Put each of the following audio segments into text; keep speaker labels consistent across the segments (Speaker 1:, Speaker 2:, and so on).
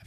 Speaker 1: hab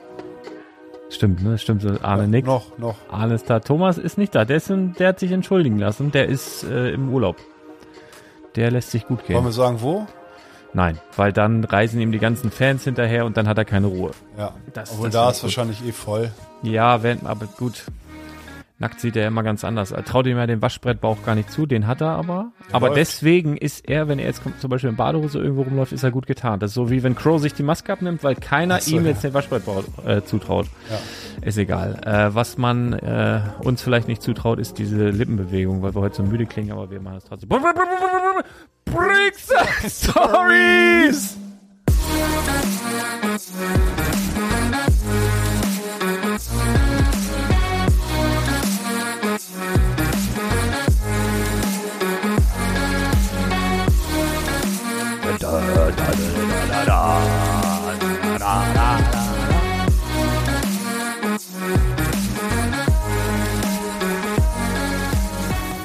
Speaker 2: Stimmt, ne? Stimmt, so Arne nickt.
Speaker 3: Noch, noch.
Speaker 2: Arne ist da. Thomas ist nicht da. Der, ist, im- der hat sich entschuldigen lassen. Der ist äh, im Urlaub. Der lässt sich gut
Speaker 3: Wollen wir
Speaker 2: gehen.
Speaker 3: sagen, wo?
Speaker 2: Nein, weil dann reisen ihm die ganzen Fans hinterher und dann hat er keine Ruhe.
Speaker 3: Ja.
Speaker 2: Das-
Speaker 3: Obwohl
Speaker 2: das
Speaker 3: da
Speaker 2: war
Speaker 3: ist
Speaker 2: gut.
Speaker 3: wahrscheinlich eh voll.
Speaker 2: Ja, wenn, aber gut. Nackt sieht er immer ganz anders. Er traut ihm ja den Waschbrettbauch gar nicht zu, den hat er aber. aber
Speaker 3: läuft.
Speaker 2: deswegen ist er, wenn er jetzt kommt, zum Beispiel in Badehose irgendwo rumläuft, ist er gut getan. Das ist so wie wenn Crow sich die Maske abnimmt, weil keiner
Speaker 3: Ach so,
Speaker 2: ihm
Speaker 3: ja.
Speaker 2: jetzt den Waschbrettbauch äh, zutraut.
Speaker 3: Ja.
Speaker 2: Ist egal. Äh, was man äh, uns vielleicht nicht zutraut, ist diese Lippenbewegung, weil wir heute so müde klingen, aber wir machen es trotzdem. Bricks Stories!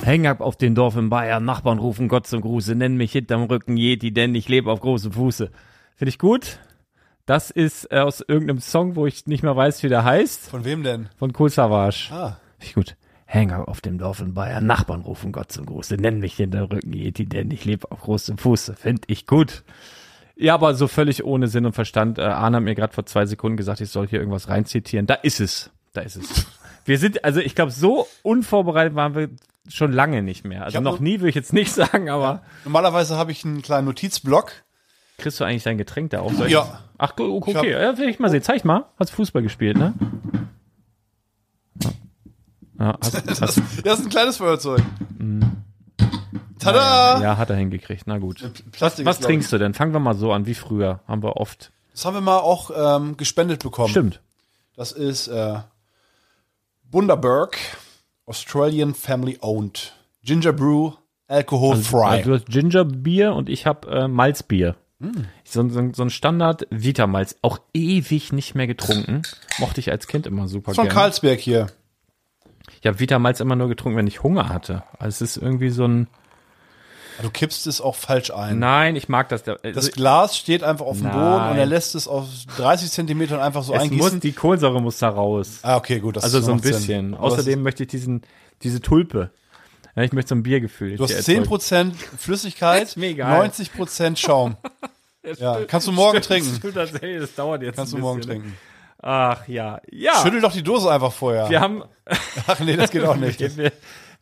Speaker 2: Häng ab auf den Dorf in Bayern, Nachbarn rufen Gott zum Gruße, nennen mich hinterm Rücken Yeti, denn ich lebe auf großem Fuße. Finde ich gut. Das ist äh, aus irgendeinem Song, wo ich nicht mehr weiß, wie der heißt,
Speaker 3: Von wem denn?
Speaker 2: von Kohl Savage.
Speaker 3: Ah,
Speaker 2: Finde ich gut. Häng ab auf dem Dorf in Bayern, Nachbarn rufen Gott zum Gruße, nennen mich hinterm Rücken Yeti, denn ich lebe auf großem Fuße. Finde ich gut. Ja, aber so völlig ohne Sinn und Verstand. Äh, Arne hat mir gerade vor zwei Sekunden gesagt, ich soll hier irgendwas reinzitieren. Da ist es. Da ist es. Wir sind, also ich glaube, so unvorbereitet waren wir schon lange nicht mehr. Also
Speaker 3: hab
Speaker 2: noch
Speaker 3: nur-
Speaker 2: nie würde ich jetzt nicht sagen, aber
Speaker 3: Normalerweise habe ich einen kleinen Notizblock.
Speaker 2: kriegst du eigentlich dein Getränk da auch? Soll ich-
Speaker 3: Ja.
Speaker 2: Ach, gu- okay.
Speaker 3: hab-
Speaker 2: ja, will ich mal sehen. Zeig mal. Hast Fußball gespielt, ne? Ja, hast, hast,
Speaker 3: Das ist ein kleines Feuerzeug. Tada!
Speaker 2: Hm. ja, hat er hingekriegt. Na gut.
Speaker 3: Plastik
Speaker 2: Was
Speaker 3: ist, glaub ich-
Speaker 2: trinkst du denn? Fangen wir mal so an, wie früher. Haben wir oft.
Speaker 3: Das haben wir mal auch ähm, gespendet bekommen.
Speaker 2: Stimmt.
Speaker 3: Das ist äh, Bundaberg, Australian Family Owned. Ginger Brew, Alcohol Fry.
Speaker 2: Also, du hast Gingerbier und ich habe äh, Malzbier.
Speaker 3: Mm.
Speaker 2: So, so, so ein Standard Vitamalz. Auch ewig nicht mehr getrunken. Mochte ich als Kind immer super
Speaker 3: Von
Speaker 2: gerne.
Speaker 3: Karlsberg hier.
Speaker 2: Ich habe Vitamalz immer nur getrunken, wenn ich Hunger hatte. Also es ist irgendwie so ein.
Speaker 3: Ah, Du kippst es auch falsch ein.
Speaker 2: Nein, ich mag das. da-
Speaker 3: Das
Speaker 2: Also,
Speaker 3: Glas steht einfach auf dem Boden und er
Speaker 2: Nein.
Speaker 3: lässt es auf 30 Zentimetern einfach so
Speaker 2: es muss,
Speaker 3: eingießen.
Speaker 2: die Kohlensäure muss da raus.
Speaker 3: ah, okay, gut. Das
Speaker 2: Also so ein
Speaker 3: macht Sinn.
Speaker 2: bisschen.
Speaker 3: Aber das
Speaker 2: Außerdem möchte ich diesen, diese Tulpe. Ja, ich möchte so ein Biergefühl.
Speaker 3: Du hast 10% Flüssigkeit,
Speaker 2: Ist mir egal.
Speaker 3: 90% Schaum. ja, kannst du morgen trinken.
Speaker 2: Tatsächlich, das dauert jetzt.
Speaker 3: Kannst du
Speaker 2: ein
Speaker 3: morgen
Speaker 2: bisschen.
Speaker 3: trinken.
Speaker 2: Ach ja. Ja.
Speaker 3: Schüttel doch die Dose einfach vorher.
Speaker 2: wir haben,
Speaker 3: Ach nee, das geht auch nicht.
Speaker 2: wir, wir,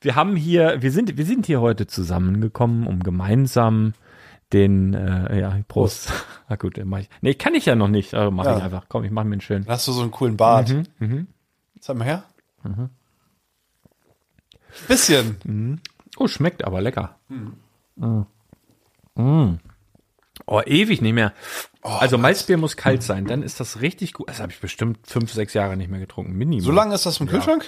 Speaker 2: wir haben hier, wir sind, wir sind hier heute zusammengekommen, um gemeinsam den, äh, ja, Prost. Ah gut, dann mach ich. Nee, kann ich ja noch nicht, aber mach
Speaker 3: Ja.
Speaker 2: ich einfach. Komm, ich mach mir einen schönen.
Speaker 3: Dann hast du so einen coolen Bart.
Speaker 2: Mhm,
Speaker 3: Zeig mal her. Bisschen.
Speaker 2: Oh, schmeckt aber lecker. Mm.
Speaker 3: Hm.
Speaker 2: Mm. Oh, ewig nicht mehr.
Speaker 3: Oh,
Speaker 2: also Malzbier muss kalt
Speaker 3: Hm.
Speaker 2: sein, dann ist das richtig gut. Das habe ich bestimmt fünf, sechs Jahre nicht mehr getrunken. Minimum.
Speaker 3: So lange ist das im Kühlschrank?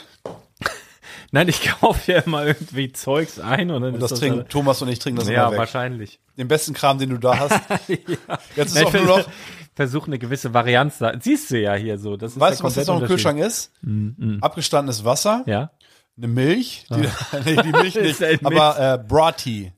Speaker 2: Nein, ich kaufe ja immer irgendwie Zeugs ein und dann
Speaker 3: Und
Speaker 2: ist
Speaker 3: das
Speaker 2: das
Speaker 3: trinken Thomas und ich trinken das
Speaker 2: alle- Ja,
Speaker 3: immer weg.
Speaker 2: wahrscheinlich.
Speaker 3: Den besten Kram, den du da hast. Jetzt ist auch nur noch,
Speaker 2: Versuche eine gewisse Varianz. da- Siehst du ja hier so. Das ist
Speaker 3: weißt du,
Speaker 2: der
Speaker 3: was jetzt noch im
Speaker 2: komplette
Speaker 3: Kühlschrank ist? Abgestandenes Wasser,
Speaker 2: Unterschied. Mhm, Ja. Ah.
Speaker 3: eine Milch, die, nee, die Milch
Speaker 2: Ist ein
Speaker 3: nicht,
Speaker 2: Mist.
Speaker 3: aber äh, Bra-Tea.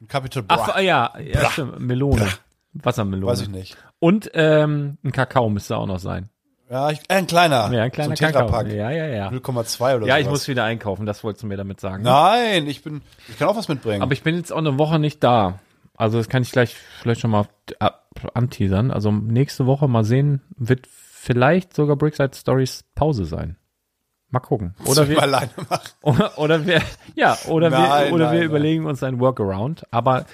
Speaker 3: Ein Capital
Speaker 2: Ach, ah,
Speaker 3: Bra.
Speaker 2: ja, ja stimmt. Melone. Wassermelone.
Speaker 3: Weiß ich nicht.
Speaker 2: Und ähm, ein Kakao müsste auch noch sein.
Speaker 3: Ja, ich, äh, ein kleiner.
Speaker 2: Ja, ein kleiner
Speaker 3: so ein
Speaker 2: Kakao.
Speaker 3: Tetrapack.
Speaker 2: Ja, ja, ja.
Speaker 3: 0,2 oder
Speaker 2: Ja, ich
Speaker 3: sowas.
Speaker 2: muss wieder einkaufen, das wolltest du mir damit sagen. ne?
Speaker 3: Nein, ich bin, ich kann auch was mitbringen.
Speaker 2: Aber ich bin jetzt auch eine Woche nicht da. Also das kann ich gleich vielleicht schon mal äh, anteasern. Also nächste Woche mal sehen, wird vielleicht sogar Brickside Stories Pause sein. Mal gucken. Oder
Speaker 3: Soll ich mal
Speaker 2: wir,
Speaker 3: alleine machen.
Speaker 2: oder, oder wir, ja, oder
Speaker 3: Nein,
Speaker 2: wir, oder
Speaker 3: nein,
Speaker 2: wir
Speaker 3: nein.
Speaker 2: überlegen uns einen Workaround. Aber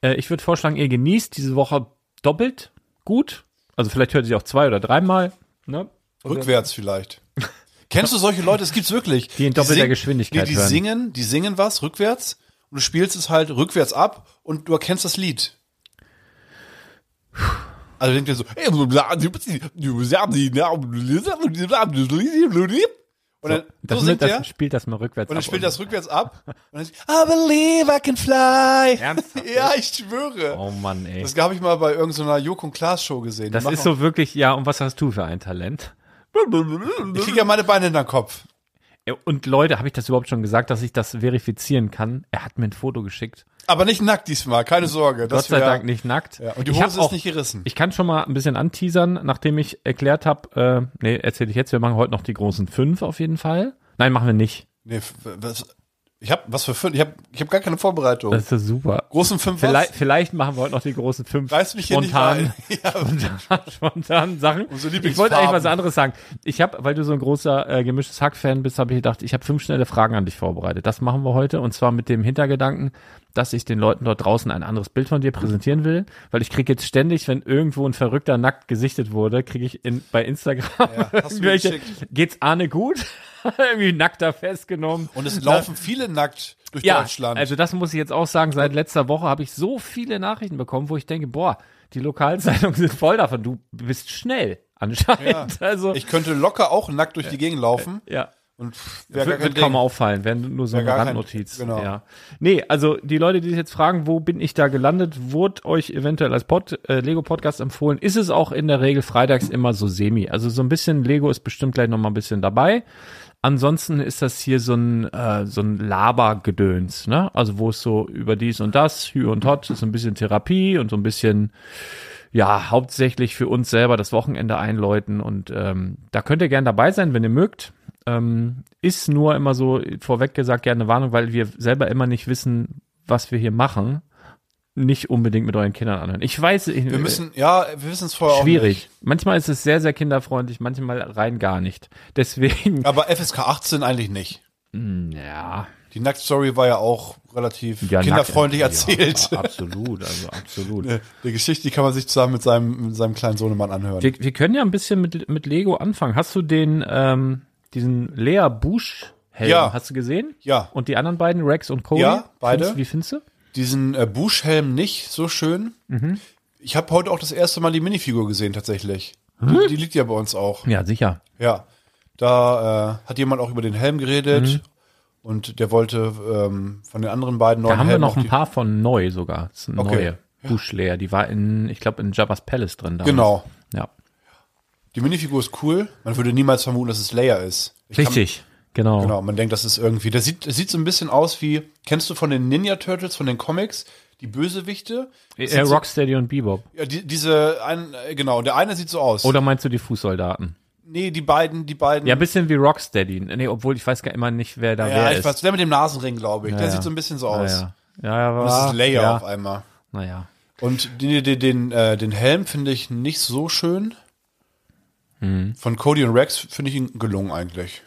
Speaker 2: äh, ich würde vorschlagen, ihr genießt diese Woche doppelt gut. Also vielleicht hört ihr sie auch zwei oder dreimal. Ne?
Speaker 3: Rückwärts vielleicht. Kennst du solche Leute? Es gibt's wirklich.
Speaker 2: Die in doppelter
Speaker 3: singen-
Speaker 2: Geschwindigkeit
Speaker 3: Nee, die
Speaker 2: hören.
Speaker 3: singen, die singen was rückwärts und du spielst es halt rückwärts ab und du erkennst das Lied. Also denkt ihr so, "Ey, und dann
Speaker 2: Das,
Speaker 3: so
Speaker 2: mit,
Speaker 3: singt
Speaker 2: das
Speaker 3: er
Speaker 2: spielt das mal rückwärts.
Speaker 3: und
Speaker 2: ab
Speaker 3: dann spielt das rückwärts ab und dann ist, I believe I can fly.
Speaker 2: Ernsthaft?
Speaker 3: Ja, ich schwöre.
Speaker 2: Oh Mann, ey.
Speaker 3: Das habe ich mal bei irgendeiner Joko und Klaas Show gesehen. Die
Speaker 2: Das
Speaker 3: machen-
Speaker 2: ist so wirklich, ja, und was hast du für ein Talent?
Speaker 3: Ich kriege ja meine Beine in den Kopf.
Speaker 2: Ja, Und Leute, habe ich das überhaupt schon gesagt, dass ich das verifizieren kann? Er hat mir ein Foto geschickt.
Speaker 3: Aber nicht nackt diesmal, keine Sorge.
Speaker 2: Gott sei
Speaker 3: wär-
Speaker 2: Dank nicht nackt.
Speaker 3: Ja, und die
Speaker 2: Ich hab
Speaker 3: Hose ist
Speaker 2: auch-
Speaker 3: nicht gerissen.
Speaker 2: Ich kann schon mal ein bisschen anteasern, nachdem ich erklärt habe, äh, nee, erzähle ich jetzt, wir machen heute noch die großen fünf auf jeden Fall. Nein, machen wir nicht.
Speaker 3: Nee, f- was, ich hab was für fünf, ich hab, ich hab gar keine Vorbereitung.
Speaker 2: Das ist ja super.
Speaker 3: Großen fünf
Speaker 2: Vielleicht, vielleicht machen wir heute noch die großen fünf
Speaker 3: was? Reiß mich hier
Speaker 2: spontan,
Speaker 3: nicht rein. Ja,
Speaker 2: spontan Sachen.
Speaker 3: Unsere
Speaker 2: ich wollte eigentlich
Speaker 3: Lieblingsfarben.
Speaker 2: was anderes sagen. Ich habe, weil du so ein großer äh, gemischtes Hack-Fan bist, habe ich gedacht, ich habe fünf schnelle Fragen an dich vorbereitet. Das machen wir heute und zwar mit dem Hintergedanken, dass ich den Leuten dort draußen ein anderes Bild von dir präsentieren will, weil ich kriege jetzt ständig, wenn irgendwo ein Verrückter nackt gesichtet wurde, kriege ich in, bei Instagram
Speaker 3: Ja, hast du mir
Speaker 2: irgendwelche,
Speaker 3: geschickt.
Speaker 2: geht's Arne gut? Irgendwie nackter festgenommen.
Speaker 3: und es laufen viele nackt durch
Speaker 2: Ja,
Speaker 3: Deutschland.
Speaker 2: also das muss ich jetzt auch sagen, seit letzter Woche habe ich so viele Nachrichten bekommen, wo ich denke, boah, die Lokalzeitungen sind voll davon. Du bist schnell anscheinend. also
Speaker 3: ich könnte locker auch nackt durch die Gegend laufen
Speaker 2: ja.
Speaker 3: und pff, wär gar
Speaker 2: Wird,
Speaker 3: kein
Speaker 2: wird kaum
Speaker 3: Ding.
Speaker 2: auffallen, wenn nur so
Speaker 3: Wär
Speaker 2: eine
Speaker 3: gar kein-
Speaker 2: Randnotiz.
Speaker 3: genau.
Speaker 2: ja. Nee, also die Leute, die sich jetzt fragen, wo bin ich da gelandet, wurde euch eventuell als Pod, äh, Lego-Podcast empfohlen, ist es auch in der Regel freitags immer so semi. Also so ein bisschen Lego ist bestimmt gleich nochmal ein bisschen dabei. Ansonsten ist das hier so ein, äh, so ein Labergedöns, ne? Also wo es so über dies und das, Hü und Hot, ist so ein bisschen Therapie und so ein bisschen ja, hauptsächlich für uns selber das Wochenende einläuten. Und ähm, da könnt ihr gerne dabei sein, wenn ihr mögt. Ähm, ist nur immer so vorweg gesagt gerne eine Warnung, weil wir selber immer nicht wissen, was wir hier machen. nicht unbedingt mit euren Kindern anhören. Ich weiß, ich,
Speaker 3: Wir müssen, ja, wir wissen es vorher
Speaker 2: schwierig. Manchmal ist es sehr, sehr kinderfreundlich, manchmal rein gar nicht. Deswegen,
Speaker 3: auch nicht. Aber FSK 18 eigentlich nicht.
Speaker 2: ja,
Speaker 3: Die Nacktstory war ja auch relativ
Speaker 2: ja
Speaker 3: kinderfreundlich
Speaker 2: nackt-
Speaker 3: erzählt.
Speaker 2: Ja, absolut, also absolut.
Speaker 3: Die Geschichte, die kann man sich zusammen mit seinem, mit seinem kleinen Sohnemann anhören.
Speaker 2: Wir, wir können ja ein bisschen mit, mit Lego anfangen. Hast du den, ähm, diesen Lea Busch Helm,
Speaker 3: Ja.
Speaker 2: hast du gesehen?
Speaker 3: Ja.
Speaker 2: Und die anderen beiden, Rex und Cody?
Speaker 3: Ja, beide.
Speaker 2: Findest, wie findest du?
Speaker 3: Diesen äh, Buschhelm nicht so schön.
Speaker 2: Mhm.
Speaker 3: Ich habe heute auch das erste Mal die Minifigur gesehen, tatsächlich. Die, die liegt ja bei uns auch.
Speaker 2: Ja, sicher.
Speaker 3: Ja, da äh, hat jemand auch über den Helm
Speaker 2: Mhm.
Speaker 3: geredet und der wollte ähm, von den anderen beiden neuen
Speaker 2: Da haben wir
Speaker 3: Helmen
Speaker 2: noch
Speaker 3: auch
Speaker 2: ein
Speaker 3: die-
Speaker 2: paar von neu sogar. Das sind
Speaker 3: Okay.
Speaker 2: neue. Busch Lea, die war in, ich glaube, in Jabba's Palace drin. Damals.
Speaker 3: Genau.
Speaker 2: Ja.
Speaker 3: Die Minifigur ist cool. Man würde niemals vermuten, dass es Leia ist. Ich kann-
Speaker 2: Richtig. Genau.
Speaker 3: Genau, man denkt, das ist irgendwie. Das sieht, das sieht so ein bisschen aus wie. Kennst du von den Ninja Turtles, von den Comics, die Bösewichte? Das
Speaker 2: Äh,
Speaker 3: sind so-
Speaker 2: Rocksteady und Bebop.
Speaker 3: Ja, die, diese, ein, äh, genau, der eine sieht so aus.
Speaker 2: Oder meinst du die Fußsoldaten?
Speaker 3: Nee, die beiden, die beiden.
Speaker 2: Ja, ein bisschen wie Rocksteady. Nee, obwohl ich weiß gar immer nicht, wer da
Speaker 3: Ja,
Speaker 2: wer
Speaker 3: ich
Speaker 2: ist.
Speaker 3: weiß, der mit dem Nasenring, glaube ich. der
Speaker 2: ja.
Speaker 3: sieht so ein bisschen so aus.
Speaker 2: naja. Ja, ja, war,
Speaker 3: Das ist Leia
Speaker 2: Ah, ja.
Speaker 3: auf einmal.
Speaker 2: Naja.
Speaker 3: Und den, den, den, äh, den Helm finde ich nicht so schön.
Speaker 2: Hm.
Speaker 3: Von Cody und Rex finde ich ihn gelungen eigentlich.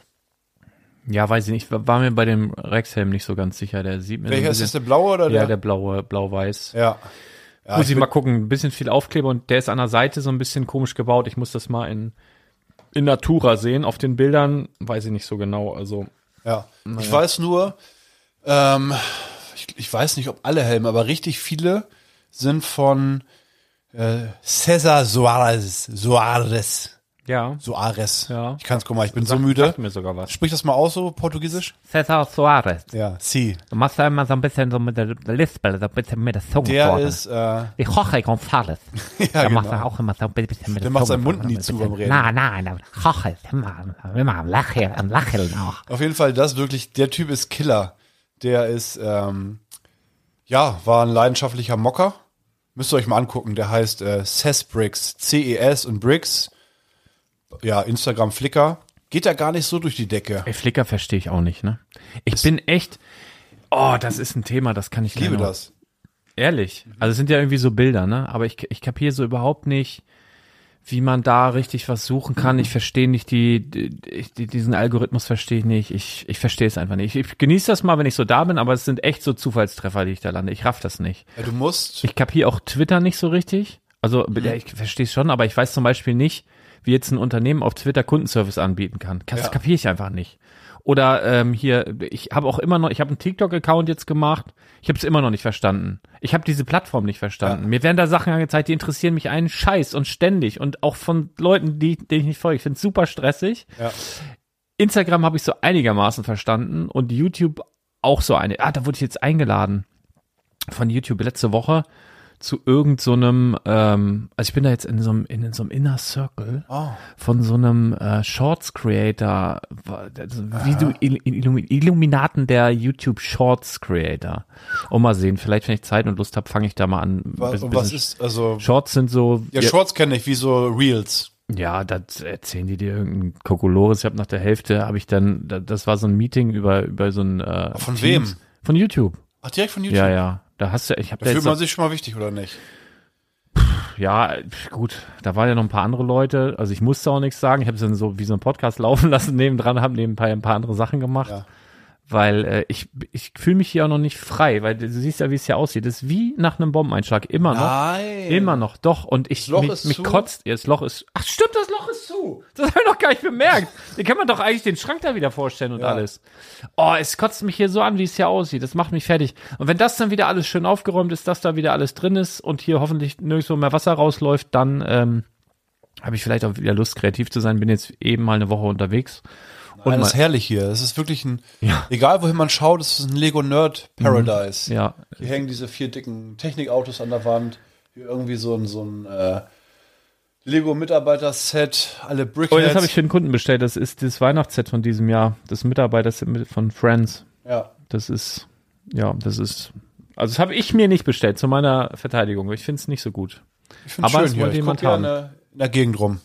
Speaker 2: Ja, weiß ich nicht. War war mir bei dem Rexhelm nicht so ganz sicher. Der sieht mir so ein
Speaker 3: Welcher ist
Speaker 2: bisschen-
Speaker 3: das, der blaue oder
Speaker 2: Ja, der
Speaker 3: der?
Speaker 2: blaue, blau-weiß.
Speaker 3: ja. ja
Speaker 2: muss ich,
Speaker 3: ich
Speaker 2: mal gucken. Ein bisschen viel Aufkleber und der ist an der Seite so ein bisschen komisch gebaut. Ich muss das mal in, in Natura sehen. Auf den Bildern weiß ich nicht so genau. Also,
Speaker 3: Ja. Ich weiß nur, ähm, ich, ich weiß nicht, ob alle Helme, aber richtig viele sind von äh, Cesar Suarez. Suarez.
Speaker 2: ja.
Speaker 3: Suarez.
Speaker 2: Ja.
Speaker 3: Ich kann es, guck mal, ich bin so
Speaker 2: Sagt
Speaker 3: müde.
Speaker 2: mir sogar was.
Speaker 3: Sprich das mal aus, so portugiesisch?
Speaker 2: Cesar Suarez.
Speaker 3: Ja, sie.
Speaker 2: Du machst da immer so ein bisschen so mit der Lispel, so ein bisschen mit der Zunge.
Speaker 3: Der ist, äh,
Speaker 2: Wie Jorge González.
Speaker 3: Ja,
Speaker 2: der macht
Speaker 3: genau.
Speaker 2: er auch immer so ein bisschen mit
Speaker 3: Der
Speaker 2: der
Speaker 3: macht
Speaker 2: Zunge
Speaker 3: seinen Mund nie
Speaker 2: ein
Speaker 3: zu
Speaker 2: bisschen.
Speaker 3: beim Reden.
Speaker 2: Nein, nein, der Jorge ist immer, immer am Lächeln, am Lächeln auch.
Speaker 3: Auf jeden Fall, das wirklich, der Typ ist Killer. Der ist, ähm, ja, war ein leidenschaftlicher Mocker. Müsst ihr euch mal angucken. Der heißt äh, Cesbricks, C-E-S und Bricks. Ja, Instagram, Flickr. Geht da gar nicht so durch die Decke.
Speaker 2: Ey, Flickr verstehe ich auch nicht, ne? Ich bin echt. Oh, das ist ein Thema, das kann ich
Speaker 3: Ich liebe
Speaker 2: gerne-
Speaker 3: das.
Speaker 2: Ehrlich. Also es sind ja irgendwie so Bilder, ne? Aber ich, ich kapiere so überhaupt nicht, wie man da richtig was suchen kann. Ich verstehe nicht die, die, die diesen Algorithmus verstehe ich nicht. Ich, ich verstehe es einfach nicht. Ich, ich genieße das mal, wenn ich so da bin, aber es sind echt so Zufallstreffer, die ich da lande. Ich raff das nicht.
Speaker 3: Ja, du musst.
Speaker 2: Ich kapiere auch Twitter nicht so richtig. Also
Speaker 3: Mhm.
Speaker 2: ja, ich verstehe es schon, aber ich weiß zum Beispiel nicht, wie jetzt ein Unternehmen auf Twitter Kundenservice anbieten kann. Das
Speaker 3: Ja.
Speaker 2: kapiere ich einfach nicht. Oder ähm, hier, ich habe auch immer noch, ich habe einen TikTok-Account jetzt gemacht. Ich habe es immer noch nicht verstanden. Ich habe diese Plattform nicht verstanden. Mir werden da Sachen angezeigt, die interessieren mich einen Scheiß und ständig und auch von Leuten, die, denen ich nicht folge. Ich finde es super stressig.
Speaker 3: Ja.
Speaker 2: Instagram habe ich so einigermaßen verstanden und YouTube auch so eine. Ah, da wurde ich jetzt eingeladen von YouTube letzte Woche zu irgend so einem, ähm, also ich bin da jetzt in so einem, in so einem Inner Circle
Speaker 3: Oh.
Speaker 2: von so einem äh, Shorts Creator, wa- also wie du Il Illumi- Illuminaten der YouTube Shorts Creator. Und mal sehen, vielleicht wenn ich Zeit und Lust habe, fange ich da mal an.
Speaker 3: Wa-
Speaker 2: Bis-
Speaker 3: und was
Speaker 2: bisschen-
Speaker 3: ist, also.
Speaker 2: Shorts sind so
Speaker 3: Ja, Shorts kenne ich, wie so Reels.
Speaker 2: ja, das erzählen die dir irgendein Kokolores. Ich habe nach der Hälfte, habe ich dann, da- das war so ein Meeting über, über so ein. Äh,
Speaker 3: Von
Speaker 2: Teams.
Speaker 3: wem?
Speaker 2: Von YouTube.
Speaker 3: Ach, direkt von YouTube.
Speaker 2: Ja, ja. Da hast du, ich habe da
Speaker 3: Da fühlt
Speaker 2: jetzt,
Speaker 3: man
Speaker 2: noch,
Speaker 3: sich schon mal wichtig, oder nicht?
Speaker 2: ja, pf, gut, da waren ja noch ein paar andere Leute. Also ich musste auch nichts sagen. Ich habe es dann so wie so ein Podcast laufen lassen nebendran, habe nebenbei ein paar andere Sachen gemacht.
Speaker 3: Ja.
Speaker 2: Weil äh, ich, ich fühle mich hier auch noch nicht frei, weil du siehst ja, wie es hier aussieht. Das ist wie nach einem Bombeneinschlag. Immer
Speaker 3: Ah,
Speaker 2: noch.
Speaker 3: Nein.
Speaker 2: Immer noch, doch. Und ich,
Speaker 3: Loch
Speaker 2: mich,
Speaker 3: ist
Speaker 2: mich
Speaker 3: zu.
Speaker 2: kotzt, ihr, das Loch ist, ach stimmt, das Loch ist zu. Das habe ich noch gar nicht bemerkt. Da kann man doch eigentlich den Schrank da wieder vorstellen und alles. Oh, es kotzt mich hier so an, wie es hier aussieht. Das macht mich fertig. Und wenn das dann wieder alles schön aufgeräumt ist, dass da wieder alles drin ist und hier hoffentlich nirgendwo mehr Wasser rausläuft, dann ähm, habe ich vielleicht auch wieder Lust, kreativ zu sein. Bin jetzt eben mal eine Woche unterwegs.
Speaker 3: Nein, das
Speaker 2: mal-
Speaker 3: ist herrlich hier. Es ist wirklich ein, egal wohin man schaut, es ist ein Lego Nerd Paradise.
Speaker 2: Mhm. Ja,
Speaker 3: Hier hängen diese vier dicken Technikautos an der Wand. Hier irgendwie so ein, so ein äh, Lego-Mitarbeiter-Set, alle
Speaker 2: Oh, das
Speaker 3: Brickheads.
Speaker 2: habe ich für einen Kunden bestellt. Das ist das Weihnachtsset von diesem Jahr. Das Mitarbeiter von Friends.
Speaker 3: ja.
Speaker 2: Das ist, ja, das ist. Also, das habe ich mir nicht bestellt, zu meiner Verteidigung. Ich finde es nicht so gut.
Speaker 3: Ich finde es
Speaker 2: Aber es
Speaker 3: schön hier.
Speaker 2: wollte
Speaker 3: Ich
Speaker 2: jemand
Speaker 3: guck hier
Speaker 2: haben.
Speaker 3: in der- in der Gegend rum.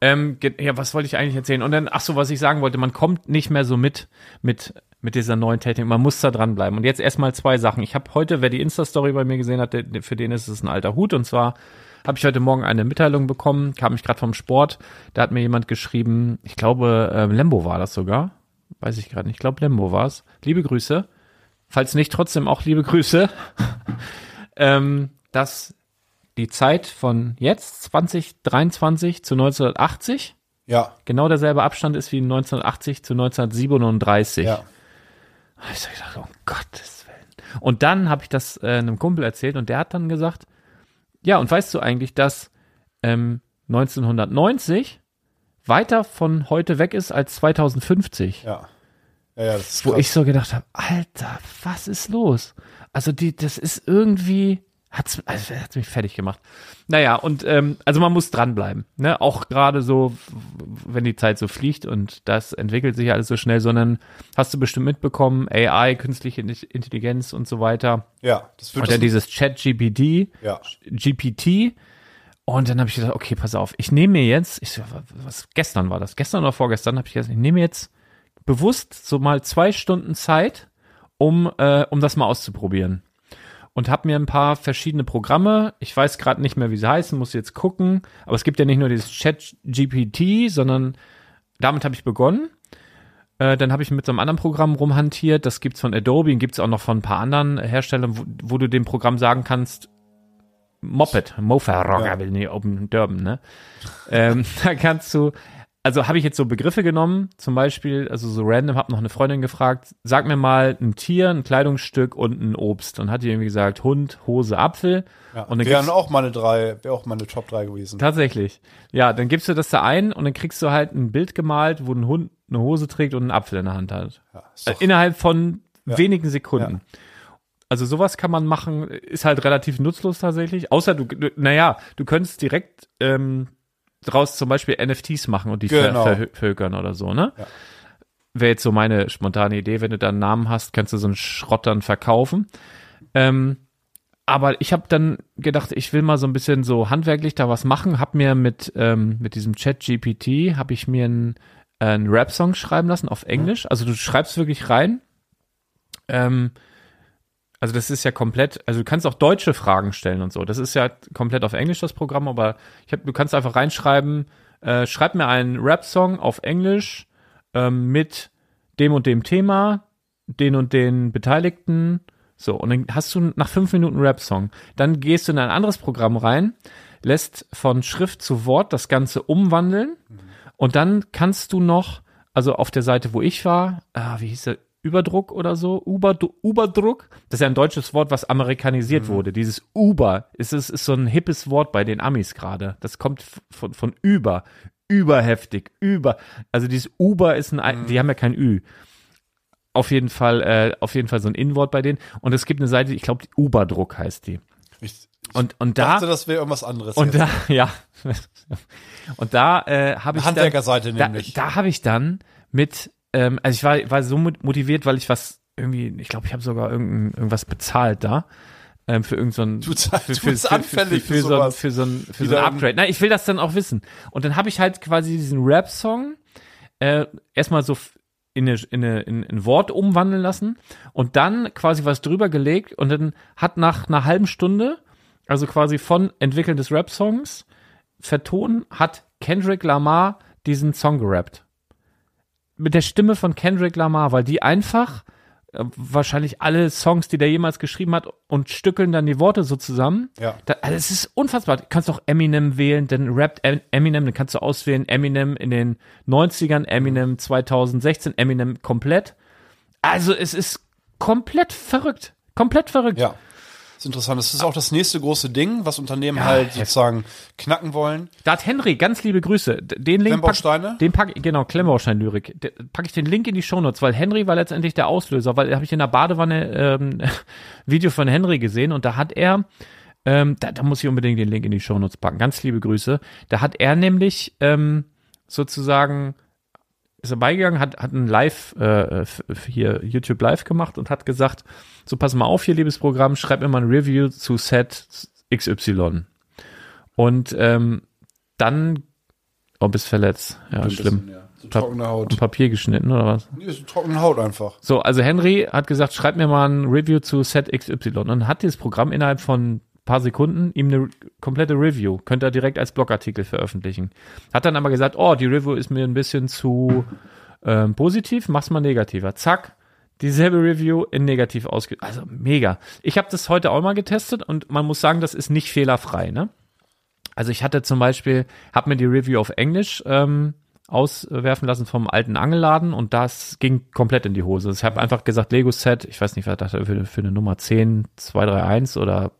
Speaker 2: Ähm, ge- ja, was wollte ich eigentlich erzählen? Und dann, ach so, was ich sagen wollte, man kommt nicht mehr so mit, mit mit dieser neuen Technik. Man muss da dranbleiben. Und jetzt erstmal zwei Sachen. Ich habe heute, wer die Insta-Story bei mir gesehen hat, der, der- für den ist es ein alter Hut. Und zwar habe ich heute Morgen eine Mitteilung bekommen, kam ich gerade vom Sport. Da hat mir jemand geschrieben, ich glaube, äh, Lembo war das sogar. Weiß ich gerade nicht. Ich glaube, Lembo war es. Liebe Grüße. Falls nicht, trotzdem auch liebe Grüße. ähm, dass die Zeit von jetzt, 2023 zu 1980,
Speaker 3: Ja,
Speaker 2: genau derselbe Abstand ist wie 1980 zu 1937.
Speaker 3: ja.
Speaker 2: Hab ich so gedacht, um Gottes Willen. Und dann habe ich das äh, einem Kumpel erzählt und der hat dann gesagt, ja, und weißt du eigentlich, dass ähm, 1990 weiter von heute weg ist als 2050?
Speaker 3: Ja. Ja, ja, das ist
Speaker 2: Wo
Speaker 3: krass.
Speaker 2: ich so gedacht habe, Alter, was ist los? Also die, das ist irgendwie, hat's, also hat's mich fertig gemacht. Naja, und ähm, also man muss dranbleiben, ne? Auch gerade so, wenn die Zeit so fliegt und das entwickelt sich ja alles so schnell, sondern hast du bestimmt mitbekommen, AI, künstliche Intelligenz und so weiter.
Speaker 3: ja, das wird
Speaker 2: Und dann
Speaker 3: das,
Speaker 2: dieses Chat-GPT,
Speaker 3: Ja.
Speaker 2: GPT. Und dann habe ich gedacht, okay, pass auf, ich nehme mir jetzt, ich so, wa- was, gestern war das, gestern oder vorgestern, habe ich gesagt, ich nehme mir jetzt bewusst so mal zwei Stunden Zeit, um, äh, um das mal auszuprobieren. Und habe mir ein paar verschiedene Programme, ich weiß gerade nicht mehr, wie sie heißen, muss jetzt gucken, aber es gibt ja nicht nur dieses Chat-GPT, sondern damit habe ich begonnen. Äh, dann habe ich mit so einem anderen Programm rumhantiert. Das gibt's von Adobe und gibt's auch noch von ein paar anderen Herstellern, wo, wo du dem Programm sagen kannst, Moped, Mofa,
Speaker 3: Ja.
Speaker 2: ja. will nie Open Durban, ne? ähm, da kannst du, also habe ich jetzt so Begriffe genommen, zum Beispiel, also so random, habe noch eine Freundin gefragt, sag mir mal ein Tier, ein Kleidungsstück und ein Obst. Und hat die irgendwie gesagt, Hund, Hose, Apfel.
Speaker 3: ja.
Speaker 2: und dann
Speaker 3: wären
Speaker 2: gibt's-
Speaker 3: auch meine drei, wäre auch meine Top 3 gewesen.
Speaker 2: Tatsächlich. Ja, dann gibst du das da ein und dann kriegst du halt ein Bild gemalt, wo ein Hund eine Hose trägt und einen Apfel in der Hand hat.
Speaker 3: ist
Speaker 2: Äh,
Speaker 3: doch-
Speaker 2: Innerhalb von wenigen Sekunden. Also sowas kann man machen, ist halt relativ nutzlos tatsächlich. Außer du, du naja, du könntest direkt ähm, draus zum Beispiel NFTs machen und die ver-
Speaker 3: Genau.
Speaker 2: verhö- verhökern oder so, ne? Wäre jetzt so meine spontane Idee, wenn du da einen Namen hast, kannst du so einen Schrott dann verkaufen. Ähm, aber ich habe dann gedacht, ich will mal so ein bisschen so handwerklich da was machen. Hab mir mit ähm, mit diesem Chat GPT habe ich mir einen, äh, einen Rap Song schreiben lassen auf Englisch. Also du schreibst wirklich rein. Ähm, also das ist ja komplett, also du kannst auch deutsche Fragen stellen und so. Das ist ja komplett auf Englisch das Programm, aber ich hab, du kannst einfach reinschreiben, äh, schreib mir einen Rap-Song auf Englisch ähm, mit dem und dem Thema, den und den Beteiligten. So, und dann hast du nach fünf Minuten einen Rap-Song. Dann gehst du in ein anderes Programm rein, lässt von Schrift zu Wort das Ganze umwandeln und dann kannst du noch, also auf der Seite, wo ich war, ah, wie hieß der, Überdruck oder so, Uberdru- Uberdruck, das ist ja ein deutsches Wort, was amerikanisiert
Speaker 3: Mhm.
Speaker 2: wurde. Dieses Uber ist, ist, ist so ein hippes Wort bei den Amis gerade. Das kommt f- von, von über, überheftig, über. Also dieses Uber ist ein,
Speaker 3: Mhm.
Speaker 2: Ei- die haben ja kein Ü auf jeden Fall, äh, auf jeden Fall so ein Inwort bei denen. Und es gibt eine Seite, ich glaube, Uberdruck heißt die.
Speaker 3: Ich
Speaker 2: Und, und da,
Speaker 3: dachte, das wäre irgendwas anderes.
Speaker 2: und
Speaker 3: jetzt.
Speaker 2: da, ja. Und da äh, habe ich dann,
Speaker 3: Handwerkerseite
Speaker 2: da,
Speaker 3: nämlich.
Speaker 2: da habe ich dann mit, ähm, also ich war, war so mot- motiviert, weil ich was irgendwie, ich glaube, ich habe sogar irgendein, irgendwas bezahlt da. Ähm, für irgendeinen
Speaker 3: Du
Speaker 2: für,
Speaker 3: zahl-
Speaker 2: für,
Speaker 3: du
Speaker 2: für,
Speaker 3: bist
Speaker 2: für, für,
Speaker 3: anfällig
Speaker 2: für,
Speaker 3: für
Speaker 2: so ein,
Speaker 3: sowas.
Speaker 2: für so ein für so
Speaker 3: Wieder
Speaker 2: ein
Speaker 3: ein-
Speaker 2: Upgrade. Nein, ich will das dann auch wissen. Und dann habe ich halt quasi diesen Rap-Song äh, erstmal so f- in, eine, in, eine, in ein Wort umwandeln lassen und dann quasi was drüber gelegt und dann hat nach einer halben Stunde, also quasi von Entwickeln des Rap-Songs, vertonen, hat Kendrick Lamar diesen Song gerappt. Mit der Stimme von Kendrick Lamar, weil die einfach äh, wahrscheinlich alle Songs, die der jemals geschrieben hat, und stückeln dann die Worte so zusammen.
Speaker 3: Ja.
Speaker 2: Da, also es ist unfassbar. Du kannst auch Eminem wählen, dann rappt Em- Eminem, dann kannst du auswählen Eminem in den 90ern, Eminem 2016, Eminem komplett. Also es ist komplett verrückt. Komplett verrückt.
Speaker 3: Ja. Das ist interessant.
Speaker 2: Ah.
Speaker 3: Das ist auch das nächste große Ding, was Unternehmen halt sozusagen knacken wollen.
Speaker 2: Da hat Henry, ganz liebe Grüße. D- Den Link
Speaker 3: Klemmbausteine?
Speaker 2: Pack, den pack, genau, Klemmbaustein-Lyrik. D- Pack ich den Link in die Shownotes, weil Henry war letztendlich der Auslöser, weil habe ich in der Badewanne ähm, Video von Henry gesehen und da hat er, ähm, da, da muss ich unbedingt den Link in die Shownotes packen. Ganz liebe Grüße. Da hat er nämlich ähm, sozusagen ist er beigegangen, hat, hat ein Live äh, f- f- hier YouTube Live gemacht und hat gesagt, so pass mal auf hier, liebes Programm, schreib mir mal ein Review zu Set XY. Und ähm, dann, oh, bist verletzt. Ja, schlimm.
Speaker 3: Ja.
Speaker 2: Pa-
Speaker 3: trockene Haut.
Speaker 2: am Papier geschnitten oder was?
Speaker 3: Nee, ist eine trockene Haut einfach.
Speaker 2: So, also Henry hat gesagt, schreib mir mal ein Review zu Set XY. Und dann hat dieses Programm innerhalb von ein paar Sekunden ihm eine komplette Review, könnte er direkt als Blogartikel veröffentlichen. Hat dann aber gesagt, oh, die Review ist mir ein bisschen zu ähm, positiv, mach's mal negativer. Zack, dieselbe Review in negativ ausge... Also mega. Ich habe das heute auch mal getestet und man muss sagen, das ist nicht fehlerfrei, ne? Also ich hatte zum Beispiel, habe mir die Review auf Englisch ähm, auswerfen lassen vom alten Angelladen und das ging komplett in die Hose. Ich habe einfach gesagt, Lego-Set, ich weiß nicht, was dachte er für, für eine Nummer 10, 231 oder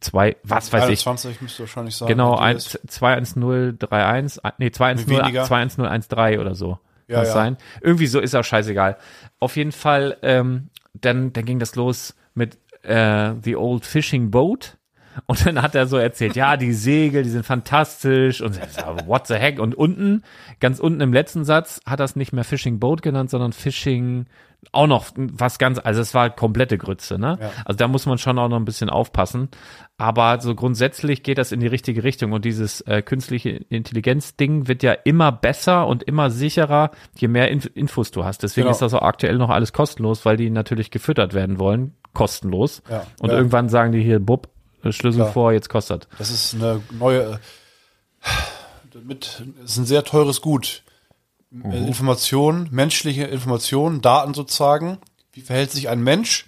Speaker 2: 2, was weiß ich.
Speaker 3: 21 müsste wahrscheinlich sein.
Speaker 2: Genau,
Speaker 3: Die
Speaker 2: 1,
Speaker 3: ist-
Speaker 2: 21031, äh, nee, 210,
Speaker 3: Weniger.
Speaker 2: 21013 oder so.
Speaker 3: Ja,
Speaker 2: Kann das
Speaker 3: ja.
Speaker 2: sein? Irgendwie so ist auch scheißegal. Auf jeden Fall, ähm, dann, dann ging das los mit äh, The Old Fishing Boat. Und dann hat er so erzählt, ja, die Segel, die sind fantastisch und ich sag, what the heck? Und unten, ganz unten im letzten Satz, hat er es nicht mehr Fishing Boat genannt, sondern Fishing auch noch was ganz, also es war komplette Grütze, ne? Also da muss man schon auch noch ein bisschen aufpassen. Aber so grundsätzlich geht das in die richtige Richtung und dieses äh, künstliche Intelligenz-Ding wird ja immer besser und immer sicherer, je mehr Inf Infos du hast. Deswegen
Speaker 3: Genau.
Speaker 2: ist das auch aktuell noch alles kostenlos, weil die natürlich gefüttert werden wollen, kostenlos.
Speaker 3: Ja.
Speaker 2: Und
Speaker 3: Ja.
Speaker 2: irgendwann sagen die hier, Bub, äh, Schlüssel
Speaker 3: Klar.
Speaker 2: vor, jetzt kostet.
Speaker 3: Das ist eine neue. Mit, ist ein sehr teures Gut. Informationen, Information, menschliche Information, Daten sozusagen. Wie verhält sich ein Mensch?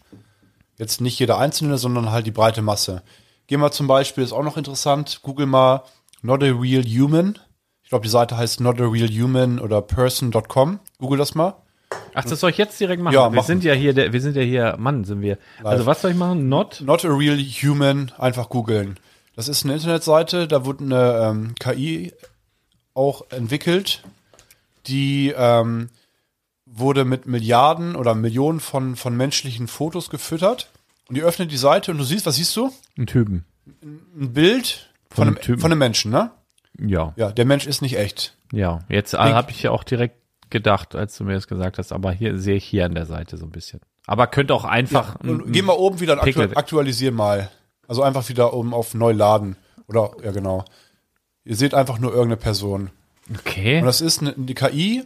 Speaker 3: Jetzt nicht jeder Einzelne, sondern halt die breite Masse. Geh mal zum Beispiel, ist auch noch interessant, google mal Not a Real Human. Ich glaube, die Seite heißt Not a Real Human oder person.com. Google das mal.
Speaker 2: Ach, das soll ich jetzt direkt machen.
Speaker 3: Ja,
Speaker 2: wir
Speaker 3: machen.
Speaker 2: sind ja hier, der, wir sind ja hier, Mann, sind wir. Also was soll ich machen? Not?
Speaker 3: Not a Real Human, einfach googeln. Das ist eine Internetseite, da wurde eine ähm, KI auch entwickelt, die ähm, wurde mit Milliarden oder Millionen von, von menschlichen Fotos gefüttert. Und die öffnet die Seite und du siehst, was siehst du?
Speaker 2: Ein Typen.
Speaker 3: Ein Bild
Speaker 2: Von
Speaker 3: von,
Speaker 2: einem
Speaker 3: einem,
Speaker 2: Typen.
Speaker 3: von einem Menschen, ne?
Speaker 2: Ja,
Speaker 3: Ja, der Mensch ist nicht echt.
Speaker 2: ja. Jetzt äh, habe ich ja auch direkt gedacht, als du mir das gesagt hast, aber hier sehe ich hier an der Seite so ein bisschen. Aber könnte auch einfach. ein-
Speaker 3: Und geh mal oben wieder und
Speaker 2: Mhm. Pickel
Speaker 3: aktu
Speaker 2: weg.
Speaker 3: aktualisier mal. Also einfach wieder oben auf neu laden. Oder, ja genau. Ihr seht einfach nur irgendeine Person.
Speaker 2: okay.
Speaker 3: Und das ist eine, die KI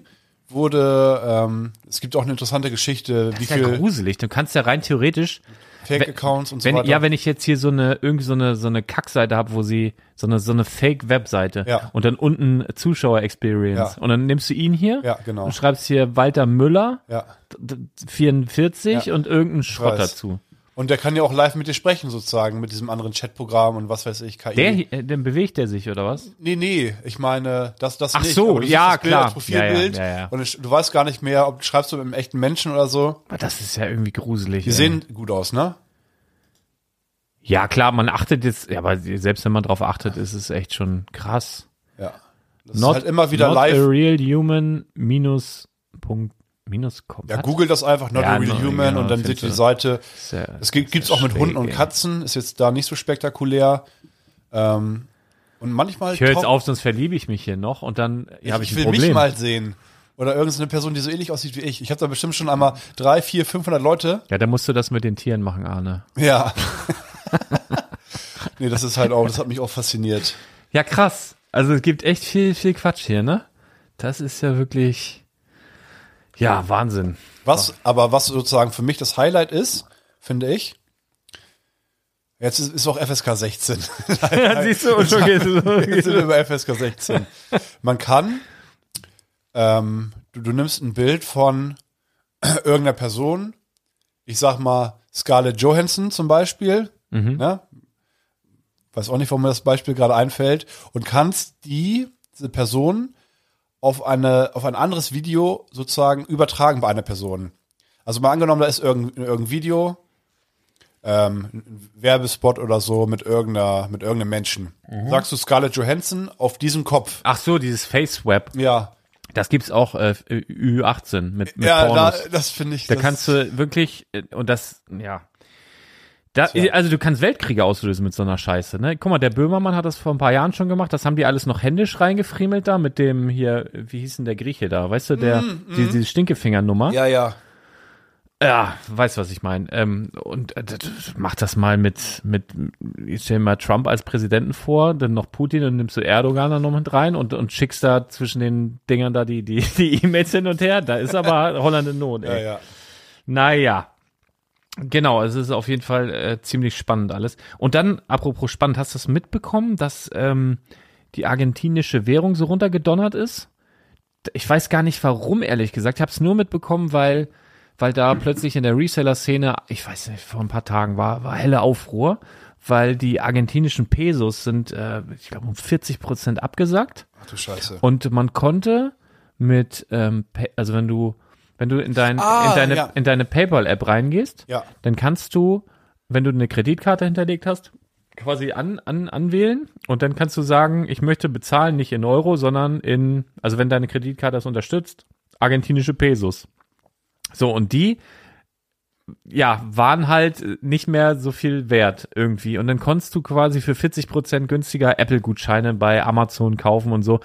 Speaker 3: wurde, ähm, es gibt auch eine interessante Geschichte, wie
Speaker 2: Das ist ja
Speaker 3: viel
Speaker 2: gruselig. Du kannst ja rein theoretisch,
Speaker 3: Fake-Accounts und so
Speaker 2: wenn,
Speaker 3: weiter.
Speaker 2: ja, wenn ich jetzt hier so eine, irgendwie so eine, so eine Kackseite habe, wo sie, so eine, so eine Fake-Webseite
Speaker 3: Ja.
Speaker 2: und dann unten Zuschauer-Experience
Speaker 3: Ja.
Speaker 2: und dann nimmst du ihn hier
Speaker 3: Ja, genau.
Speaker 2: und schreibst hier Walter Müller
Speaker 3: ja.
Speaker 2: d- d- 44
Speaker 3: Ja.
Speaker 2: und irgendeinen Schrott
Speaker 3: weiß.
Speaker 2: dazu.
Speaker 3: Und der kann ja auch live mit dir sprechen, sozusagen, mit diesem anderen Chatprogramm und was weiß ich, KI.
Speaker 2: Der, hier- äh, dann bewegt er sich oder was?
Speaker 3: nee, nee, ich meine, das, das
Speaker 2: Ach
Speaker 3: nicht.
Speaker 2: so,
Speaker 3: aber du siehst
Speaker 2: ja,
Speaker 3: das Bild,
Speaker 2: klar.
Speaker 3: Das Profilbild,
Speaker 2: Ja, ja, ja, ja.
Speaker 3: Und es- du weißt gar nicht mehr, ob schreibst du mit einem echten Menschen oder so.
Speaker 2: Aber Das ist ja irgendwie gruselig.
Speaker 3: Die
Speaker 2: ey.
Speaker 3: sehen gut aus, ne?
Speaker 2: Ja, klar, man achtet jetzt, ja, aber selbst wenn man drauf achtet, ist es echt schon krass.
Speaker 3: Ja. Das ist halt immer wieder
Speaker 2: not
Speaker 3: live.
Speaker 2: A real human minus Punkt minus com.
Speaker 3: Ja,
Speaker 2: Was?
Speaker 3: google das einfach, not
Speaker 2: Ja,
Speaker 3: a real
Speaker 2: no,
Speaker 3: human,
Speaker 2: genau,
Speaker 3: und dann
Speaker 2: findest
Speaker 3: seht ihr die
Speaker 2: du.
Speaker 3: Seite.
Speaker 2: Ist ja-
Speaker 3: Es gibt,
Speaker 2: ist
Speaker 3: gibt's
Speaker 2: ja
Speaker 3: auch mit
Speaker 2: schräg,
Speaker 3: Hunden und
Speaker 2: ey.
Speaker 3: Katzen, ist jetzt da nicht so spektakulär. Ähm, und manchmal.
Speaker 2: Ich höre jetzt
Speaker 3: taucht-
Speaker 2: auf, sonst verliebe ich mich hier noch und dann ja, habe ich,
Speaker 3: ich
Speaker 2: ein
Speaker 3: will
Speaker 2: Problem.
Speaker 3: mich mal sehen. Oder irgendeine Person, die so ähnlich aussieht wie ich. Ich habe da bestimmt schon einmal drei, vier, 500 Leute.
Speaker 2: ja, dann musst du das mit den Tieren machen, Arne.
Speaker 3: Ja. nee, das ist halt auch, das hat mich auch fasziniert.
Speaker 2: Ja, krass. Also es gibt echt viel, viel Quatsch hier, ne? Das ist ja wirklich, ja, Wahnsinn.
Speaker 3: Was, aber was sozusagen für mich das Highlight ist, finde ich, jetzt ist, ist auch FSK 16.
Speaker 2: Ja, siehst du, und schon geht's
Speaker 3: Jetzt sind
Speaker 2: los.
Speaker 3: wir bei FSK 16. Man kann, ähm, du, du nimmst ein Bild von irgendeiner Person, ich sag mal Scarlett Johansson zum Beispiel, ne? weiß auch nicht, warum mir das Beispiel gerade einfällt, und kannst die, diese Person auf, eine, auf ein anderes Video sozusagen übertragen bei einer Person. Also mal angenommen, da ist irgendein, irgendein Video, ähm, ein Werbespot oder so mit irgendeiner, mit irgendeinem Menschen. Sagst du Scarlett Johansson auf diesem Kopf?
Speaker 2: Ach so, dieses Face-Web.
Speaker 3: Ja,
Speaker 2: Das gibt's auch äh, Ü18 mit, mit
Speaker 3: ja, da,
Speaker 2: Pornos.
Speaker 3: das finde ich.
Speaker 2: Da
Speaker 3: das,
Speaker 2: kannst du wirklich, äh, und das, ja. Da,
Speaker 3: Tja.
Speaker 2: also du kannst Weltkriege auslösen mit so einer Scheiße, ne? Guck mal, der Böhmermann hat das vor ein paar Jahren schon gemacht, das haben die alles noch händisch reingefriemelt da mit dem Mhm, hier, wie hieß denn der Grieche da, weißt du, der, die, diese Stinkefingernummer.
Speaker 3: Ja, ja.
Speaker 2: Ja, weiß, was ich meine. Ähm, und äh, das- mach das mal mit, mit, ich stell mir mal Trump als Präsidenten vor, dann noch Putin und nimmst du Erdogan dann noch mit rein und, und schickst da zwischen den Dingern da die die die E-Mails hin und her. Da ist aber Holland in Not. Ey.
Speaker 3: Ja, ja.
Speaker 2: Naja. Genau, es ist auf jeden Fall äh, ziemlich spannend alles. Und dann, apropos spannend, hast du es mitbekommen, dass ähm, die argentinische Währung so runtergedonnert ist? D- Ich weiß gar nicht warum, ehrlich gesagt. Ich habe es nur mitbekommen, weil, weil da plötzlich in der Reseller-Szene, ich weiß nicht, vor ein paar Tagen war, war helle Aufruhr, weil die argentinischen Pesos sind, äh, ich glaube, um 40 Prozent abgesackt.
Speaker 3: Ach du Scheiße.
Speaker 2: Und man konnte mit, ähm, Pay- also wenn du, wenn du in, dein,
Speaker 3: Ah,
Speaker 2: in deine,
Speaker 3: ja.
Speaker 2: in deine PayPal-App reingehst,
Speaker 3: Ja.
Speaker 2: dann kannst du, wenn du eine Kreditkarte hinterlegt hast, quasi an, an, anwählen und dann kannst du sagen, ich möchte bezahlen nicht in Euro, sondern in, also wenn deine Kreditkarte das unterstützt, argentinische Pesos. So, und die, ja, waren halt äh, nicht mehr so viel wert irgendwie. Und dann konntest du quasi für 40% günstiger Apple-Gutscheine bei Amazon kaufen und so.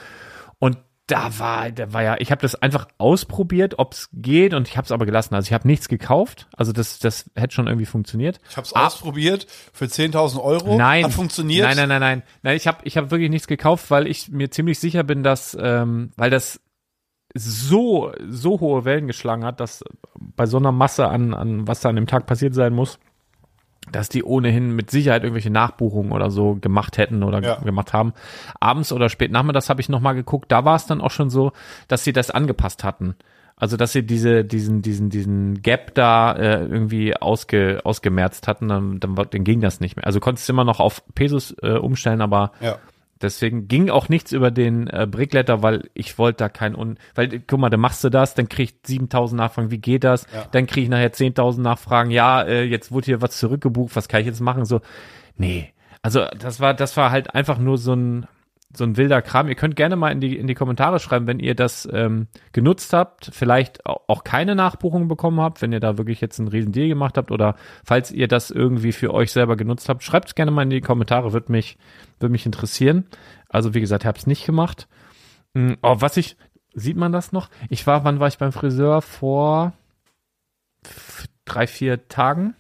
Speaker 2: Und da war, da war ja, ich habe das einfach ausprobiert, ob es geht und ich habe es aber gelassen. Also ich habe nichts gekauft. Also das, das hätte schon irgendwie funktioniert.
Speaker 3: Ich hab's
Speaker 2: Ah.
Speaker 3: ausprobiert für 10.000 Euro.
Speaker 2: Nein.
Speaker 3: Hat funktioniert.
Speaker 2: Nein, nein, nein, nein. Nein, ich habe ich hab wirklich nichts gekauft, weil ich mir ziemlich sicher bin, dass, ähm, weil das so, so hohe Wellen geschlagen hat, dass bei so einer Masse an, an was da an dem Tag passiert sein muss, dass die ohnehin mit Sicherheit irgendwelche Nachbuchungen oder so gemacht hätten oder
Speaker 3: Ja.
Speaker 2: g- gemacht haben. Abends oder spät nachmittags habe ich nochmal geguckt, da war es dann auch schon so, dass sie das angepasst hatten. Also dass sie diese, diesen, diesen, diesen Gap da äh, irgendwie ausge, ausgemerzt hatten, dann, dann, war- dann ging das nicht mehr. Also konntest du immer noch auf Pesos äh, umstellen, aber
Speaker 3: Ja.
Speaker 2: Deswegen ging auch nichts über den äh, Brickletter, weil ich wollte da kein Un... Weil, äh, guck mal, dann machst du das, dann kriegt 7000 Nachfragen, wie geht das?
Speaker 3: Ja.
Speaker 2: Dann kriege ich nachher 10.000 Nachfragen, ja, äh, jetzt wurde hier was zurückgebucht, was kann ich jetzt machen? So, nee. Also das war, das war halt einfach nur so ein, so ein wilder Kram. Ihr könnt gerne mal in die, in die Kommentare schreiben, wenn ihr das ähm, genutzt habt, vielleicht au- auch keine Nachbuchung bekommen habt, wenn ihr da wirklich jetzt einen riesen Deal gemacht habt oder falls ihr das irgendwie für euch selber genutzt habt, schreibt es gerne mal in die Kommentare, würde mich, würde mich interessieren. Also wie gesagt, ich habe es nicht gemacht. Mm, Oh, was ich, sieht man das noch? Ich war, wann war ich beim Friseur? Vor f- drei, vier Tagen?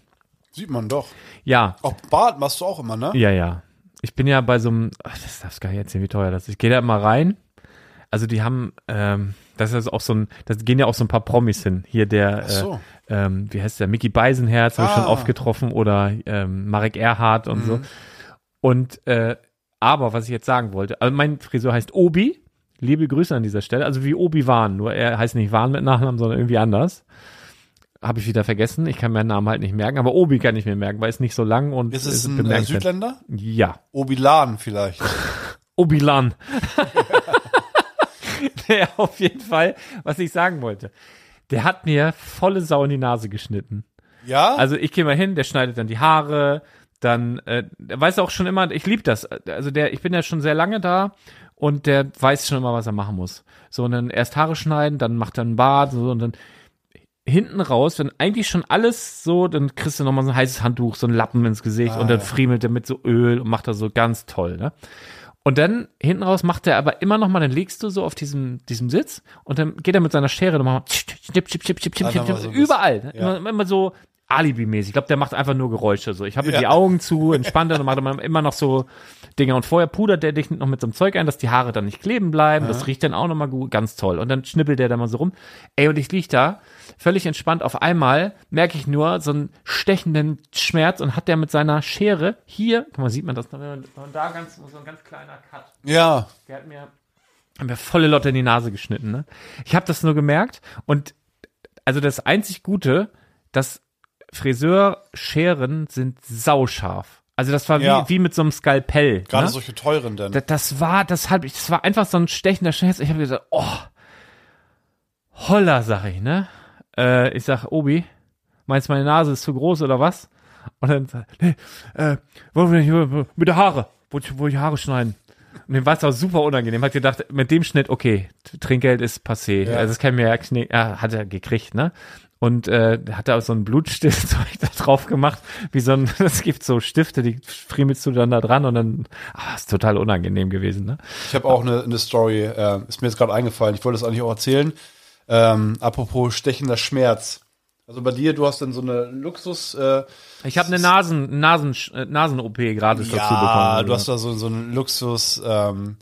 Speaker 3: Sieht man doch.
Speaker 2: Ja,
Speaker 3: Auch Bart machst du auch immer, ne?
Speaker 2: ja, ja. Ich bin ja bei so einem, ach, das darfst du gar nicht erzählen, wie teuer das ist. Ich gehe da immer rein. Also die haben, ähm, das ist auch so ein, das gehen ja auch so ein paar Promis hin. Hier der,
Speaker 3: Ach so.
Speaker 2: äh, ähm, wie heißt der, Mickey Beisenherz, habe ich schon
Speaker 3: Ah. Mhm.
Speaker 2: oft getroffen, oder ähm, Marek Erhardt und so. Und äh, aber was ich jetzt sagen wollte, also mein Friseur heißt Obi. Liebe Grüße an dieser Stelle. Also wie Obi Wan, nur er heißt nicht Wan mit Nachnamen, sondern irgendwie anders. Habe ich wieder vergessen. Ich kann meinen Namen halt nicht merken, aber Obi kann ich mir merken, weil es nicht so lang und
Speaker 3: Ist es
Speaker 2: äh,
Speaker 3: ein äh,
Speaker 2: bemerkenswert.
Speaker 3: Südländer?
Speaker 2: Ja.
Speaker 3: Obilan vielleicht.
Speaker 2: Obilan. der auf jeden Fall, was ich sagen wollte. Der hat mir volle Sau in die Nase geschnitten.
Speaker 3: Ja?
Speaker 2: Also ich gehe mal hin, der schneidet dann die Haare, dann äh, der weiß auch schon immer, ich liebe das. Also der, ich bin ja schon sehr lange da und der weiß schon immer, was er machen muss. So, und dann erst Haare schneiden, dann macht er einen Bart so, und dann hinten raus, wenn eigentlich schon alles so, dann kriegst du nochmal so ein heißes Handtuch, so einen Lappen ins Gesicht
Speaker 3: Ah,
Speaker 2: und dann friemelt er mit so Öl und macht das so ganz toll, ne? Und dann hinten raus macht er aber immer noch mal, dann legst du so auf diesem, diesem Sitz und dann geht er mit seiner Schere nochmal
Speaker 3: Ah, da war so ein
Speaker 2: überall. Ne?
Speaker 3: bisschen, ja.
Speaker 2: Immer, immer so alibimäßig. Ich glaube, der macht einfach nur Geräusche. So, ich habe
Speaker 3: Ja.
Speaker 2: die Augen zu, entspannt dann und macht immer- immer noch so Dinger. Und vorher pudert der dich noch mit so einem Zeug ein, dass die Haare dann nicht kleben bleiben. Das riecht dann auch nochmal gut. Ganz toll. Und dann schnippelt der da mal so rum. Ey, und ich lieg da völlig entspannt. Auf einmal merke ich nur so einen stechenden Schmerz und hat der mit seiner Schere hier, guck mal, sieht man das noch, wenn man wenn man da ganz, so ein ganz kleiner Cut.
Speaker 3: ja.
Speaker 2: Der hat mir, hat mir volle Lotte in die Nase geschnitten. Ne? Ich habe das nur gemerkt. Und also das einzig Gute, dass Friseurscheren sind sauscharf. Also das war
Speaker 3: Ja.
Speaker 2: wie, wie mit so einem Skalpell.
Speaker 3: Gerade
Speaker 2: ne?
Speaker 3: solche teuren denn.
Speaker 2: Da- Das war, das hab ich, das war einfach so ein stechender Schmerz. Ich habe gesagt, oh, holla, sag ich, ne? Äh, ich sag, Obi, meinst du, meine Nase ist zu groß oder was? Und dann sagt, nee, äh, wollen wir nicht, wo- wo- mit der Haare, wo, wo ich Haare schneiden. Und dem war es auch super unangenehm. Hat gedacht, mit dem Schnitt, okay, Trinkgeld ist passé. Also das kann mir ja knie, ja, hat er gekriegt, ne? Und äh, hat er auch so ein Blutstiftzeug da drauf gemacht, wie so ein, es gibt so Stifte, die friemelst du dann da dran und dann, ah, ist total unangenehm gewesen, ne?
Speaker 3: Ich habe auch eine, eine Story, äh, ist mir jetzt gerade eingefallen. Ich wollte das eigentlich auch erzählen. Ähm, apropos stechender Schmerz. Also bei dir, du hast dann so eine Luxus. Äh,
Speaker 2: Ich habe eine Nasen, Nasen, äh, Nasen-OP gratis dazu bekommen.
Speaker 3: ja,
Speaker 2: also.
Speaker 3: du hast da so, so einen Luxus. Ähm,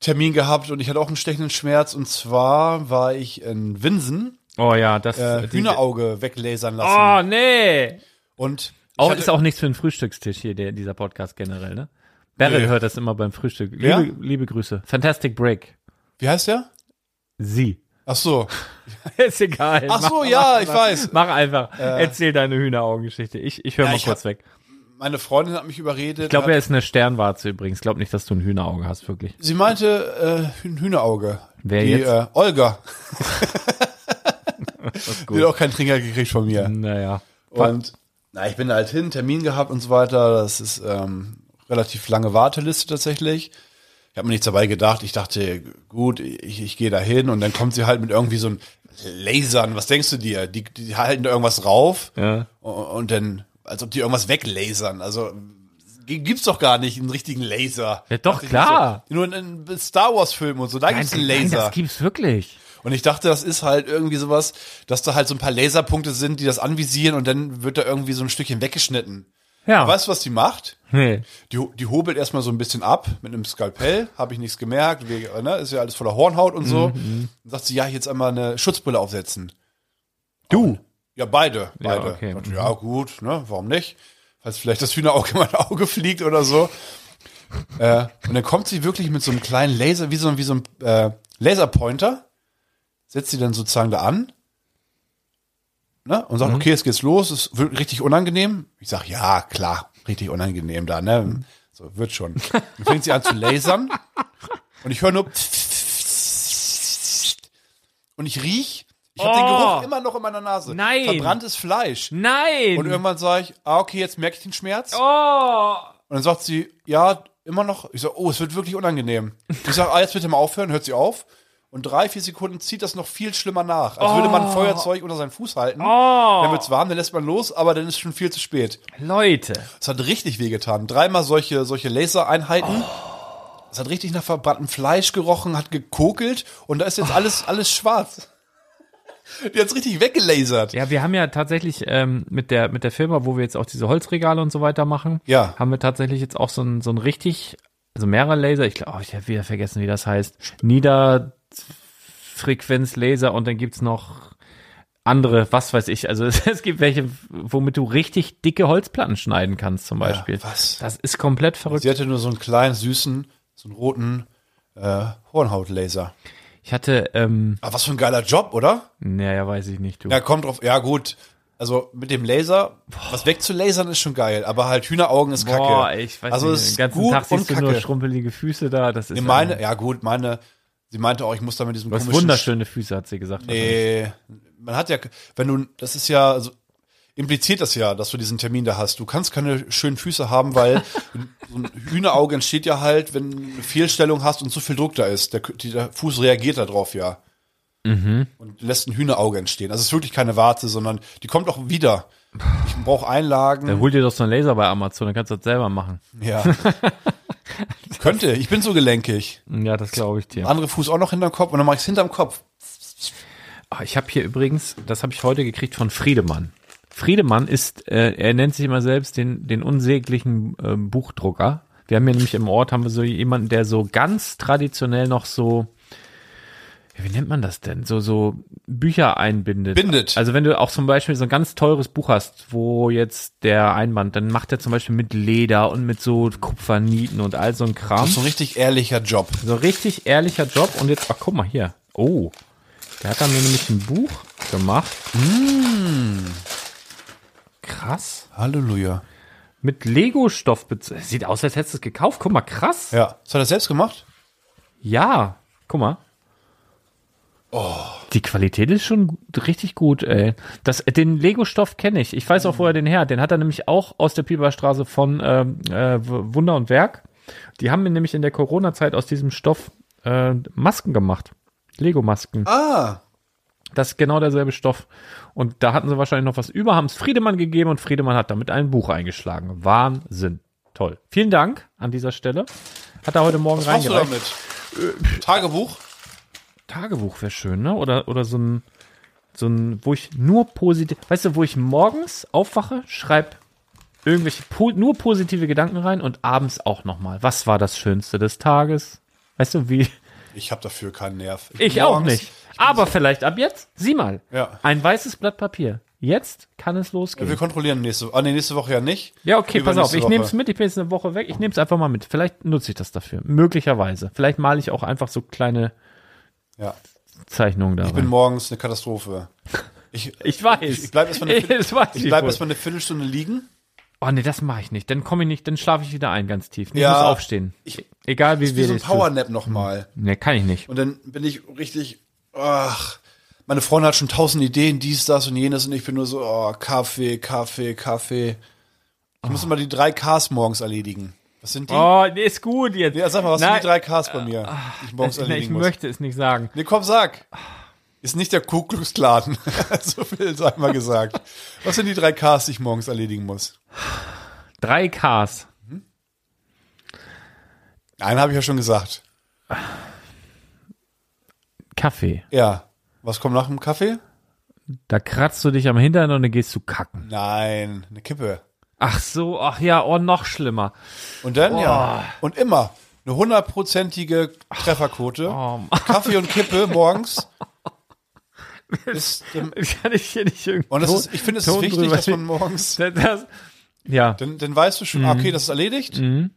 Speaker 3: Termin gehabt und ich hatte auch einen stechenden Schmerz und zwar war ich in Winsen
Speaker 2: oh ja, das
Speaker 3: äh,
Speaker 2: die-
Speaker 3: Hühnerauge weglasern lassen
Speaker 2: Oh nee.
Speaker 3: und ich
Speaker 2: Auch,
Speaker 3: hatte-
Speaker 2: ist auch nichts für den Frühstückstisch hier, der, dieser Podcast generell, ne? Beryl
Speaker 3: Nee.
Speaker 2: hört das immer beim Frühstück. Liebe,
Speaker 3: Wer?
Speaker 2: liebe Grüße. Fantastic Break.
Speaker 3: wie heißt der?
Speaker 2: Sie.
Speaker 3: Ach so,
Speaker 2: Ist egal.
Speaker 3: ach so, ja, ich weiß.
Speaker 2: Mach einfach. Erzähl deine Hühneraugengeschichte. Ich, ich höre
Speaker 3: Ja,
Speaker 2: mal
Speaker 3: ich
Speaker 2: kurz weg.
Speaker 3: Meine Freundin hat mich überredet.
Speaker 2: Ich glaube,
Speaker 3: hat,
Speaker 2: er ist eine Sternwarze übrigens. Ich glaube nicht, dass du ein Hühnerauge hast, wirklich.
Speaker 3: sie meinte äh, Hühn- Hühnerauge.
Speaker 2: Wer
Speaker 3: die,
Speaker 2: jetzt?
Speaker 3: Äh, Olga.
Speaker 2: gut.
Speaker 3: Die hat auch keinen Trinker gekriegt von mir.
Speaker 2: Naja.
Speaker 3: Und na, ich bin halt hin, Termin gehabt und so weiter. Das ist ähm, relativ lange Warteliste tatsächlich. Ich habe mir nichts dabei gedacht. Ich dachte, gut, ich, ich gehe da hin und dann kommt sie halt mit irgendwie so einem Lasern. Was denkst du dir? Die, die halten da irgendwas rauf
Speaker 2: Ja.
Speaker 3: und, und dann, als ob die irgendwas weglasern. Also g- gibt's doch gar nicht einen richtigen Laser.
Speaker 2: Ja, doch,
Speaker 3: Dachte ich
Speaker 2: klar.
Speaker 3: So, nur in, in Star Wars Filmen und so, da gibt's einen
Speaker 2: Nein,
Speaker 3: Laser.
Speaker 2: das gibt's wirklich.
Speaker 3: Und ich dachte, das ist halt irgendwie sowas, dass da halt so ein paar Laserpunkte sind, die das anvisieren und dann wird da irgendwie so ein Stückchen weggeschnitten.
Speaker 2: Ja.
Speaker 3: Weißt du, was die macht?
Speaker 2: Nee.
Speaker 3: Die, die hobelt erstmal so ein bisschen ab mit einem Skalpell, habe ich nichts gemerkt, wie, ne, ist ja alles voller Hornhaut und
Speaker 2: Mhm,
Speaker 3: so. Dann sagt sie, ja, jetzt einmal eine Schutzbrille aufsetzen. Du? Ja, beide,
Speaker 2: Ja,
Speaker 3: beide.
Speaker 2: okay.
Speaker 3: Ja, ja gut, ne, warum nicht? Falls vielleicht das Hühnerauge in mein Auge fliegt oder so. äh, und dann kommt sie wirklich mit so einem kleinen Laser, wie so, wie so ein äh, Laserpointer, setzt sie dann sozusagen da an ne? und sagt,
Speaker 2: Mhm.
Speaker 3: okay, jetzt geht's los, es wird richtig unangenehm. Ich sag, ja, klar, richtig unangenehm da, ne? So, wird schon. Dann fängt sie an zu lasern und ich höre nur und ich riech, ich habe den
Speaker 2: Oh.
Speaker 3: Geruch immer noch in meiner Nase.
Speaker 2: Nein.
Speaker 3: Verbranntes Fleisch.
Speaker 2: Nein.
Speaker 3: Und irgendwann sage ich, ah, okay, jetzt merke ich den Schmerz.
Speaker 2: oh.
Speaker 3: Und dann sagt sie, ja, immer noch. Ich sage, oh, es wird wirklich unangenehm. Ich sage, ah, jetzt bitte mal aufhören, hört sie auf. Und drei, vier Sekunden zieht das noch viel schlimmer nach. Als würde man
Speaker 2: Oh.
Speaker 3: ein Feuerzeug unter seinen Fuß halten. Dann wird's warm, dann lässt man los, aber dann ist schon viel zu spät.
Speaker 2: Leute.
Speaker 3: Es hat richtig wehgetan. Dreimal solche, solche Lasereinheiten.
Speaker 2: Oh.
Speaker 3: Es hat richtig nach verbranntem Fleisch gerochen, hat gekokelt und da ist jetzt alles, alles schwarz. Die hat's richtig weggelasert.
Speaker 2: Ja, wir haben ja tatsächlich ähm, mit der mit der Firma, wo wir jetzt auch diese Holzregale und so weiter machen, Ah.
Speaker 3: Ja.
Speaker 2: haben wir tatsächlich jetzt auch so ein so ein richtig also mehrere Laser. Ich glaube, oh, ich habe wieder vergessen, wie das heißt. Niederfrequenzlaser und dann gibt's noch andere, was weiß ich. Also es, es gibt welche, womit du richtig dicke Holzplatten schneiden kannst, zum Beispiel.
Speaker 3: was?
Speaker 2: Das
Speaker 3: Also
Speaker 2: ist komplett verrückt.
Speaker 3: Sie hatte nur so einen kleinen, süßen, so einen roten äh, Hornhautlaser.
Speaker 2: Ich hatte, ähm,
Speaker 3: Aber was für ein geiler Job, oder?
Speaker 2: naja, weiß ich nicht, du.
Speaker 3: Ja, kommt drauf. Ja, gut. Also mit dem Laser, was wegzulasern ist schon geil, aber halt Hühneraugen ist kacke.
Speaker 2: Boah, ey, ich weiß
Speaker 3: also
Speaker 2: nicht,
Speaker 3: es
Speaker 2: den
Speaker 3: ist
Speaker 2: ganzen
Speaker 3: gut
Speaker 2: Tag
Speaker 3: und
Speaker 2: siehst du
Speaker 3: kacke.
Speaker 2: nur schrumpelige Füße da. Das ist
Speaker 3: Nee, meine, ja gut, meine, sie meinte auch, ich muss da mit diesem
Speaker 2: Du hast
Speaker 3: komischen
Speaker 2: wunderschöne Füße, hat sie gesagt.
Speaker 3: Nee, Äh, man hat ja, wenn du, das ist ja, also, impliziert das ja, dass du diesen Termin da hast. Du kannst keine schönen Füße haben, weil so ein Hühnerauge entsteht ja halt, wenn du eine Fehlstellung hast und zu viel Druck da ist. Der, der Fuß reagiert darauf ja. Und lässt ein Hühnerauge entstehen. Also es ist wirklich keine Warze, sondern die kommt auch wieder. Ich brauche
Speaker 2: Dann
Speaker 3: Einlagen.
Speaker 2: hol dir doch so einen Laser bei Amazon, dann kannst du das selber machen.
Speaker 3: Ja. Könnte, ich bin so gelenkig.
Speaker 2: Ja, das glaube ich dir.
Speaker 3: Andere Fuß auch noch hinterm Kopf und dann mache ich es hinterm Kopf.
Speaker 2: Ah, Ich habe hier übrigens, das habe ich heute gekriegt von Friedemann. Friedemann ist, äh, er nennt sich immer selbst den, den unsäglichen ähm, Buchdrucker. Wir haben hier nämlich im Ort, haben wir so jemanden, der so ganz traditionell noch so, ja, wie nennt man das denn? So, so Bücher einbindet.
Speaker 3: Bindet.
Speaker 2: Also wenn du auch zum Beispiel so ein ganz teures Buch hast, wo jetzt der Einband, dann macht er zum Beispiel mit Leder und mit so Kupfernieten und all so ein Kram.
Speaker 3: Das ist so ein richtig ehrlicher Job.
Speaker 2: So richtig ehrlicher Job. Und jetzt, ach guck mal hier. Oh, der hat da mir nämlich ein Buch gemacht. Hm. Krass.
Speaker 3: Halleluja.
Speaker 2: Mit Lego-Stoff. bez- Sieht aus, als hättest du es gekauft. Guck mal, krass. Ja.
Speaker 3: Ja. Das hat er selbst gemacht?
Speaker 2: Guck mal. Oh. Die Qualität ist schon gu- richtig gut, ey. Das, den Lego-Stoff kenne ich. Ich
Speaker 3: Mhm.
Speaker 2: weiß auch, wo er den her hat. Den hat er nämlich auch aus der Piberstraße von ähm, äh, W- Wunder und Werk. Die haben mir nämlich in der Corona-Zeit aus diesem Stoff äh, Masken gemacht. Lego-Masken.
Speaker 3: Ah.
Speaker 2: Das ist genau derselbe Stoff. Und da hatten sie wahrscheinlich noch was über, haben es Friedemann gegeben und Friedemann hat damit ein Buch eingeschlagen. Wahnsinn. Toll. Vielen Dank an dieser Stelle. Hat er heute Morgen
Speaker 3: Was machst du
Speaker 2: reingereicht.
Speaker 3: damit? Tagebuch?
Speaker 2: Tagebuch wäre schön, ne? Oder, oder so ein so ein, wo ich nur positiv, weißt du, wo ich morgens aufwache, schreib irgendwelche po nur positive Gedanken rein und abends auch nochmal. Was war das Schönste des Tages? Weißt du, wie,
Speaker 3: Ich habe dafür keinen Nerv.
Speaker 2: ich
Speaker 3: bin
Speaker 2: auch
Speaker 3: morgens-
Speaker 2: nicht. Aber vielleicht ab jetzt, sieh mal,
Speaker 3: Ja.
Speaker 2: ein weißes Blatt Papier. Jetzt kann es
Speaker 3: Wir
Speaker 2: losgehen.
Speaker 3: kontrollieren nächste Woche. Ah, nee, nächste Woche ja nicht.
Speaker 2: Ja, okay, pass auf,
Speaker 3: Übernächste
Speaker 2: ich
Speaker 3: Woche.
Speaker 2: nehme es mit, ich bin jetzt eine Woche weg, ich nehme es einfach mal mit. Vielleicht nutze ich das dafür, möglicherweise. Vielleicht male ich auch einfach so kleine
Speaker 3: Ja.
Speaker 2: Zeichnungen da
Speaker 3: Ich bin
Speaker 2: rein.
Speaker 3: morgens eine Katastrophe. Ich,
Speaker 2: Ich weiß.
Speaker 3: Ich bleib erstmal eine,
Speaker 2: Das weiß
Speaker 3: ich
Speaker 2: ich
Speaker 3: bleib
Speaker 2: wohl.
Speaker 3: erstmal eine Viertelstunde liegen.
Speaker 2: Oh nee, das mache ich nicht. Dann komme ich nicht, dann schlafe ich wieder ein ganz tief. Nee,
Speaker 3: Ja.
Speaker 2: Ich muss aufstehen.
Speaker 3: Ich-
Speaker 2: Egal wie
Speaker 3: Wie
Speaker 2: wir
Speaker 3: so ein
Speaker 2: das
Speaker 3: Powernap nochmal.
Speaker 2: tun. Nee, kann ich nicht.
Speaker 3: Und dann bin ich richtig, ach, meine Freundin hat schon tausend Ideen, dies, das und jenes und ich bin nur so, oh, Kaffee, Kaffee, Kaffee. Ich muss immer die drei Ks morgens erledigen. Was sind die?
Speaker 2: Oh, nee, ist gut jetzt.
Speaker 3: Ja, sag mal, was
Speaker 2: Nein,
Speaker 3: sind die drei Ks bei mir, die ich morgens
Speaker 2: nee, äh, ich
Speaker 3: erledigen muss?
Speaker 2: möchte es nicht sagen.
Speaker 3: Nee, komm, sag. Ist nicht der Kuckucksladen. so viel sei mal gesagt. Was sind die drei Ks, die ich morgens erledigen muss?
Speaker 2: Drei Ks.
Speaker 3: Einen habe ich ja schon gesagt.
Speaker 2: Kaffee.
Speaker 3: Ja. Was kommt nach dem Kaffee?
Speaker 2: Da kratzt du dich am Hintern und dann gehst du kacken.
Speaker 3: Nein, eine Kippe.
Speaker 2: Ach so, ach ja, oh, noch schlimmer.
Speaker 3: Und dann, ja. Und immer eine hundertprozentige Trefferquote.
Speaker 2: Oh,
Speaker 3: Kaffee und Kippe morgens. ist, ähm,
Speaker 2: Kann ich hier nicht irgendwie.
Speaker 3: und das ist, ich finde es ist
Speaker 2: Ton
Speaker 3: wichtig,
Speaker 2: drüber
Speaker 3: dass man morgens.
Speaker 2: Das, das, ja,
Speaker 3: Dann, dann weißt du schon, ah, okay, das ist erledigt. Und
Speaker 2: Mhm.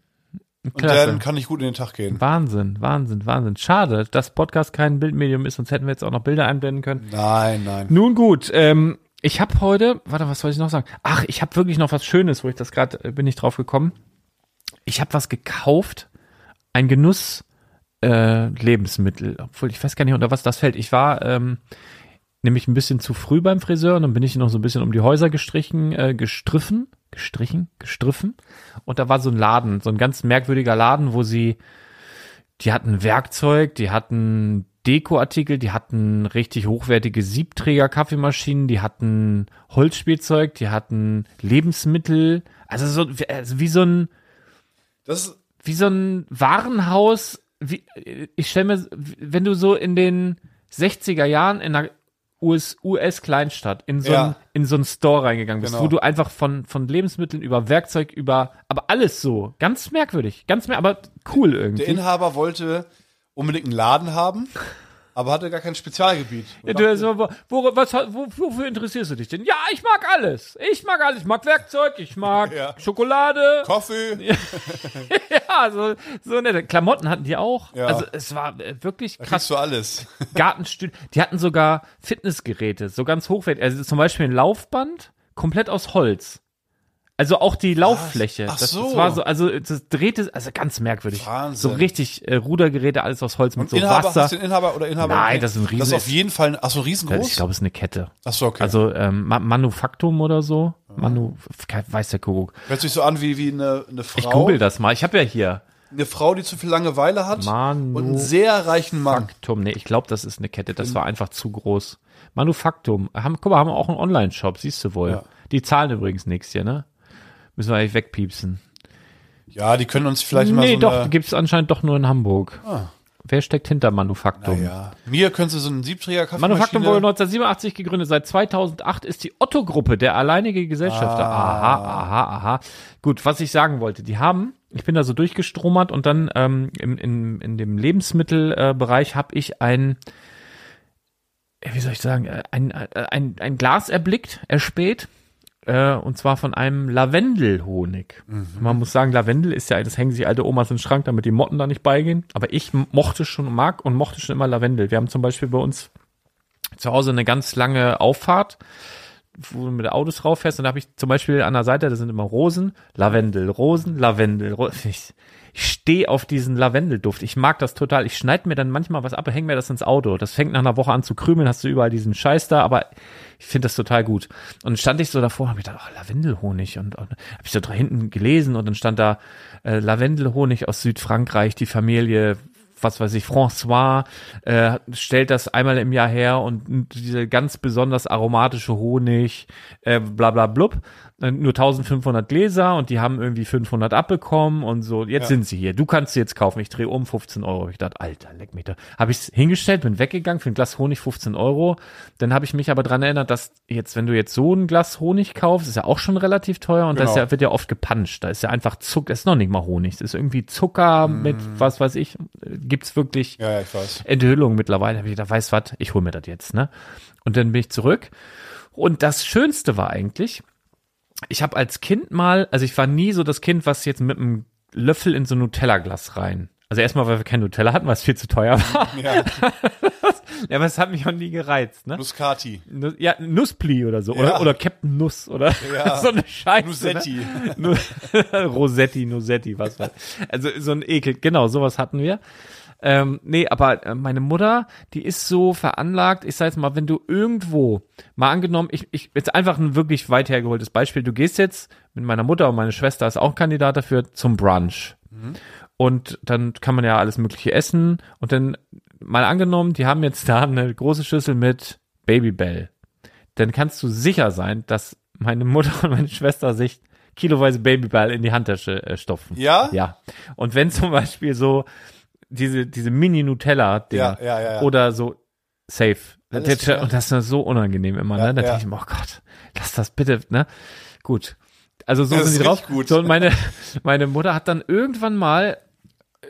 Speaker 2: klasse.
Speaker 3: dann kann ich gut in den Tag gehen.
Speaker 2: Wahnsinn, Wahnsinn, Wahnsinn. Schade, dass Podcast kein Bildmedium ist, sonst hätten wir jetzt auch noch Bilder einblenden können.
Speaker 3: Nein, nein.
Speaker 2: Nun gut, ähm, ich habe heute, warte, was wollte ich noch sagen? Ach, ich habe wirklich noch was Schönes, wo ich das gerade, äh, bin ich drauf gekommen. Ich habe was gekauft, ein Genuss äh, Lebensmittel, obwohl ich weiß gar nicht, unter was das fällt. Ich war ähm, nämlich ein bisschen zu früh beim Friseur und dann bin ich noch so ein bisschen um die Häuser gestrichen, äh, gestriffen, gestrichen, gestriffen. Und da war so ein Laden, so ein ganz merkwürdiger Laden, wo sie die hatten Werkzeug, die hatten Dekoartikel, die hatten richtig hochwertige Siebträger-Kaffeemaschinen, die hatten Holzspielzeug, die hatten Lebensmittel, also so also wie so ein
Speaker 3: Das ist,
Speaker 2: wie so ein Warenhaus. Wie, ich stelle mir, wenn du so in den 60er Jahren in einer US, US-Kleinstadt in so einen
Speaker 3: Ja.
Speaker 2: in so einen Store reingegangen bist,
Speaker 3: Genau.
Speaker 2: wo du einfach von, von Lebensmitteln über Werkzeug über, aber alles so, ganz merkwürdig, ganz mehr, aber cool irgendwie.
Speaker 3: der Inhaber wollte unbedingt einen Laden haben, aber hatte gar kein Spezialgebiet.
Speaker 2: Ja, du, also, wo, wo- was, hat- wo, wofür interessierst du dich denn? Ja, ich mag alles. Ich mag alles. Ich mag Werkzeug, ich mag
Speaker 3: Ja.
Speaker 2: Schokolade.
Speaker 3: Kaffee.
Speaker 2: Ja, so, so nette Klamotten hatten die auch.
Speaker 3: Ja.
Speaker 2: Also es war äh, wirklich
Speaker 3: Kriegst
Speaker 2: krass.
Speaker 3: du alles.
Speaker 2: Gartenstühle. Die hatten sogar Fitnessgeräte, so ganz hochwertig. Also zum Beispiel ein Laufband, komplett aus Holz. Also auch die Lauffläche.
Speaker 3: Ach
Speaker 2: das, das
Speaker 3: so.
Speaker 2: war so, also das drehte, also ganz merkwürdig.
Speaker 3: Wahnsinn.
Speaker 2: So richtig äh, Rudergeräte, alles aus Holz mit so
Speaker 3: Inhaber,
Speaker 2: Wasser.
Speaker 3: hast du den Inhaber oder Inhaber?
Speaker 2: Nein, das ist ein riesen-
Speaker 3: Das ist auf jeden Fall, ein- ach so,
Speaker 2: Ich
Speaker 3: riesengroß?
Speaker 2: glaube, es ist eine Kette.
Speaker 3: Ach so, okay.
Speaker 2: Also ähm, Ma Manufaktum oder so. Manu, ke- weiß der Kuckuck.
Speaker 3: Hört sich so an wie, wie eine, eine Frau.
Speaker 2: Ich google das mal. Ich habe ja hier
Speaker 3: Eine Frau, die zu viel Langeweile hat
Speaker 2: Manu-
Speaker 3: und einen sehr reichen Mann.
Speaker 2: Faktum. Nee, ich glaube, das ist eine Kette. Das war einfach zu groß. Manufaktum. Haben, guck mal, haben wir auch einen Online-Shop. Siehst du wohl.
Speaker 3: Ja.
Speaker 2: Die zahlen übrigens nichts hier, ne? Müssen wir eigentlich wegpiepsen.
Speaker 3: Ja, die können uns vielleicht mal
Speaker 2: nee,
Speaker 3: so
Speaker 2: doch.
Speaker 3: eine,
Speaker 2: Gibt es anscheinend doch nur in Hamburg. Wer steckt hinter Manufaktum?
Speaker 3: ja. Mir können sie so einen Siebträger Kaffeemaschine.
Speaker 2: Manufaktum wurde 1987 gegründet. Seit 2008 ist die Otto-Gruppe der alleinige Gesellschafter. Aha, aha, aha. Gut, was ich sagen wollte, die haben, ich bin da so durchgestromert und dann ähm, im, in, in dem Lebensmittelbereich äh, Bereich habe ich ein, äh, wie soll ich sagen, äh, ein, äh, ein, ein Glas erblickt, erspäht. Äh, und zwar von einem Lavendelhonig. Man muss sagen, Lavendel ist ja, das hängen sich alte Omas in den Schrank, damit die Motten da nicht beigehen. Aber ich mochte schon, mag und mochte schon immer Lavendel. Wir haben zum Beispiel bei uns zu Hause eine ganz lange Auffahrt, wo du mit Autos rauffährst. Und da habe ich zum Beispiel an der Seite, da sind immer Rosen, Lavendel, Rosen, Lavendel. Ro ich ich stehe auf diesen Lavendelduft. Ich mag das total. Ich schneide mir dann manchmal was ab und hänge mir das ins Auto. Das fängt nach einer Woche an zu krümeln, hast du überall diesen Scheiß da, aber ich finde das total gut. Und dann stand ich so davor und habe gedacht, oh, Lavendelhonig. Und, und habe ich so da hinten gelesen und dann stand da äh, Lavendelhonig aus Südfrankreich, die Familie was weiß ich, François äh, stellt das einmal im Jahr her und, und diese ganz besonders aromatische Honig, äh, bla bla blub. Äh, Nur 1500 Gläser und die haben irgendwie 500 abbekommen und so. Jetzt sind sie hier. Du kannst sie jetzt kaufen. Ich drehe um 15 Euro. Ich dachte, alter, leck mich da. Habe ich hingestellt, bin weggegangen für ein Glas Honig 15 Euro. Dann habe ich mich aber dran erinnert, dass jetzt, wenn du jetzt so ein Glas Honig kaufst, ist ja auch schon relativ teuer und das ist
Speaker 3: Genau.
Speaker 2: ja, wird ja oft gepanscht. Da ist ja einfach Zucker, ist noch nicht mal Honig. Es ist irgendwie Zucker mit was weiß ich. Gibt's wirklich
Speaker 3: Ja, ja, ich weiß.
Speaker 2: Enthüllung mittlerweile. Habe ich gedacht, weißt was, ich hole mir das jetzt, ne? Und dann bin ich zurück. Und das Schönste war eigentlich, ich habe als Kind mal, also ich war nie so das Kind, was jetzt mit einem Löffel in so ein Nutella-Glas rein. Also erstmal, weil wir kein Nutella hatten, weil es viel zu teuer war.
Speaker 3: Ja,
Speaker 2: Ja, aber es hat mich auch nie gereizt, ne?
Speaker 3: Muscati.
Speaker 2: Nu ja, Nusspli oder so.
Speaker 3: Ja.
Speaker 2: Oder, oder Captain Nuss oder
Speaker 3: Ja.
Speaker 2: so eine Scheiße.
Speaker 3: Nussetti.
Speaker 2: Ne? Rosetti, Nosetti, was weiß ich. Also so ein Ekel. Genau, sowas hatten wir. Ähm, nee, aber äh, meine Mutter, die ist so veranlagt, ich sag jetzt mal, wenn du irgendwo, mal angenommen, ich, ich jetzt einfach ein wirklich weit hergeholtes Beispiel, du gehst jetzt mit meiner Mutter und meine Schwester ist auch Kandidat dafür zum Brunch. Und dann kann man ja alles Mögliche essen. Und dann, mal angenommen, die haben jetzt da eine große Schüssel mit Babybell. Dann kannst du sicher sein, dass meine Mutter und meine Schwester sich kiloweise Babybell in die Handtasche äh, stopfen.
Speaker 3: Ja?
Speaker 2: Ja. Und wenn zum Beispiel so diese, diese Mini-Nutella-Dinger
Speaker 3: Ja, ja, ja, ja.
Speaker 2: oder so safe.
Speaker 3: Alles klar.
Speaker 2: Und das ist dann so unangenehm immer,
Speaker 3: Ja,
Speaker 2: ne? Da
Speaker 3: ja.
Speaker 2: denke ich mir, oh Gott, lass das bitte, ne? Gut. Also so
Speaker 3: Das
Speaker 2: sind
Speaker 3: ist
Speaker 2: die drauf.
Speaker 3: richtig gut.
Speaker 2: So, und meine, meine Mutter hat dann irgendwann mal,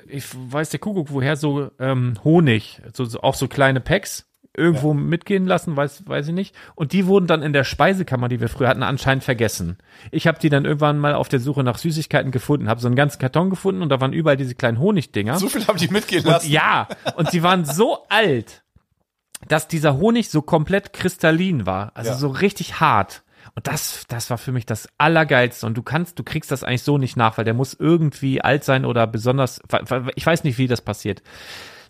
Speaker 2: ich weiß der Kuckuck woher, so ähm, Honig, so, so, auch so kleine Packs irgendwo mitgehen lassen, weiß, weiß ich nicht. Und die wurden dann in der Speisekammer, die wir früher hatten, anscheinend vergessen. Ich habe die dann irgendwann mal auf der Suche nach Süßigkeiten gefunden, habe so einen ganzen Karton gefunden und da waren überall diese kleinen Honigdinger.
Speaker 3: So viel haben die mitgehen lassen.
Speaker 2: Ja, und sie waren so alt, dass dieser Honig so komplett kristallin war, also
Speaker 3: Ja.
Speaker 2: so richtig hart. Und das, das war für mich das Allergeilste. Und du kannst, du kriegst das eigentlich so nicht nach, weil der muss irgendwie alt sein oder besonders, ich weiß nicht, wie das passiert.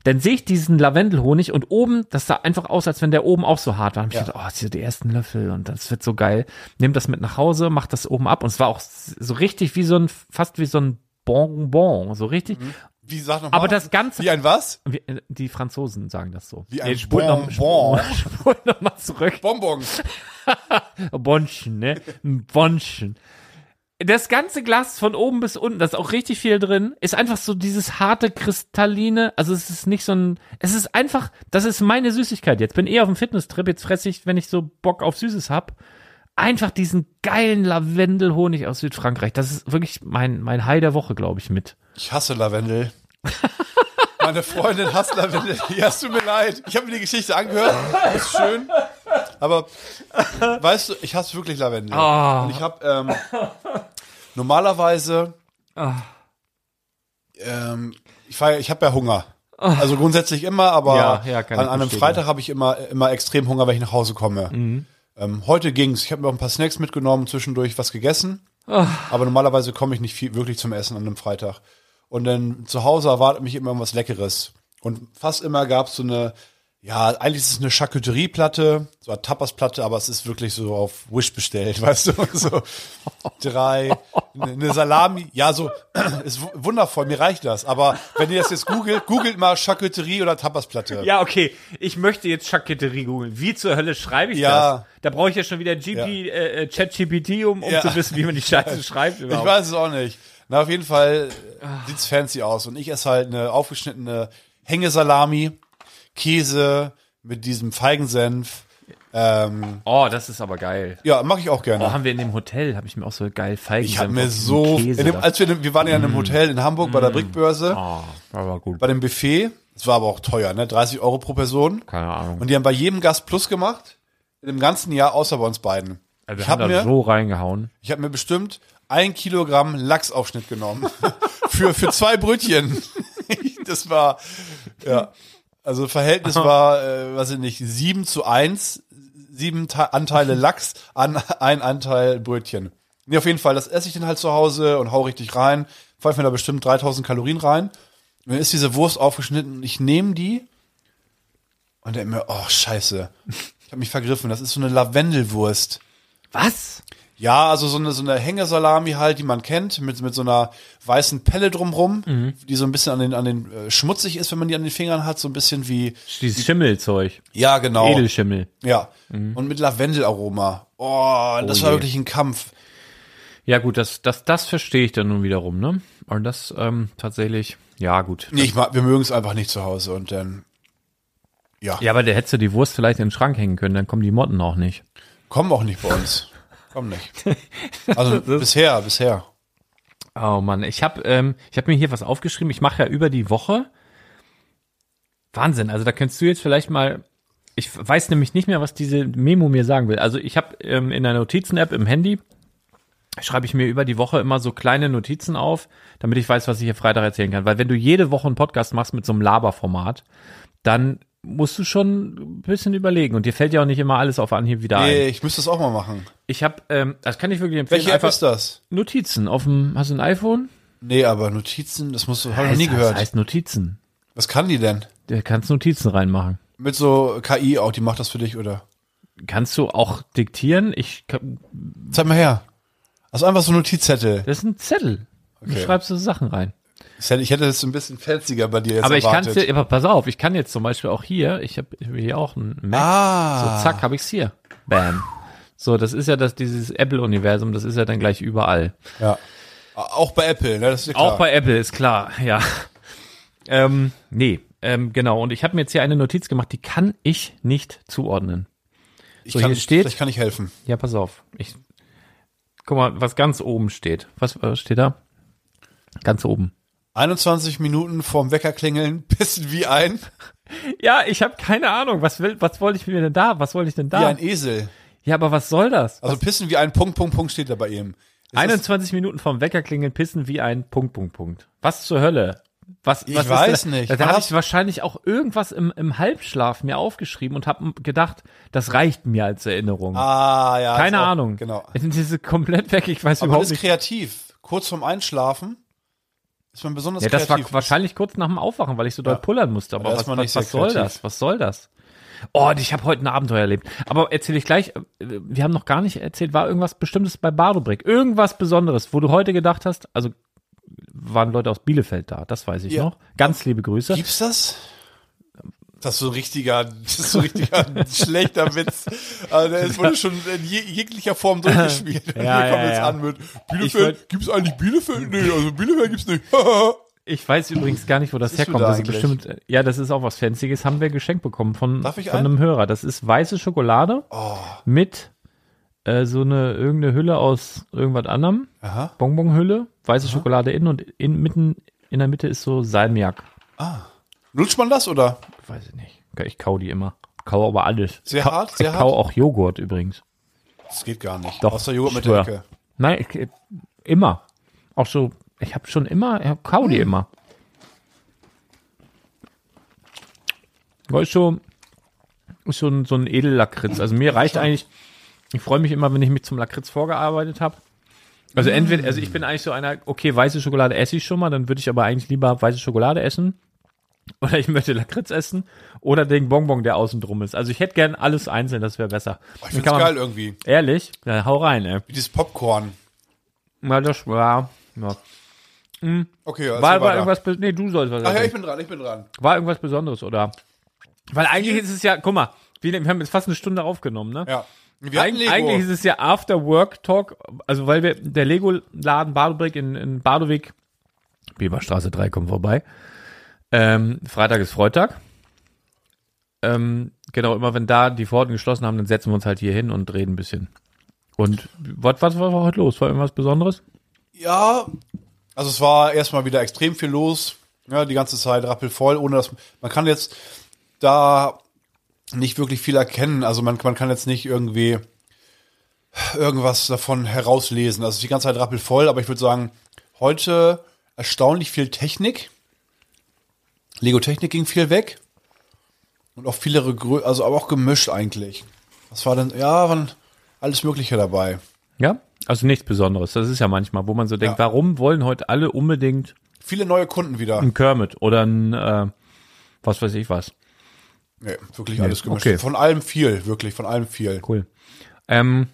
Speaker 2: Dann sehe ich diesen Lavendelhonig und oben, das sah einfach aus, als wenn der oben auch so hart war. Und ich
Speaker 3: Ja.
Speaker 2: dachte, oh, das sind die ersten Löffel und das wird so geil. Nimm das mit nach Hause, mach das oben ab. Und es war auch so richtig wie so ein, fast wie so ein Bonbon, so richtig.
Speaker 3: Mhm. Wie sag nochmal?
Speaker 2: Aber das Ganze
Speaker 3: Wie ein was?
Speaker 2: wie, äh, die Franzosen sagen das so.
Speaker 3: Wie ein
Speaker 2: Nee, spult noch-
Speaker 3: Bonbon.
Speaker 2: Spul nochmal zurück.
Speaker 3: Bonbon.
Speaker 2: Bonschen, ne? Ein Bonschen. Das ganze Glas von oben bis unten, da ist auch richtig viel drin, ist einfach so dieses harte, kristalline, also es ist nicht so ein, es ist einfach, das ist meine Süßigkeit jetzt. Bin eher auf dem Fitnesstrip, jetzt fresse ich, wenn ich so Bock auf Süßes hab, einfach diesen geilen Lavendelhonig aus Südfrankreich. Das ist wirklich mein, mein High der Woche, glaube ich, mit.
Speaker 3: Ich hasse Lavendel. Meine Freundin hasst Lavendel. Ja, es tut mir leid. Ich habe mir die Geschichte angehört. Ist schön. Aber weißt du, ich hasse wirklich Lavendel.
Speaker 2: Ah.
Speaker 3: Und ich habe ähm, normalerweise.
Speaker 2: Ah.
Speaker 3: Ähm, ich fahr, ich habe ja Hunger. Also grundsätzlich immer, aber
Speaker 2: Ja, ja, kann ich
Speaker 3: an einem
Speaker 2: verstehen.
Speaker 3: Freitag habe ich immer, immer extrem Hunger, wenn ich nach Hause komme.
Speaker 2: Mhm.
Speaker 3: Ähm, heute ging's. Ich habe mir auch ein paar Snacks mitgenommen, zwischendurch was gegessen. Aber normalerweise komme ich nicht viel, wirklich zum Essen an einem Freitag. Und dann zu Hause erwartet mich immer irgendwas Leckeres. Und fast immer gab es so eine, ja, eigentlich ist es eine Charcuterie-Platte, so eine Tapas-Platte, aber es ist wirklich so auf Wish bestellt, weißt du? So drei, eine- eine Salami, ja, so, ist wu- wundervoll, mir reicht das. Aber wenn ihr das jetzt googelt, googelt mal Charcuterie oder Tapas-Platte.
Speaker 2: Ja, okay. Ich möchte jetzt Charcuterie googeln. Wie zur Hölle schreibe ich
Speaker 3: Ja.
Speaker 2: das? Da brauche ich ja schon wieder GP, äh, äh, ChatGPT, um, um
Speaker 3: Ja.
Speaker 2: zu wissen, wie man die Scheiße schreibt
Speaker 3: Ich
Speaker 2: überhaupt.
Speaker 3: weiß es auch nicht. Na, auf jeden Fall äh, sieht's fancy aus. Und ich esse halt eine aufgeschnittene Hängesalami, Käse mit diesem Feigensenf. Ähm,
Speaker 2: oh, das ist aber geil.
Speaker 3: ja, mache ich auch
Speaker 2: Oh,
Speaker 3: gerne.
Speaker 2: haben wir in dem Hotel, habe ich mir auch so geil Feigen.
Speaker 3: ich habe mir so, in dem, als wir, in dem- wir waren ja in
Speaker 2: Mm.
Speaker 3: einem Hotel in Hamburg bei der Brickbörse,
Speaker 2: Ah. Oh, aber gut.
Speaker 3: bei dem Buffet. Es war aber auch teuer, ne? 30 Euro pro Person.
Speaker 2: Keine Ahnung.
Speaker 3: Und die haben bei jedem Gast Plus gemacht. In dem ganzen Jahr, außer bei uns beiden.
Speaker 2: wir
Speaker 3: ich
Speaker 2: haben
Speaker 3: habe
Speaker 2: da
Speaker 3: mir,
Speaker 2: so reingehauen.
Speaker 3: ich hab mir bestimmt ein Kilogramm Lachsaufschnitt genommen. für, für zwei Brötchen. das war, ja. Also Verhältnis war, äh, weiß ich nicht, sieben zu eins, sieben Ta Anteile Lachs an ein Anteil Brötchen. Nee, auf jeden Fall, das esse ich dann halt zu Hause und hau richtig rein. Pfeife mir da bestimmt 3000 Kalorien rein. Und dann ist diese Wurst aufgeschnitten und ich nehme die und denke mir, oh, scheiße. Ich habe mich vergriffen, das ist so eine Lavendelwurst.
Speaker 2: Was?
Speaker 3: Ja, also so eine, so eine Hängesalami halt, die man kennt, mit, mit so einer weißen Pelle drumrum,
Speaker 2: Mhm.
Speaker 3: die so ein bisschen an den, an den äh, schmutzig ist, wenn man die an den Fingern hat, so ein bisschen wie,
Speaker 2: Dieses Schimmelzeug.
Speaker 3: ja genau.
Speaker 2: Edelschimmel.
Speaker 3: Ja. Und mit Lavendelaroma. Oh, das war
Speaker 2: Mhm. je.
Speaker 3: wirklich ein Kampf.
Speaker 2: Ja, gut, das, das, das verstehe ich dann nun wiederum, ne? Und das ähm, tatsächlich, ja, gut.
Speaker 3: Nee, ich mag, wir mögen es einfach nicht zu Hause und dann. Ja,
Speaker 2: Ja, aber da hättest du die Wurst vielleicht in den Schrank hängen können, dann kommen die Motten auch nicht.
Speaker 3: kommen auch nicht bei uns. Kommen nicht. Also bisher, bisher.
Speaker 2: Oh Mann, ich habe ähm, ich hab mir hier was aufgeschrieben. Ich mache ja über die Woche. Wahnsinn, also da könntest du jetzt vielleicht mal. Ich weiß nämlich nicht mehr, was diese Memo mir sagen will. Also ich habe ähm, in der Notizen-App im Handy, schreibe ich mir über die Woche immer so kleine Notizen auf, damit ich weiß, was ich hier Freitag erzählen kann. Weil wenn du jede Woche einen Podcast machst mit so einem Laberformat, dann musst du schon ein bisschen überlegen. Und dir fällt ja auch nicht immer alles auf Anhieb wieder ein.
Speaker 3: Nee, ich müsste das auch mal machen.
Speaker 2: Ich habe, ähm, das kann ich wirklich empfehlen,
Speaker 3: Welche App ist das?
Speaker 2: Notizen auf dem, hast du ein iPhone?
Speaker 3: Nee, aber Notizen, das musst du, habe ich noch nie
Speaker 2: Heißt-
Speaker 3: gehört.
Speaker 2: Das heißt Notizen.
Speaker 3: Was kann die denn?
Speaker 2: Da kannst du Notizen reinmachen.
Speaker 3: Mit so KI auch, die macht das für dich, oder?
Speaker 2: Kannst du auch diktieren? Ich, kann-
Speaker 3: Zeig mal her. Also einfach so Notizzettel.
Speaker 2: das ist ein Zettel. Du
Speaker 3: Okay.
Speaker 2: schreibst so Sachen rein.
Speaker 3: Ich hätte- ich hätte das ein bisschen fanziger bei dir jetzt
Speaker 2: aber ich kann
Speaker 3: erwartet.
Speaker 2: dir, aber pass auf, ich kann jetzt zum Beispiel auch hier, ich habe hier auch ein Mac,
Speaker 3: Ah.
Speaker 2: so zack, habe ich's hier. Bam. So, das ist ja das, dieses Apple-Universum, das ist ja dann gleich überall.
Speaker 3: ja. Auch bei Apple, ne? Das ist ja klar.
Speaker 2: Auch bei Apple, ist klar, ja. Ähm, nee, ähm, genau. Und ich habe mir jetzt hier eine Notiz gemacht, die kann ich nicht zuordnen.
Speaker 3: ich
Speaker 2: so,
Speaker 3: kann,
Speaker 2: hier steht-
Speaker 3: Vielleicht kann ich helfen.
Speaker 2: Ja, pass auf. Ich, guck mal, was ganz oben steht. Was, was steht da? Ganz oben.
Speaker 3: 21 Minuten vorm Wecker klingeln, pissen wie ein,
Speaker 2: Ja, ich habe keine Ahnung. Was will, was wollte ich mir denn da? Was wollte ich denn
Speaker 3: wie
Speaker 2: da?
Speaker 3: ein Esel.
Speaker 2: Ja, aber was soll das?
Speaker 3: Also pissen wie ein Punkt, Punkt, Punkt steht da bei ihm. Ist
Speaker 2: 21 Minuten vom Wecker klingeln, pissen wie ein Punkt, Punkt, Punkt. Was zur Hölle? Was,
Speaker 3: Ich
Speaker 2: was ist
Speaker 3: weiß
Speaker 2: da?
Speaker 3: nicht.
Speaker 2: Da,
Speaker 3: Man
Speaker 2: habe
Speaker 3: hat-
Speaker 2: ich wahrscheinlich auch irgendwas im, im Halbschlaf mir aufgeschrieben und habe gedacht, das reicht mir als Erinnerung.
Speaker 3: das, ah, ja.
Speaker 2: keine
Speaker 3: ist auch-
Speaker 2: Ahnung.
Speaker 3: Genau. Aber
Speaker 2: Diese komplett weg. Ich weiß
Speaker 3: man
Speaker 2: überhaupt
Speaker 3: ist
Speaker 2: nicht.
Speaker 3: kreativ. Kurz vorm Einschlafen ist man besonders
Speaker 2: Ja, das war
Speaker 3: kreativ.
Speaker 2: wahrscheinlich kurz nach dem Aufwachen, weil ich so doll pullern musste. Aber
Speaker 3: Da ist
Speaker 2: was,
Speaker 3: man
Speaker 2: was,
Speaker 3: nicht sehr
Speaker 2: was soll
Speaker 3: kreativ.
Speaker 2: das? Was soll das? Oh, und ich habe heute ein Abenteuer erlebt. Aber erzähle ich gleich. äh, Wir haben noch gar nicht erzählt, war irgendwas Bestimmtes bei Bardobrick. Irgendwas Besonderes, wo du heute gedacht hast, also waren Leute aus Bielefeld da, das weiß ich
Speaker 3: Ja.
Speaker 2: noch. Ganz liebe Grüße.
Speaker 3: Gibt's das? Das ist so ein richtiger, das ist so ein richtiger schlechter Witz. Also es wurde schon in je, jeglicher Form durchgespielt. Und
Speaker 2: Ja,
Speaker 3: hier kommt
Speaker 2: ja,
Speaker 3: jetzt
Speaker 2: ja.
Speaker 3: an mit
Speaker 2: Ich
Speaker 3: Bielefeld,
Speaker 2: wollt-
Speaker 3: gibt's eigentlich Bielefeld? Nee, also Bielefeld gibt's nicht.
Speaker 2: Ich weiß übrigens gar nicht, wo das
Speaker 3: isst du
Speaker 2: herkommt.
Speaker 3: da
Speaker 2: das ist
Speaker 3: eigentlich?
Speaker 2: bestimmt, ja, das ist auch was Fancyes, haben wir geschenkt bekommen von,
Speaker 3: Darf ich
Speaker 2: von
Speaker 3: einen?
Speaker 2: einem Hörer. Das ist weiße Schokolade
Speaker 3: oh,
Speaker 2: mit äh, so eine irgendeine Hülle aus irgendwas anderem.
Speaker 3: aha.
Speaker 2: Bonbonhülle, weiße Schokolade innen und in, mitten in der Mitte ist so Salmiak.
Speaker 3: Lutscht man das oder?
Speaker 2: Weiß ich nicht. Ich kau die immer. Kau aber alles.
Speaker 3: Sehr
Speaker 2: kau,
Speaker 3: hart, sehr
Speaker 2: ich kau
Speaker 3: hart?
Speaker 2: auch Joghurt übrigens.
Speaker 3: Das geht gar nicht.
Speaker 2: Doch.
Speaker 3: Außer Joghurt
Speaker 2: ich
Speaker 3: mit der
Speaker 2: schwör.
Speaker 3: Ecke.
Speaker 2: Nein, ich, äh, immer. Auch so, ich habe schon immer, ich kau die immer. Ja, Ist so, ist so ein, so ein Edellakritz. Also mir reicht eigentlich, ich freue mich immer, wenn ich mich zum Lakritz vorgearbeitet habe. Also entweder, also ich bin eigentlich so einer, okay, weiße Schokolade esse ich schon mal, dann würde ich aber eigentlich lieber weiße Schokolade essen. Oder ich möchte Lakritz essen oder den Bonbon, der außen drum ist. Also ich hätte gern alles einzeln, das wäre besser.
Speaker 3: Ich
Speaker 2: Dann
Speaker 3: find's
Speaker 2: kann man-
Speaker 3: geil irgendwie.
Speaker 2: Ehrlich? Ja, hau rein, ey.
Speaker 3: Wie dieses Popcorn.
Speaker 2: Ja, das war. Ja.
Speaker 3: Okay, also
Speaker 2: War, war irgendwas. Be- Nee, du sollst was
Speaker 3: Ach ja, ich
Speaker 2: erzählen.
Speaker 3: bin dran, ich bin dran.
Speaker 2: War irgendwas Besonderes, oder? Weil eigentlich ist es ja. Guck mal, wir, wir haben jetzt fast eine Stunde aufgenommen, ne?
Speaker 3: Ja. Wir hatten
Speaker 2: Eig
Speaker 3: Lego.
Speaker 2: Eigentlich ist es ja After Work Talk, also weil wir der Lego-Laden Badobrick in, in Badowig, Bieberstraße 3 kommt vorbei. Ähm, Freitag ist Freitag. Ähm, genau, immer wenn da die Pforten geschlossen haben, dann setzen wir uns halt hier hin und reden ein bisschen. Und was, was war heute los? War irgendwas Besonderes?
Speaker 3: Ja, also es war erstmal wieder extrem viel los, ja, die ganze Zeit rappelvoll, ohne dass man kann jetzt da nicht wirklich viel erkennen. Also man, man kann jetzt nicht irgendwie irgendwas davon herauslesen. Also es ist die ganze Zeit rappelvoll, aber ich würde sagen, heute erstaunlich viel Technik. Lego Technik ging viel weg. Und auch viele, Grö- also aber auch gemischt eigentlich. Was war denn, ja, waren alles Mögliche dabei.
Speaker 2: Ja, also nichts Besonderes. Das ist ja manchmal, wo man so denkt,
Speaker 3: Ja.
Speaker 2: warum wollen heute alle unbedingt
Speaker 3: Viele neue Kunden wieder.
Speaker 2: einen Kermit oder ein, äh, was weiß ich was.
Speaker 3: Nee, wirklich alles gemischt.
Speaker 2: okay.
Speaker 3: Von allem viel, wirklich, von allem viel.
Speaker 2: Cool. Ähm,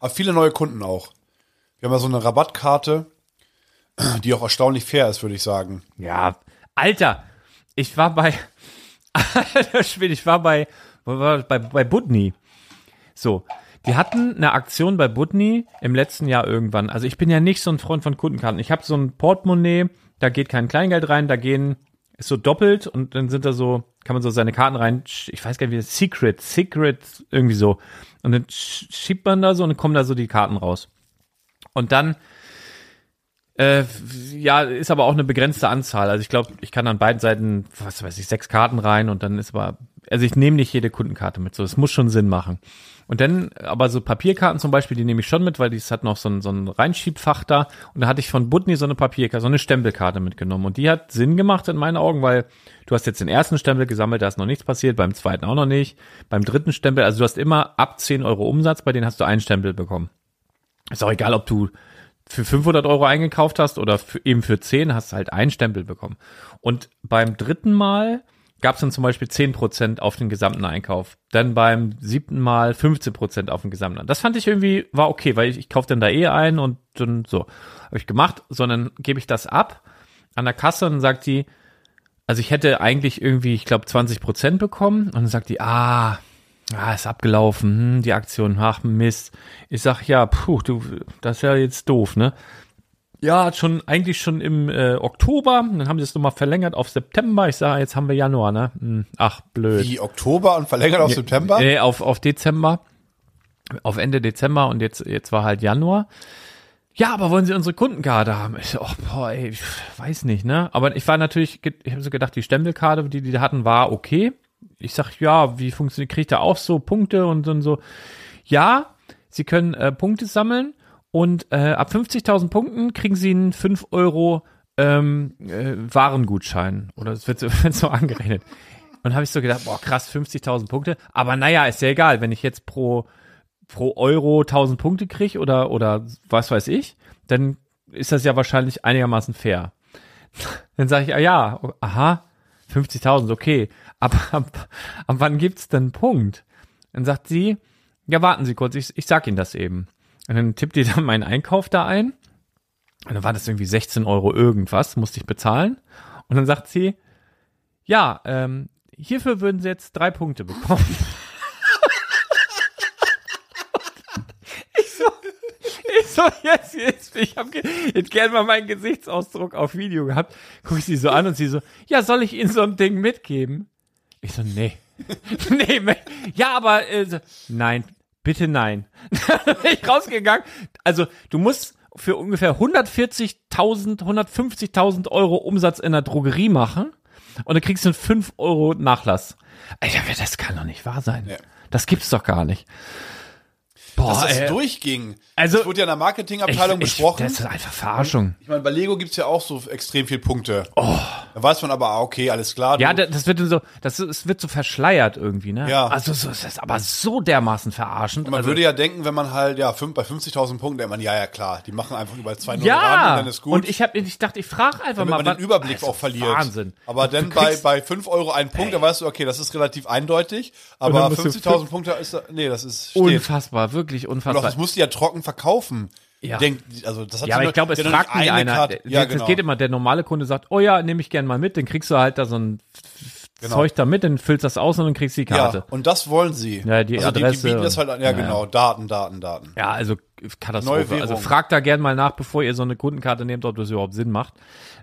Speaker 3: Aber viele neue Kunden auch. Wir haben ja so eine Rabattkarte, die auch erstaunlich fair ist, würde ich sagen.
Speaker 2: Ja, Alter, ich war bei, alter Schwede, ich war bei, wo war das? bei, bei Budni. So, die hatten eine Aktion bei Budni im letzten Jahr irgendwann. Also ich bin ja nicht so ein Freund von Kundenkarten. Ich habe so ein Portemonnaie, da geht kein Kleingeld rein, da gehen, ist so doppelt und dann sind da so, kann man so seine Karten rein, sch- ich weiß gar nicht wie, das- Secret, Secret, irgendwie so. Und dann sch- schiebt man da so und dann kommen da so die Karten raus. Und dann äh, ja, ist aber auch eine begrenzte Anzahl. Also ich glaube, ich kann an beiden Seiten, was weiß ich, sechs Karten rein und dann ist aber, also ich nehme nicht jede Kundenkarte mit. So, es muss schon Sinn machen. Und dann, aber so Papierkarten zum Beispiel, die nehme ich schon mit, weil dies hat noch so ein, so ein Reinschiebfach da. Und da hatte ich von Butni so eine Papierkarte, so eine Stempelkarte mitgenommen. Und die hat Sinn gemacht in meinen Augen, weil du hast jetzt den ersten Stempel gesammelt, da ist noch nichts passiert, beim zweiten auch noch nicht, beim dritten Stempel, also du hast immer ab 10 Euro Umsatz, bei denen hast du einen Stempel bekommen. Ist auch egal, ob du für 500 Euro eingekauft hast oder für, eben für 10 hast du halt einen Stempel bekommen. Und beim dritten Mal gab es dann zum Beispiel 10% auf den gesamten Einkauf. Dann beim siebten Mal 15% auf den gesamten Einkauf. Das fand ich irgendwie, war okay, weil ich, ich kaufe dann da eh ein und dann so. Habe ich gemacht, sondern gebe ich das ab an der Kasse und dann sagt die, also ich hätte eigentlich irgendwie, ich glaube, 20% bekommen und dann sagt die, ah, Ah, ist abgelaufen, hm, die Aktion, ach Mist. Ich sag ja, puh, du, das ist ja jetzt doof, ne? Ja, hat schon, eigentlich schon im äh, Oktober, dann haben sie es nochmal verlängert auf September. Ich sage, jetzt haben wir Januar, ne? Hm, ach, blöd.
Speaker 3: Die Oktober und verlängert auf September?
Speaker 2: Nee, Äh, auf, auf Dezember. Auf Ende Dezember und jetzt, jetzt war halt Januar. Ja, aber wollen Sie unsere Kundenkarte haben? Ich so, oh, boah, ey, ich weiß nicht, ne? Aber ich war natürlich, ge- ich habe so gedacht, die Stempelkarte, die die da hatten, war okay. Ich sag, ja, wie funktioniert, kriegt da auch so Punkte und dann so. Ja, Sie können äh, Punkte sammeln und äh, ab 50.000 Punkten kriegen Sie einen 5 Euro ähm, äh, Warengutschein. Oder es wird so, wird so angerechnet. Und habe ich so gedacht, boah, krass, 50.000 Punkte. Aber naja, ist ja egal, wenn ich jetzt pro, pro Euro 1.000 Punkte kriege oder, oder was weiß ich, dann ist das ja wahrscheinlich einigermaßen fair. Dann sage ich, ah ja, aha, 50.000, okay. Aber ab, ab wann gibt's denn einen Punkt? Dann sagt sie, ja, warten Sie kurz, ich, ich sag Ihnen das eben. Und dann tippt die dann meinen Einkauf da ein. Und dann war das irgendwie 16 Euro irgendwas, musste ich bezahlen. Und dann sagt sie, ja, ähm, hierfür würden sie jetzt drei Punkte bekommen. ich so, ich so, jetzt, jetzt, ich hab ge jetzt gern mal meinen Gesichtsausdruck auf Video gehabt. Guck ich sie so an und sie so, ja, soll ich ihnen so ein Ding mitgeben? Ich so, nee. nee, me- ja, aber äh, so, nein, bitte nein. Dann bin ich rausgegangen. Also, du musst für ungefähr 140.000, 150.000 Euro Umsatz in der Drogerie machen und dann kriegst du einen 5 Euro Nachlass. Alter, das kann doch nicht wahr sein.
Speaker 3: Nee.
Speaker 2: Das gibt's doch gar nicht. Boah,
Speaker 3: Dass das
Speaker 2: ey,
Speaker 3: durchging.
Speaker 2: Oh, Also-
Speaker 3: das wurde ja in der
Speaker 2: ich,
Speaker 3: Marketingabteilung
Speaker 2: ich,
Speaker 3: besprochen. Hm?
Speaker 2: Das ist einfach Verarschung.
Speaker 3: Ich meine, bei Lego gibt's ja auch so extrem viel Punkte. Da weiß man aber, ah, okay, alles klar.
Speaker 2: Oh. Ja,
Speaker 3: du-
Speaker 2: da- das wird dann so, das, ist- es wird so verschleiert irgendwie, ne?
Speaker 3: Ja.
Speaker 2: Also so ist das aber so dermaßen verarschend.
Speaker 3: man
Speaker 2: also,
Speaker 3: würde ja denken, wenn man halt, ja, fünf, bei 50.000 Punkten, denkt man, ja, ja, klar, die machen einfach überall zwei Null ran
Speaker 2: ja,
Speaker 3: und dann ist gut.
Speaker 2: und ich habe, ich dachte, ich frage einfach
Speaker 3: damit
Speaker 2: mal,
Speaker 3: man
Speaker 2: wann-
Speaker 3: den Überblick
Speaker 2: Also,
Speaker 3: auch verliert.
Speaker 2: Wahnsinn.
Speaker 3: Aber
Speaker 2: Du
Speaker 3: dann bei,
Speaker 2: kriegst-
Speaker 3: bei 5 Euro ein Punkt, da weißt du, okay, das ist relativ eindeutig,
Speaker 2: dann
Speaker 3: aber
Speaker 2: musst du
Speaker 3: 50.000 Punkte ist, nee, das ist, steht.
Speaker 2: unfassbar, wirklich
Speaker 3: Doch,
Speaker 2: unfassbar.
Speaker 3: das musst du ja trocken verkaufen.
Speaker 2: Ja.
Speaker 3: Denkt, also das hat
Speaker 2: ja, aber
Speaker 3: sie
Speaker 2: ich glaube,
Speaker 3: nur-
Speaker 2: es
Speaker 3: die hat nur
Speaker 2: fragt nie
Speaker 3: eine
Speaker 2: einer.
Speaker 3: Karte.
Speaker 2: Der-
Speaker 3: Ja,
Speaker 2: das
Speaker 3: genau.
Speaker 2: geht immer, um der normale Kunde sagt, oh ja, nehme ich gern mal mit, dann kriegst du halt da so ein
Speaker 3: Genau.
Speaker 2: Zeug da mit, dann füllst das aus und dann kriegst du die Karte.
Speaker 3: Ja, und das wollen sie.
Speaker 2: Ja, die
Speaker 3: also
Speaker 2: Adresse
Speaker 3: Die, die bieten das
Speaker 2: und-
Speaker 3: halt an. Ja, genau. Daten, Daten, Daten.
Speaker 2: Ja, also
Speaker 3: Neue
Speaker 2: Katastrophe.
Speaker 3: Währung.
Speaker 2: Also fragt da gern mal nach, bevor ihr so eine Kundenkarte nehmt, ob das überhaupt Sinn macht.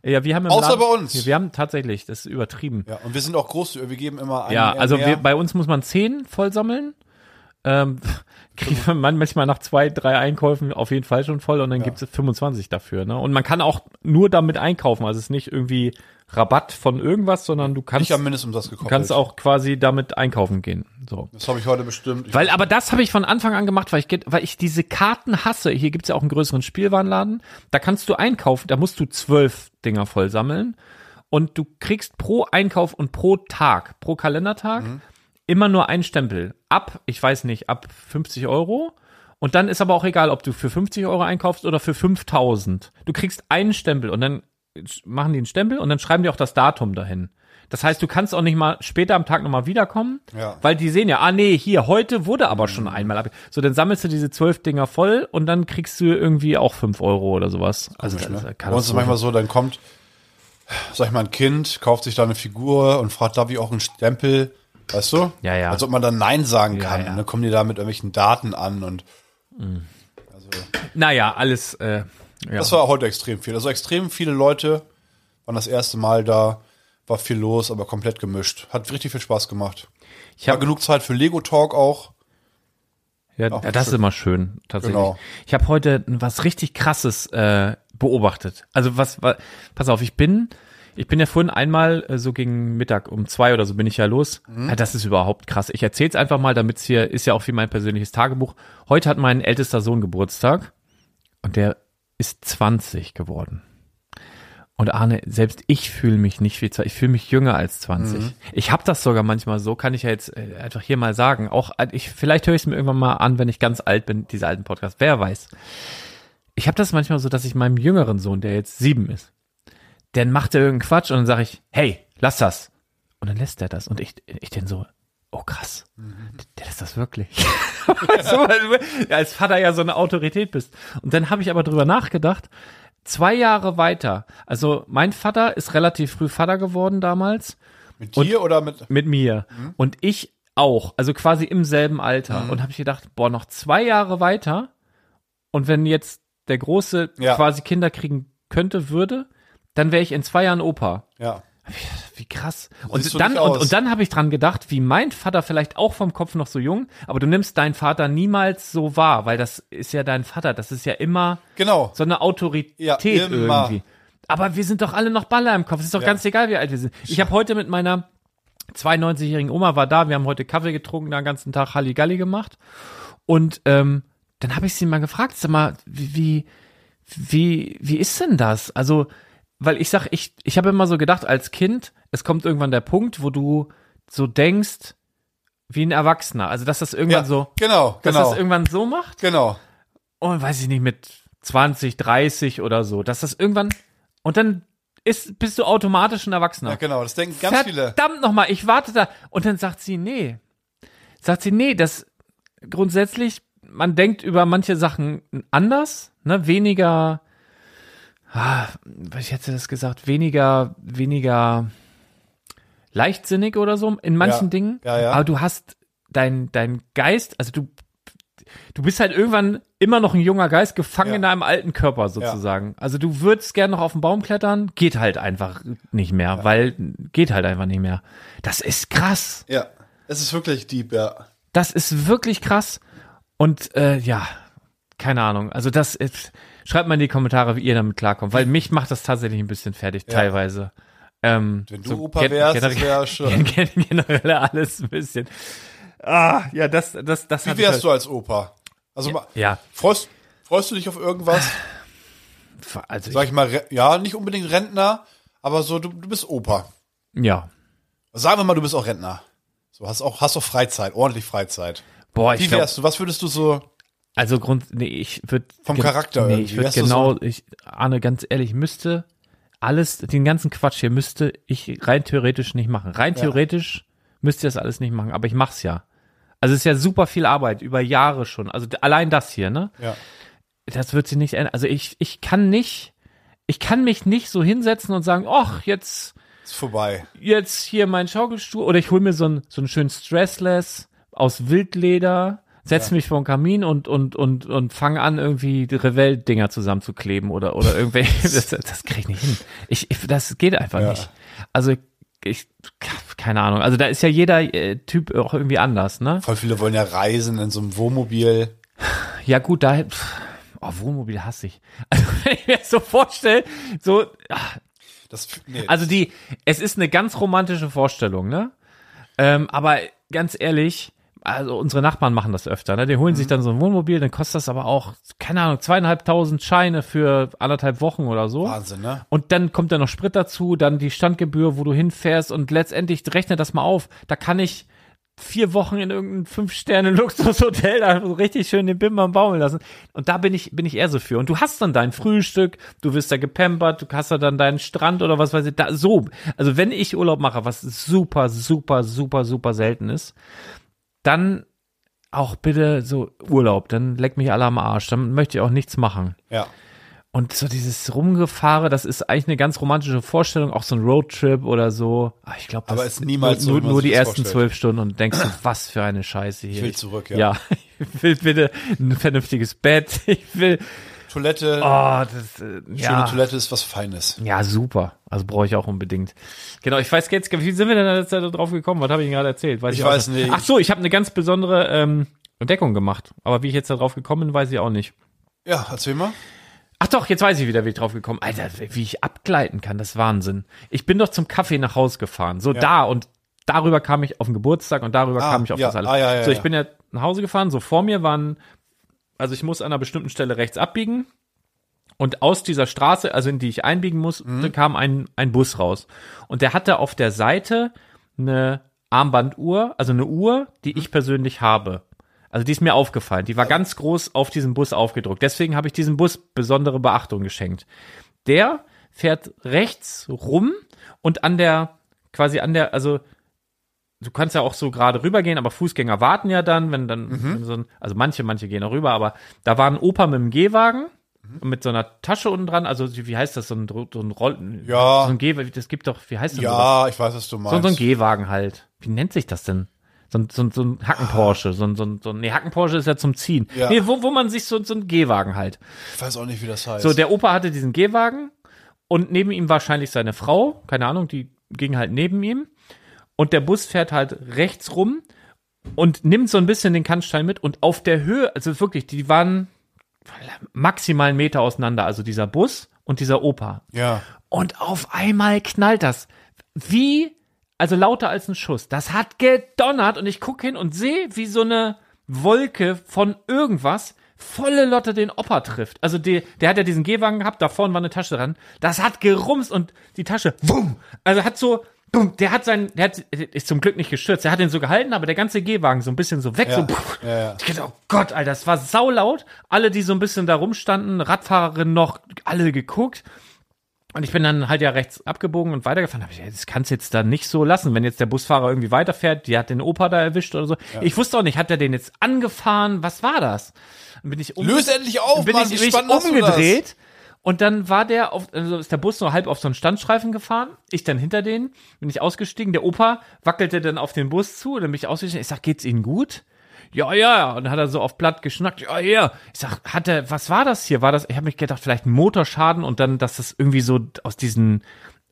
Speaker 2: Ja, wir haben im
Speaker 3: Außer
Speaker 2: Laden-
Speaker 3: bei uns.
Speaker 2: Wir haben tatsächlich, das ist übertrieben.
Speaker 3: Ja, und wir sind auch groß. Wir geben immer einen.
Speaker 2: Ja,
Speaker 3: eher
Speaker 2: also
Speaker 3: mehr.
Speaker 2: wir, bei uns muss man 10 voll sammeln. Ähm, kriegt man manchmal nach zwei, drei Einkäufen auf jeden Fall schon voll und dann gibt's 25 dafür. Ne? Und man kann auch nur damit einkaufen. Also es ist nicht irgendwie Rabatt von irgendwas, sondern du kannst,
Speaker 3: nicht am Mindestumsatz gekoppelt.
Speaker 2: kannst auch quasi damit einkaufen gehen. So.
Speaker 3: Das habe ich heute bestimmt. Ich,
Speaker 2: Weil, aber das habe ich von Anfang an gemacht, weil ich, get- weil ich diese Karten hasse. Hier gibt's ja auch einen größeren Spielwarenladen. Da kannst du einkaufen, da musst du zwölf Dinger voll sammeln. Und du kriegst pro Einkauf und pro Tag, pro Kalendertag, immer nur einen Stempel. Ab, ich weiß nicht, ab 50 Euro. Und dann ist aber auch egal, ob du für 50 Euro einkaufst oder für 5000. Du kriegst einen Stempel und dann sch- machen die einen Stempel und dann schreiben die auch das Datum dahin. Das heißt, du kannst auch nicht mal später am Tag nochmal wiederkommen,
Speaker 3: Ja. Mhm.
Speaker 2: weil die sehen ja, ah nee, hier, heute wurde aber schon einmal ab. So, dann sammelst du diese zwölf Dinger voll und dann kriegst du irgendwie auch fünf Euro oder sowas. Also das ist ja
Speaker 3: Bei ne? uns ist es manchmal so, dann kommt, sag ich mal, ein Kind, kauft sich da eine Figur und fragt, darf ich auch einen Stempel? Weißt du?
Speaker 2: Ja, ja.
Speaker 3: Als ob man dann Nein sagen kann.
Speaker 2: ja.
Speaker 3: Und dann kommen die da mit irgendwelchen Daten an und
Speaker 2: Naja, alles, äh, ja.
Speaker 3: das war heute extrem viel. Also extrem viele Leute waren das erste Mal da, war viel los, aber komplett gemischt. Hat richtig viel Spaß gemacht.
Speaker 2: Ich
Speaker 3: War
Speaker 2: hab,
Speaker 3: genug Zeit für Lego Talk auch.
Speaker 2: ja,
Speaker 3: auch
Speaker 2: ja, das ist
Speaker 3: schön.
Speaker 2: immer schön, tatsächlich.
Speaker 3: Genau.
Speaker 2: Ich habe heute was richtig krasses äh, beobachtet. Also was, wa- pass auf, ich bin, ich bin ja vorhin einmal äh, so gegen Mittag um zwei oder so bin ich ja los.
Speaker 3: Mhm.
Speaker 2: Ah, Das ist überhaupt krass. Ich erzähl's einfach mal, damit's hier ist ja auch wie mein persönliches Tagebuch. Heute hat mein ältester Sohn Geburtstag und der ist 20 geworden. Und Arne, selbst ich fühle mich nicht wie 20, ich fühle mich jünger als 20. Ich habe das sogar manchmal so, kann ich ja jetzt äh, einfach hier mal sagen. Auch äh, ich, vielleicht höre ich es mir irgendwann mal an, wenn ich ganz alt bin, diese alten Podcasts, wer weiß. Ich habe das manchmal so, dass ich meinem jüngeren Sohn, der jetzt sieben ist, dann macht er irgendeinen Quatsch und dann sage ich, hey, lass das. Und dann lässt er das. Und ich, ich den so, oh krass, der lässt das wirklich. so, weil du als Vater ja so eine Autorität bist. Und dann habe ich aber drüber nachgedacht, zwei Jahre weiter. Also mein Vater ist relativ früh Vater geworden damals
Speaker 3: Mit
Speaker 2: Und-
Speaker 3: dir oder mit.
Speaker 2: mit mir
Speaker 3: Mhm.
Speaker 2: und ich auch, also quasi im selben Alter. Und habe ich gedacht, boah, noch zwei Jahre weiter und wenn jetzt der Große
Speaker 3: Ja.
Speaker 2: quasi Kinder kriegen könnte, würde, dann wäre ich in zwei Jahren Opa.
Speaker 3: Ja.
Speaker 2: Wie krass.
Speaker 3: siehst du
Speaker 2: Und dann,
Speaker 3: nicht
Speaker 2: und,
Speaker 3: aus.
Speaker 2: und dann habe ich dran gedacht, wie mein Vater vielleicht auch vom Kopf noch so jung, aber du nimmst deinen Vater niemals so wahr, weil das ist ja dein Vater, das ist ja immer
Speaker 3: Genau.
Speaker 2: so eine Autorität
Speaker 3: Ja, immer.
Speaker 2: irgendwie. Aber wir sind doch alle noch Baller im Kopf. Es ist doch
Speaker 3: Ja.
Speaker 2: ganz egal, wie alt wir sind. Ich habe heute mit meiner 92-jährigen Oma war da, wir haben heute Kaffee getrunken, da den ganzen Tag Halligalli gemacht. Und ähm, dann habe ich sie mal gefragt, sag mal, wie, wie, wie, wie ist denn das? Also, weil ich sag, ich, ich habe immer so gedacht, als Kind, es kommt irgendwann der Punkt, wo du so denkst, wie ein Erwachsener. Also, dass das irgendwann
Speaker 3: Ja,
Speaker 2: so,
Speaker 3: genau,
Speaker 2: dass
Speaker 3: genau.
Speaker 2: das irgendwann so macht
Speaker 3: Genau.
Speaker 2: oh, weiß ich nicht, mit 20, 30 oder so, dass das irgendwann und dann ist, bist du automatisch ein Erwachsener.
Speaker 3: Ja, genau. Das denken ganz viele.
Speaker 2: Verdammt nochmal, ich warte da. Und dann sagt sie, nee. Sagt sie, nee, das grundsätzlich, man denkt über manche Sachen anders, ne, weniger, ah, was hätte das gesagt, weniger, weniger leichtsinnig oder so in manchen
Speaker 3: Ja,
Speaker 2: Dingen.
Speaker 3: ja, ja.
Speaker 2: Aber du hast dein, dein Geist, also du, du bist halt irgendwann immer noch ein junger Geist, gefangen
Speaker 3: Ja.
Speaker 2: in einem alten Körper sozusagen. Also du würdest gerne noch auf den Baum klettern, geht halt einfach nicht mehr, weil geht halt einfach nicht mehr. Das ist krass.
Speaker 3: Ja. Es ist wirklich deep, ja.
Speaker 2: Das ist wirklich krass. Und äh, ja, keine Ahnung. Also das ist, schreibt mal in die Kommentare, wie ihr damit klarkommt, weil mich macht das tatsächlich ein bisschen fertig, teilweise. Ähm,
Speaker 3: Wenn du Opa wärst, das wär schön.
Speaker 2: gen generell alles ein bisschen. Ah, ja, das, das, das halt-
Speaker 3: Wie wärst du als Opa? Also mal,
Speaker 2: Ja,
Speaker 3: freust, freust du dich auf irgendwas?
Speaker 2: also
Speaker 3: Sag ich mal, Re- ja, nicht unbedingt Rentner, aber so, du, du bist Opa.
Speaker 2: ich, ja.
Speaker 3: Sagen wir mal, du bist auch Rentner. So, hast auch, hast auch Freizeit, ordentlich Freizeit.
Speaker 2: Boah, ich
Speaker 3: Wie
Speaker 2: glaub,
Speaker 3: wärst du? Was würdest du so?
Speaker 2: Also Grund, nee, ich würde
Speaker 3: Vom Charakter
Speaker 2: Nee,
Speaker 3: irgendwie.
Speaker 2: ich würde
Speaker 3: Wärst du
Speaker 2: genau, ich Arne, ganz ehrlich, müsste alles, den ganzen Quatsch hier müsste ich rein theoretisch nicht machen. Rein theoretisch müsste ich das alles nicht machen, aber ich mach's ja. Also es ist ja super viel Arbeit über Jahre schon. Also d- allein das hier, ne?
Speaker 3: Ja.
Speaker 2: Das wird sich nicht ändern. Also ich, ich kann nicht, ich kann mich nicht so hinsetzen und sagen, ach jetzt
Speaker 3: Ist vorbei.
Speaker 2: jetzt hier meinen Schaukelstuhl oder ich hole mir so einen, so einen schönen Stressless aus Wildleder, setze mich vor den Kamin und, und, und, und fange an, irgendwie die Revell-Dinger zusammenzukleben oder, oder irgendwelche. Das, das kriege ich nicht hin. Ich, ich, das geht einfach
Speaker 3: Ja.
Speaker 2: nicht. Also ich, keine Ahnung. Also da ist ja jeder äh, Typ auch irgendwie anders, ne?
Speaker 3: Voll viele wollen ja reisen in so einem Wohnmobil.
Speaker 2: Ja, gut, da. Pff, oh, Wohnmobil hasse ich. Also, wenn ich mir das so vorstelle, so,
Speaker 3: Das, nee.
Speaker 2: Also die, es ist eine ganz romantische Vorstellung, ne? Ähm, aber ganz ehrlich, also unsere Nachbarn machen das öfter, ne? Die holen sich dann so ein Wohnmobil, dann kostet das aber auch, keine Ahnung, zweieinhalbtausend Scheine für anderthalb Wochen oder so.
Speaker 3: Wahnsinn, ne?
Speaker 2: Und dann kommt da noch Sprit dazu, dann die Standgebühr, wo du hinfährst und letztendlich rechne das mal auf. Da kann ich vier Wochen in irgendeinem Fünf-Sterne-Luxushotel da so richtig schön den Bim am Baumeln lassen. Und da bin ich, bin ich eher so für. Und du hast dann dein Frühstück, du wirst da gepampert, du hast da dann deinen Strand oder was weiß ich. Da, so. Also wenn ich Urlaub mache, was super, super, super, super selten ist, dann auch bitte so Urlaub, dann leck mich alle am Arsch, dann möchte ich auch nichts machen.
Speaker 3: Ja.
Speaker 2: Und so dieses Rumgefahre, das ist eigentlich eine ganz romantische Vorstellung, auch so ein Roadtrip oder so. Ah, Ich glaube,
Speaker 3: Aber
Speaker 2: das
Speaker 3: ist niemals so,
Speaker 2: nur,
Speaker 3: wie man
Speaker 2: nur
Speaker 3: sich
Speaker 2: die
Speaker 3: das
Speaker 2: ersten
Speaker 3: vorstellt.
Speaker 2: zwölf Stunden und denkst, du, was für eine Scheiße hier.
Speaker 3: Ich will zurück, ja.
Speaker 2: Ja, ich will bitte ein vernünftiges Bett. Ich will,
Speaker 3: Toilette,
Speaker 2: oh, das, äh,
Speaker 3: schöne
Speaker 2: ja.
Speaker 3: Toilette ist was Feines.
Speaker 2: Ja, super. Also brauche ich auch unbedingt. Genau, ich weiß jetzt, gar- wie sind wir denn da da drauf gekommen? Was habe ich Ihnen gerade erzählt?
Speaker 3: Ich
Speaker 2: auch
Speaker 3: weiß nicht.
Speaker 2: Ach so, ich habe eine ganz besondere ähm, Entdeckung gemacht. Aber wie ich jetzt da drauf gekommen bin, weiß ich auch nicht.
Speaker 3: Ja, erzähl mal.
Speaker 2: Ach doch, jetzt weiß ich wieder, wie ich drauf gekommen Alter, wie ich abgleiten kann, das ist Wahnsinn. Ich bin doch zum Kaffee nach Haus gefahren. So da und darüber kam ich auf den Geburtstag und darüber
Speaker 3: Ah,
Speaker 2: kam ich auf
Speaker 3: ja,
Speaker 2: das alles.
Speaker 3: ah, ja, ja,
Speaker 2: so, ich
Speaker 3: ja.
Speaker 2: bin ja nach Hause gefahren, so vor mir waren, also ich muss an einer bestimmten Stelle rechts abbiegen und aus dieser Straße, also in die ich einbiegen muss,
Speaker 3: Mhm.
Speaker 2: kam ein, ein Bus raus. Und der hatte auf der Seite eine Armbanduhr, also eine Uhr, die
Speaker 3: Mhm.
Speaker 2: ich persönlich habe. Also die ist mir aufgefallen. Die war
Speaker 3: Also
Speaker 2: ganz groß auf diesem Bus aufgedruckt. Deswegen habe ich diesem Bus besondere Beachtung geschenkt. Der fährt rechts rum und an der, quasi an der, also du kannst ja auch so gerade rübergehen, aber Fußgänger warten ja dann, wenn dann,
Speaker 3: Mhm.
Speaker 2: wenn so ein, also manche, manche gehen auch rüber, aber da war ein Opa mit dem Gehwagen
Speaker 3: Mhm.
Speaker 2: und mit so einer Tasche unten dran, also wie heißt das, so ein, Dro- so ein Rollen,
Speaker 3: Ja.
Speaker 2: so ein Gehwagen, das gibt doch, wie heißt das?
Speaker 3: Ja, ich weiß, was du
Speaker 2: So,
Speaker 3: meinst.
Speaker 2: so ein Gehwagen halt. Wie nennt sich das denn? So ein, so ein, so ein Hacken-Porsche. So ein, so ein, so ein, nee, Hacken-Porsche ist ja zum Ziehen.
Speaker 3: Ja.
Speaker 2: Nee, wo, wo man sich so, so ein Gehwagen halt.
Speaker 3: ich weiß auch nicht, wie das heißt.
Speaker 2: So, der Opa hatte diesen Gehwagen und neben ihm wahrscheinlich seine Frau. Keine Ahnung, die ging halt neben ihm. Und der Bus fährt halt rechts rum und nimmt so ein bisschen den Kannstein mit und auf der Höhe, also wirklich, die waren maximal einen Meter auseinander, also dieser Bus und dieser Opa.
Speaker 3: ja.
Speaker 2: Und auf einmal knallt das. Wie, also lauter als ein Schuss. Das hat gedonnert und ich gucke hin und sehe, wie so eine Wolke von irgendwas volle Lotte den Opa trifft. Also die, der hat ja diesen Gehwagen gehabt, da vorne war eine Tasche dran. Das hat gerumst und die Tasche, wumm, also hat so, bumm, der hat seinen, der hat, ist zum Glück nicht gestürzt, der hat den so gehalten, aber der ganze Gehwagen so ein bisschen so weg, so, pff,
Speaker 3: Ja, ja.
Speaker 2: ich dachte, oh Gott, Alter, das war saulaut. Alle, die so ein bisschen da rumstanden, Radfahrerin noch, alle geguckt. Und ich bin dann halt ja rechts abgebogen und weitergefahren. Hab ich, gedacht, das kannst du jetzt da nicht so lassen, wenn jetzt der Busfahrer irgendwie weiterfährt, die hat den Opa da erwischt oder so. Ich wusste auch nicht, hat der den jetzt angefahren? Was war das? Dann bin ich um
Speaker 3: Löse endlich auf,
Speaker 2: bin
Speaker 3: Mann,
Speaker 2: ich,
Speaker 3: wie
Speaker 2: bin ich
Speaker 3: spannend hast du
Speaker 2: umgedreht und dann war der auf, also ist der Bus nur halb auf so einen Standstreifen gefahren. Ich dann hinter denen, bin ich ausgestiegen. Der Opa wackelte dann auf den Bus zu, dann bin ich ausgestiegen. Ich sag, geht's Ihnen gut? Ja, ja, und dann hat er so auf platt geschnackt. Ja, ja. Ich sag, hat er, was war das hier? War das? Ich habe mich gedacht, vielleicht ein Motorschaden und dann, dass das irgendwie so aus diesen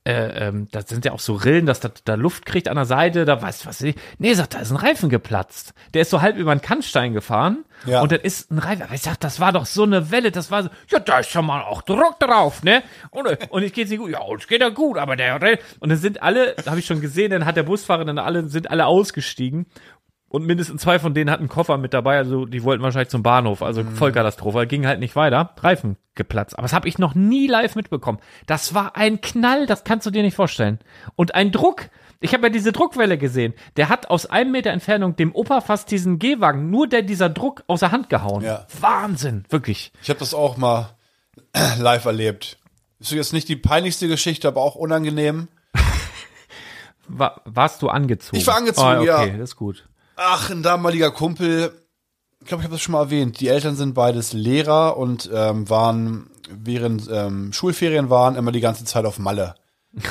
Speaker 2: äh, ähm, da sind ja auch so Rillen, dass da, da Luft kriegt an der Seite, da weiß was ich. Nee, sagt, da ist ein Reifen geplatzt. Der ist so halb über einen Kannstein gefahren
Speaker 3: Ja.
Speaker 2: und dann ist ein Reifen. Aber ich sag, das war doch so eine Welle, das war so, ja, da ist schon mal auch Druck drauf, ne? Und, äh, und ich geht's nicht gut. Ja, uns geht ja gut, aber der Re- Und dann sind alle, habe ich schon gesehen, dann hat der Busfahrer dann alle, sind alle ausgestiegen. Und mindestens zwei von denen hatten einen Koffer mit dabei, also die wollten wahrscheinlich zum Bahnhof, also
Speaker 3: Mhm.
Speaker 2: Vollkatastrophe, ging halt nicht weiter, Reifen geplatzt. Aber das habe ich noch nie live mitbekommen. Das war ein Knall, das kannst du dir nicht vorstellen. Und ein Druck. Ich habe ja diese Druckwelle gesehen. Der hat aus einem Meter Entfernung dem Opa fast diesen Gehwagen, nur der dieser Druck aus der Hand gehauen.
Speaker 3: Ja.
Speaker 2: Wahnsinn, wirklich.
Speaker 3: Ich habe das auch mal live erlebt. Ist jetzt nicht die peinlichste Geschichte, aber auch unangenehm.
Speaker 2: Wa- warst du angezogen?
Speaker 3: Ich war angezogen,
Speaker 2: Ah, okay,
Speaker 3: ja.
Speaker 2: das ist gut.
Speaker 3: Ach, ein damaliger Kumpel, ich glaube, ich habe das schon mal erwähnt. Die Eltern sind beides Lehrer und ähm, waren während ähm, Schulferien waren immer die ganze Zeit auf Malle.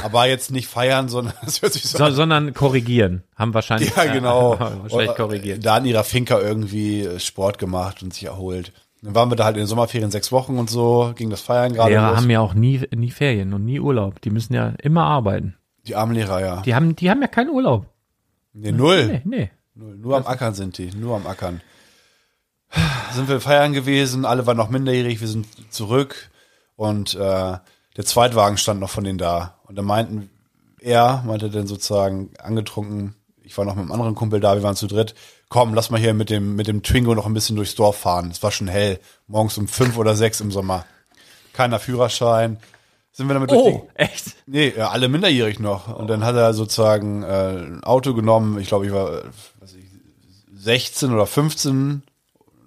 Speaker 3: Aber jetzt nicht feiern, sondern das hört sich so
Speaker 2: So, sondern korrigieren, haben wahrscheinlich
Speaker 3: Ja, genau.
Speaker 2: schlecht
Speaker 3: Und, äh,
Speaker 2: korrigiert.
Speaker 3: Da an ihrer Finca irgendwie äh, Sport gemacht und sich erholt. Dann waren wir da halt in den Sommerferien sechs Wochen und so, ging das Feiern gerade
Speaker 2: Lehrer
Speaker 3: los.
Speaker 2: haben ja auch nie, nie Ferien und nie Urlaub. Die müssen ja immer arbeiten.
Speaker 3: die armen Lehrer, ja.
Speaker 2: Die haben, die haben ja keinen Urlaub.
Speaker 3: nee, null.
Speaker 2: Nee, nee.
Speaker 3: null. Nur am Ackern sind die, nur am Ackern. Sind wir feiern gewesen, alle waren noch minderjährig, wir sind zurück und äh, der Zweitwagen stand noch von denen da. Und da meinten, er meinte dann sozusagen angetrunken, ich war noch mit einem anderen Kumpel da, wir waren zu dritt, komm, lass mal hier mit dem, mit dem Twingo noch ein bisschen durchs Dorf fahren. Es war schon hell, morgens um fünf oder sechs im Sommer. Keiner Führerschein. Sind wir damit durch die-
Speaker 2: Oh, echt?
Speaker 3: Nee, ja, alle minderjährig noch. Und dann hat er sozusagen äh, ein Auto genommen. Ich glaube, ich war äh, weiß ich, 16 oder 15,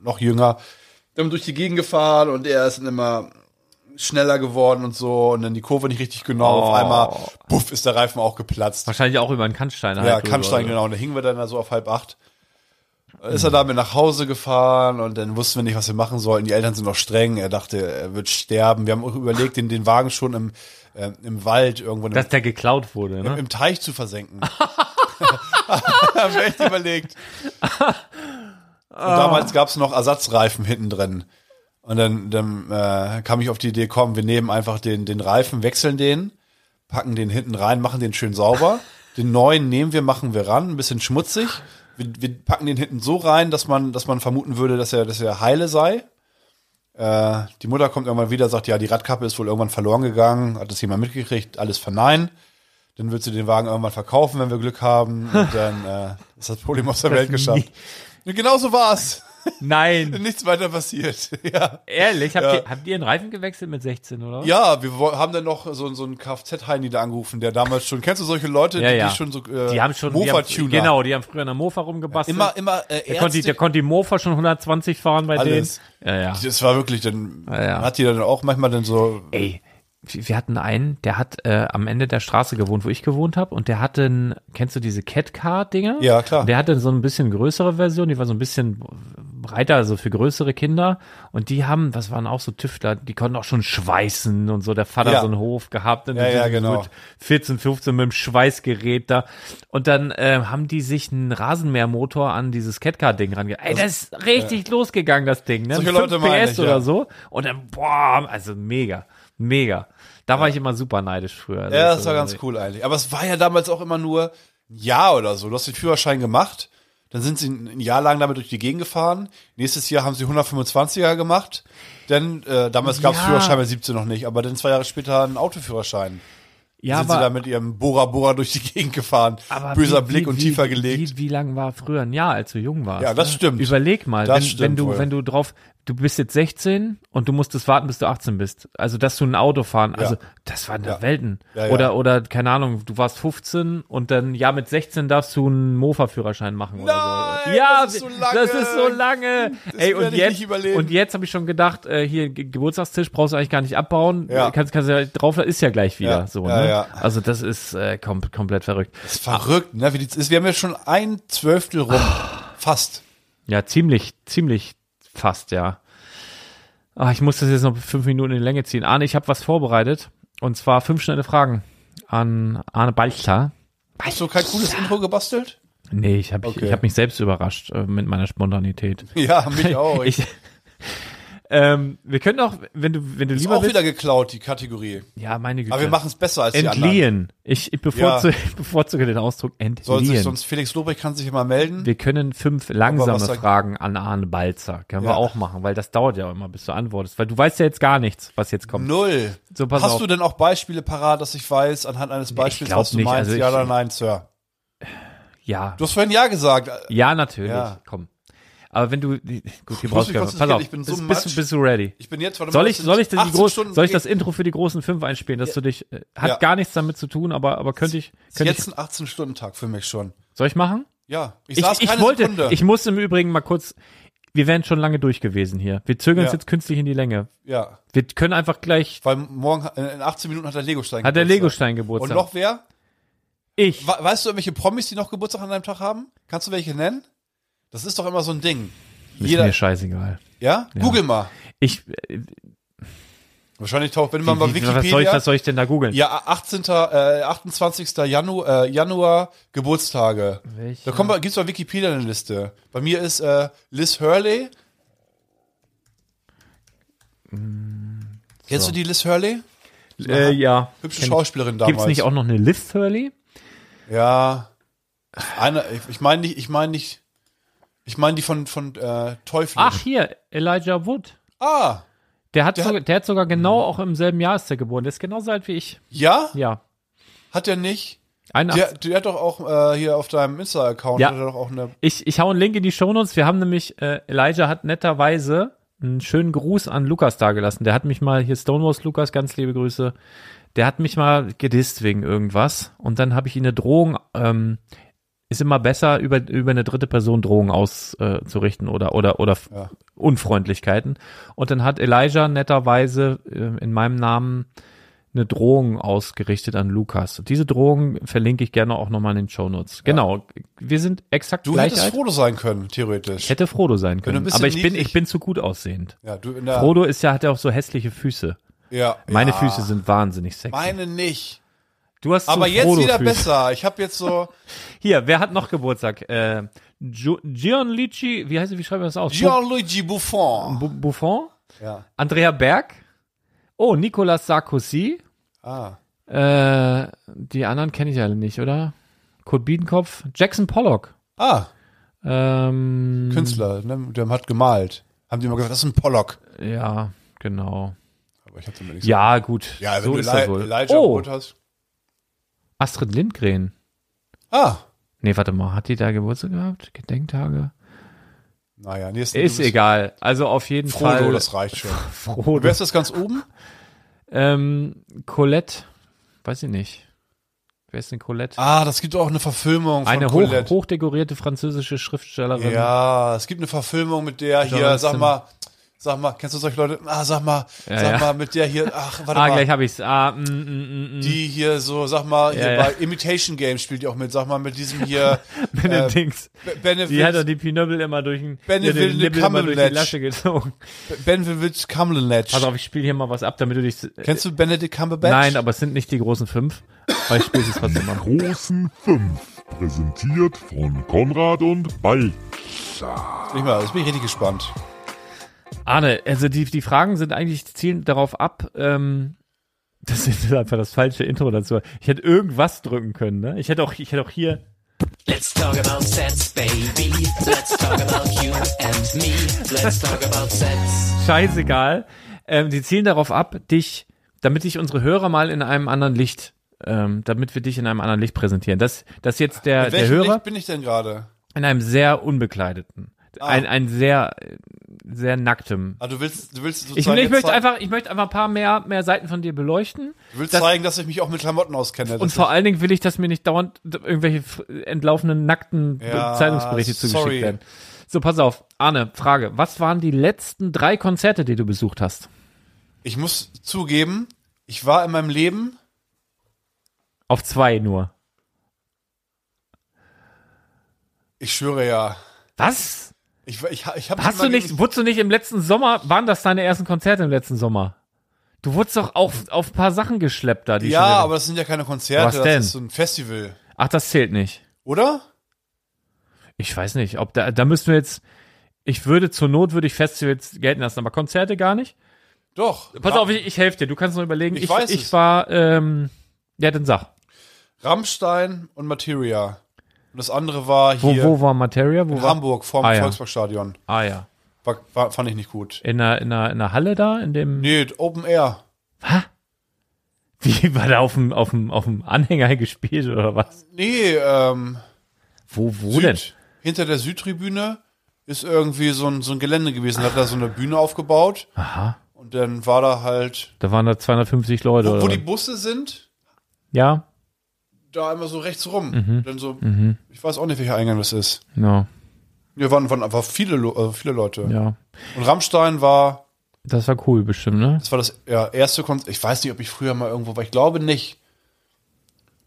Speaker 3: noch jünger, dann durch die Gegend gefahren und er ist dann immer schneller geworden und so und dann die Kurve nicht richtig genau.
Speaker 2: Oh.
Speaker 3: Auf einmal, puff, ist der Reifen auch geplatzt.
Speaker 2: Wahrscheinlich auch über einen halt Kannstein.
Speaker 3: Ja, Kampfstein, genau. Und da hingen wir dann da so auf halb acht. Dann Ist er damit nach Hause gefahren und dann wussten wir nicht, was wir machen sollten. Die Eltern sind noch streng. Er dachte, er wird sterben. Wir haben auch überlegt, den, den Wagen schon im, äh, im Wald irgendwo im,
Speaker 2: Dass der geklaut wurde, ne?
Speaker 3: im Teich zu versenken. haben wir echt überlegt. Und damals gab's noch Ersatzreifen hinten drin. Und dann, dann äh, kam ich auf die Idee, komm, wir nehmen einfach den, den Reifen, wechseln den, packen den hinten rein, machen den schön sauber. Den neuen nehmen wir, machen wir ran, ein bisschen schmutzig. Wir, wir packen den hinten so rein, dass man, dass man vermuten würde, dass er, dass er heile sei. Äh, die Mutter kommt irgendwann wieder, sagt, ja, die Radkappe ist wohl irgendwann verloren gegangen, hat das jemand mitgekriegt, alles verneinen. Dann wird sie den Wagen irgendwann verkaufen, wenn wir Glück haben. Und dann äh, ist das Problem aus der Welt geschafft. Und genau so war's.
Speaker 2: Nein,
Speaker 3: Nichts weiter passiert. ja.
Speaker 2: ehrlich, habt,
Speaker 3: Ja.
Speaker 2: ihr, habt ihr einen Reifen gewechselt mit 16, oder?
Speaker 3: ja, wir wo- haben dann noch so, so einen Kfz-Heini da angerufen, der damals schon, kennst du solche Leute,
Speaker 2: Ja,
Speaker 3: die,
Speaker 2: ja.
Speaker 3: die schon so äh,
Speaker 2: Die haben schon, die haben,
Speaker 3: Mofa-Tuner.
Speaker 2: genau, die haben früher an der Mofa rumgebastelt.
Speaker 3: Immer, immer äh,
Speaker 2: der, konnte, die- der
Speaker 3: Ärzte-
Speaker 2: konnte die Mofa schon 120 fahren bei
Speaker 3: Alles.
Speaker 2: denen. Ja, ja.
Speaker 3: Das war wirklich, dann
Speaker 2: Ja, ja.
Speaker 3: hat die dann auch manchmal dann so,
Speaker 2: Ey, wir wir hatten einen, der hat äh, am Ende der Straße gewohnt, wo ich gewohnt habe, und der hatte, ein, kennst du diese Cat-Car-Dinger?
Speaker 3: Ja, klar.
Speaker 2: Und der hatte so ein bisschen größere Version, die war so ein bisschen breiter, also für größere Kinder. Und die haben, was waren auch so Tüftler, die konnten auch schon schweißen und so. Der Vater
Speaker 3: Ja.
Speaker 2: so einen Hof gehabt. Und
Speaker 3: Ja,
Speaker 2: die sind
Speaker 3: ja,
Speaker 2: so
Speaker 3: genau.
Speaker 2: mit 14, 15 mit dem Schweißgerät da. Und dann äh, haben die sich einen Rasenmähermotor an dieses Cat-Car-Ding range. Ey, das ist richtig losgegangen, das Ding, ne?
Speaker 3: Solche
Speaker 2: 5
Speaker 3: Leute meine
Speaker 2: PS
Speaker 3: ich,
Speaker 2: oder
Speaker 3: ja.
Speaker 2: so. Und dann, boah, also mega, mega. Da war ich immer super neidisch früher. Also
Speaker 3: ja, das war
Speaker 2: so-
Speaker 3: ganz cool eigentlich. Aber es war ja damals auch immer nur ein Jahr oder so. Du hast den Führerschein gemacht, dann sind sie ein ein Jahr lang damit durch die Gegend gefahren. Nächstes Jahr haben sie 125er gemacht. Dann, äh, damals gab es
Speaker 2: Ja.
Speaker 3: Führerschein bei 17 noch nicht, aber dann zwei Jahre später einen Autoführerschein.
Speaker 2: Ja,
Speaker 3: sind sie da mit ihrem Bora Bora durch die Gegend gefahren.
Speaker 2: aber
Speaker 3: Böser
Speaker 2: wie-
Speaker 3: Blick
Speaker 2: wie-
Speaker 3: und
Speaker 2: wie-
Speaker 3: tiefer
Speaker 2: Wie,
Speaker 3: gelegt.
Speaker 2: wie lang war früher ein Jahr, als du jung warst?
Speaker 3: Ja, das
Speaker 2: ne?
Speaker 3: stimmt.
Speaker 2: Überleg mal,
Speaker 3: Das
Speaker 2: wenn, wenn
Speaker 3: stimmt
Speaker 2: du,
Speaker 3: wohl.
Speaker 2: wenn du drauf, du bist jetzt 16 und du musstest warten, bis du 18 bist. Also, dass du ein Auto fahren, also, das waren ja.
Speaker 3: Ja.
Speaker 2: Welten.
Speaker 3: Ja, ja.
Speaker 2: Oder, oder, keine Ahnung, du warst 15 und dann, ja, mit 16 darfst du einen Mofa-Führerschein machen oder so.
Speaker 3: Nein,
Speaker 2: Ja,
Speaker 3: das ist so lange.
Speaker 2: das ist so lange. Ey, und
Speaker 3: werd ich
Speaker 2: jetzt,
Speaker 3: nicht überleben.
Speaker 2: und jetzt habe ich schon gedacht, äh, hier, Ge- Geburtstagstisch brauchst du eigentlich gar nicht abbauen.
Speaker 3: Ja.
Speaker 2: Kannst, kannst ja drauf, ist ja gleich wieder,
Speaker 3: Ja,
Speaker 2: so,
Speaker 3: ja,
Speaker 2: ne?
Speaker 3: ja.
Speaker 2: Also, das ist, äh, kom komplett verrückt.
Speaker 3: Das ist verrückt, ne? Wie die, ist- wir haben ja schon ein Zwölftel rum. Fast.
Speaker 2: Ja, ziemlich, ziemlich fast, ja. Ah, ich muss das jetzt noch fünf Minuten in die Länge ziehen. Arne, ich habe was vorbereitet. Und zwar fünf schnelle Fragen an Arne Balchler.
Speaker 3: Hast du kein cooles Intro gebastelt?
Speaker 2: Nee, ich habe
Speaker 3: Okay.
Speaker 2: ich hab mich selbst überrascht äh, mit meiner Spontanität.
Speaker 3: Ja, mich auch. Ich,
Speaker 2: Ich, ähm, wir können auch, wenn du, wenn du
Speaker 3: ist
Speaker 2: lieber
Speaker 3: auch
Speaker 2: bist,
Speaker 3: wieder geklaut, die Kategorie.
Speaker 2: ja, meine Güte.
Speaker 3: Aber wir machen es besser als die anderen.
Speaker 2: entliehen. Ich, ich, bevorzuge, ich bevorzuge den Ausdruck
Speaker 3: Soll sich
Speaker 2: entliehen.
Speaker 3: sonst Felix Lobrecht kann sich mal melden.
Speaker 2: Wir können fünf langsame
Speaker 3: was sagt-
Speaker 2: Fragen an Arne Balzer. Können wir
Speaker 3: Ja.
Speaker 2: auch machen, weil das dauert ja immer, bis du antwortest. Weil du weißt ja jetzt gar nichts, was jetzt kommt.
Speaker 3: Null.
Speaker 2: So, pass
Speaker 3: Hast
Speaker 2: auf.
Speaker 3: du denn auch Beispiele parat, dass ich weiß, anhand eines Beispiels,
Speaker 2: glaub
Speaker 3: was du
Speaker 2: nicht,
Speaker 3: meinst?
Speaker 2: also ich-
Speaker 3: ja oder nein, Sir?
Speaker 2: Ja.
Speaker 3: Du hast vorhin Ja gesagt.
Speaker 2: Ja, natürlich.
Speaker 3: Ja.
Speaker 2: Komm. Aber wenn du. Gut, hier
Speaker 3: mich
Speaker 2: brauchst du keine- Pass
Speaker 3: konzentrieren,
Speaker 2: auf,
Speaker 3: ich bin so
Speaker 2: bist, bist, du,
Speaker 3: matsch.
Speaker 2: bist du ready?
Speaker 3: Ich bin jetzt, warte
Speaker 2: Soll
Speaker 3: mal,
Speaker 2: ich,
Speaker 3: das sind
Speaker 2: soll ich, denn die
Speaker 3: 18
Speaker 2: groß,
Speaker 3: Stunden
Speaker 2: soll ich das
Speaker 3: geht-
Speaker 2: Intro für die großen fünf einspielen, dass du dich. Äh, hat
Speaker 3: Ja.
Speaker 2: gar nichts damit zu tun, aber, aber könnte ich. Könnte
Speaker 3: Jetzt
Speaker 2: ich
Speaker 3: ein 18-Stunden-Tag für mich schon.
Speaker 2: soll ich machen?
Speaker 3: Ja, ich,
Speaker 2: Ich,
Speaker 3: saß
Speaker 2: ich
Speaker 3: keine
Speaker 2: wollte.
Speaker 3: Sekunde.
Speaker 2: Ich muss im Übrigen mal kurz. Wir wären schon lange durch gewesen hier. Wir zögern es
Speaker 3: Ja.
Speaker 2: jetzt künstlich in die Länge.
Speaker 3: ja,
Speaker 2: Wir können einfach gleich.
Speaker 3: weil morgen äh, in 18 Minuten hat der Legostein
Speaker 2: Hat der
Speaker 3: Geburtstag.
Speaker 2: Legostein
Speaker 3: Und
Speaker 2: Geburtstag?
Speaker 3: noch wer?
Speaker 2: ich.
Speaker 3: We- Weißt du irgendwelche Promis, die noch Geburtstag an einem Tag haben? Kannst du welche nennen? Das ist doch immer so ein Ding.
Speaker 2: Ist
Speaker 3: Jeder,
Speaker 2: mir scheißegal.
Speaker 3: ja? Google mal.
Speaker 2: Ich. Äh,
Speaker 3: Wahrscheinlich taucht, wenn man mal
Speaker 2: wie,
Speaker 3: Wikipedia.
Speaker 2: was, soll ich, was soll ich denn da googeln?
Speaker 3: Ja, 18. Äh, 28. Januar, äh, Januar Geburtstage.
Speaker 2: Welche?
Speaker 3: Da kommen wir, gibt's bei Wikipedia eine Liste. Bei mir ist äh, Liz Hurley.
Speaker 2: Mm,
Speaker 3: Kennst du die Liz Hurley?
Speaker 2: Äh, ja.
Speaker 3: Hübsche
Speaker 2: Kenn ich.
Speaker 3: Schauspielerin damals.
Speaker 2: Gibt's nicht auch noch eine Liz Hurley?
Speaker 3: Ja. Eine, ich ich meine nicht, ich meine nicht, ich meine die von von äh, Teufel.
Speaker 2: Ach, hier, Elijah Wood.
Speaker 3: Ah,
Speaker 2: Der hat,
Speaker 3: Der
Speaker 2: sogar, der hat sogar genau auch im selben Jahr ist der geboren. Der ist genauso alt wie ich.
Speaker 3: ja?
Speaker 2: Ja.
Speaker 3: Hat er nicht? Der,
Speaker 2: 81.
Speaker 3: der hat doch auch äh, hier auf deinem Insta-Account
Speaker 2: Ja.
Speaker 3: hat er doch auch eine.
Speaker 2: Ich, ich hau einen Link in die Shownotes. Wir haben nämlich, äh, Elijah hat netterweise einen schönen Gruß an Lukas dagelassen. Der hat mich mal, hier Stonewalls Lukas, ganz liebe Grüße. Der hat mich mal gedisst wegen irgendwas. Und dann habe ich ihm eine Drohung ähm, ist immer besser, über, über eine dritte Person Drohungen auszurichten oder, oder, oder f-
Speaker 3: Ja.
Speaker 2: Unfreundlichkeiten. Und dann hat Elijah netterweise äh, in meinem Namen eine Drohung ausgerichtet an Lukas. Diese Drohung verlinke ich gerne auch nochmal in den Shownotes. Genau. Wir sind exakt
Speaker 3: Du
Speaker 2: gleich
Speaker 3: hättest
Speaker 2: alt.
Speaker 3: Frodo sein können, theoretisch.
Speaker 2: Ich hätte Frodo sein
Speaker 3: du ein
Speaker 2: können.
Speaker 3: bisschen
Speaker 2: Aber ich bin,
Speaker 3: niedlich-
Speaker 2: ich bin zu gut aussehend.
Speaker 3: ja, du in der,
Speaker 2: Frodo ist ja, hat ja auch so hässliche Füße.
Speaker 3: ja,
Speaker 2: Meine
Speaker 3: ja.
Speaker 2: Füße sind wahnsinnig sexy.
Speaker 3: Meine nicht.
Speaker 2: du hast so
Speaker 3: Aber jetzt
Speaker 2: Frodo
Speaker 3: wieder
Speaker 2: Füße.
Speaker 3: besser. Ich habe jetzt so
Speaker 2: Hier, wer hat noch Geburtstag? Äh, Gio- Gianluigi, wie heißt wie schreiben wir das aus?
Speaker 3: Gianluigi Buffon.
Speaker 2: Bu- Bu- Buffon?
Speaker 3: Ja.
Speaker 2: Andrea Berg? Oh, Nicolas Sarkozy?
Speaker 3: Ah.
Speaker 2: Äh, die anderen kenne ich alle nicht, oder? Kurt Biedenkopf? Jackson Pollock?
Speaker 3: Ah,
Speaker 2: Ähm,
Speaker 3: Künstler, ne? der hat gemalt. Haben die immer gesagt, das ist ein Pollock.
Speaker 2: ja, genau.
Speaker 3: Aber ich hab's immer nicht gesagt.
Speaker 2: Ja, gut.
Speaker 3: Ja, wenn
Speaker 2: so
Speaker 3: du
Speaker 2: ist
Speaker 3: Eli
Speaker 2: das wohl.
Speaker 3: Elijah
Speaker 2: Oh,
Speaker 3: Wood hast.
Speaker 2: Astrid Lindgren.
Speaker 3: Ah,
Speaker 2: Nee, warte mal, hat die da Geburtstag gehabt? Gedenktage?
Speaker 3: naja, nee, du
Speaker 2: Ist
Speaker 3: bist
Speaker 2: egal. Also auf jeden
Speaker 3: Frodo,
Speaker 2: Fall.
Speaker 3: das reicht schon.
Speaker 2: Frodo.
Speaker 3: Wer ist das ganz oben?
Speaker 2: Ähm, Colette, weiß ich nicht. Wer ist denn Colette?
Speaker 3: Ah, das gibt auch eine Verfilmung von
Speaker 2: Eine hoch,
Speaker 3: Colette.
Speaker 2: hochdekorierte französische Schriftstellerin.
Speaker 3: ja, es gibt eine Verfilmung mit der hier,
Speaker 2: Jonathan.
Speaker 3: sag mal, sag mal, kennst du solche Leute? Ah, sag mal,
Speaker 2: Ja,
Speaker 3: sag
Speaker 2: ja.
Speaker 3: mal, mit der hier, ach, warte
Speaker 2: ah,
Speaker 3: mal.
Speaker 2: gleich habe ich's. Ah, mm, mm, mm, mm.
Speaker 3: Die hier so, sag mal, hier
Speaker 2: Ja, ja.
Speaker 3: bei Imitation Game spielt die auch mit, sag mal, mit diesem hier
Speaker 2: Mit den
Speaker 3: äh,
Speaker 2: Dings.
Speaker 3: Be- Benefit,
Speaker 2: Die hat doch die Pinöbel immer durch den,
Speaker 3: Ben
Speaker 2: ja,
Speaker 3: will
Speaker 2: den
Speaker 3: ne
Speaker 2: Nippel immer durch die
Speaker 3: Cumberbatch.
Speaker 2: Lasche gezogen.
Speaker 3: Benedict Cumberbatch.
Speaker 2: Pass auf, ich spiele hier mal was ab, damit du dich.
Speaker 3: Kennst du Benedict Cumberbatch?
Speaker 2: Nein, aber es sind nicht die großen fünf. Aber ich spiele es trotzdem mal.
Speaker 4: großen Fünf. Präsentiert von Konrad und Ball.
Speaker 3: Nicht mal, jetzt bin ich richtig
Speaker 2: Äh,
Speaker 3: gespannt.
Speaker 2: Arne, also die, die Fragen sind eigentlich zielen darauf ab, ähm, das ist einfach das falsche Intro dazu. Ich hätte irgendwas drücken können, ne? Ich hätte auch, ich hätte auch hier.
Speaker 5: Let's talk about sex, baby. Let's talk about you and me. Let's talk about sex.
Speaker 2: scheißegal. Ähm, die zielen darauf ab, dich, damit dich unsere Hörer mal in einem anderen Licht, ähm, damit wir dich in einem anderen Licht präsentieren. Das, das jetzt der,
Speaker 3: Mit
Speaker 2: der
Speaker 3: welchem
Speaker 2: Hörer
Speaker 3: Licht bin Ah. ich denn gerade?
Speaker 2: in einem sehr unbekleideten, ein, ein sehr, äh, sehr nacktem.
Speaker 3: Ah, du willst, du willst sozusagen
Speaker 2: Ich, ich
Speaker 3: jetzt
Speaker 2: möchte
Speaker 3: zei-
Speaker 2: einfach, ich möchte einfach ein paar mehr, mehr Seiten von dir beleuchten.
Speaker 3: du willst
Speaker 2: das-
Speaker 3: zeigen, dass ich mich auch mit Klamotten auskenne.
Speaker 2: Und vor allen Dingen will ich, dass mir nicht dauernd d- irgendwelche f- entlaufenden, nackten Be-
Speaker 3: Ja,
Speaker 2: Zeitungsberichte zugeschickt
Speaker 3: sorry.
Speaker 2: werden. So, pass auf. Arne, Frage. Was waren die letzten drei Konzerte, die du besucht hast?
Speaker 3: ich muss zugeben, ich war in meinem Leben,
Speaker 2: Auf zwei nur.
Speaker 3: ich schwöre ja,
Speaker 2: Was?
Speaker 3: ich, ich, ich habe
Speaker 2: Hast du nicht, wurdest du nicht im letzten Sommer, waren das deine ersten Konzerte im letzten Sommer? Du wurdest doch auf, auf ein paar Sachen geschleppt da. Die
Speaker 3: Ja,
Speaker 2: schon wieder-
Speaker 3: aber das sind ja keine Konzerte,
Speaker 2: Was
Speaker 3: das
Speaker 2: denn?
Speaker 3: ist so ein Festival,
Speaker 2: Ach, das zählt nicht.
Speaker 3: oder?
Speaker 2: Ich weiß nicht, ob da, da müssen wir jetzt, ich würde zur Not, würde ich Festivals gelten lassen, aber Konzerte gar nicht.
Speaker 3: Doch.
Speaker 2: Pass
Speaker 3: Ra-
Speaker 2: auf, ich, ich helfe dir, du kannst noch überlegen.
Speaker 3: Ich weiß
Speaker 2: Ich
Speaker 3: es.
Speaker 2: war, ähm, ja, dann sag.
Speaker 3: Rammstein und Materia. Und das andere war
Speaker 2: Wo,
Speaker 3: hier
Speaker 2: wo war Materia? Wo
Speaker 3: in
Speaker 2: war?
Speaker 3: Hamburg vorm
Speaker 2: Ah, ja.
Speaker 3: Volksparkstadion.
Speaker 2: Ah, ja.
Speaker 3: War, war, fand ich nicht gut.
Speaker 2: In der, in der, in der Halle da, in dem,
Speaker 3: Nee, Open Air.
Speaker 2: wie war da auf dem, auf dem, auf dem Anhänger gespielt oder was?
Speaker 3: Nee, ähm,
Speaker 2: Wo, wo
Speaker 3: Süd,
Speaker 2: denn?
Speaker 3: hinter der Südtribüne ist irgendwie so ein, so ein Gelände gewesen. Hat da so eine Bühne aufgebaut. Aha. Und dann war da halt,
Speaker 2: Da waren da 250 Leute
Speaker 3: wo,
Speaker 2: oder
Speaker 3: wo die
Speaker 2: was?
Speaker 3: Busse sind,
Speaker 2: Ja,
Speaker 3: da immer so rechts rum.
Speaker 2: Mhm.
Speaker 3: Dann so, ich weiß auch nicht, welcher Eingang das ist.
Speaker 2: no,
Speaker 3: Ja, waren, waren einfach viele, Lo- also viele Leute.
Speaker 2: ja.
Speaker 3: Und Rammstein war,
Speaker 2: Das war cool bestimmt, ne?
Speaker 3: das war das ja, erste Konzert. Ich weiß nicht, ob ich früher mal irgendwo war. Ich glaube nicht.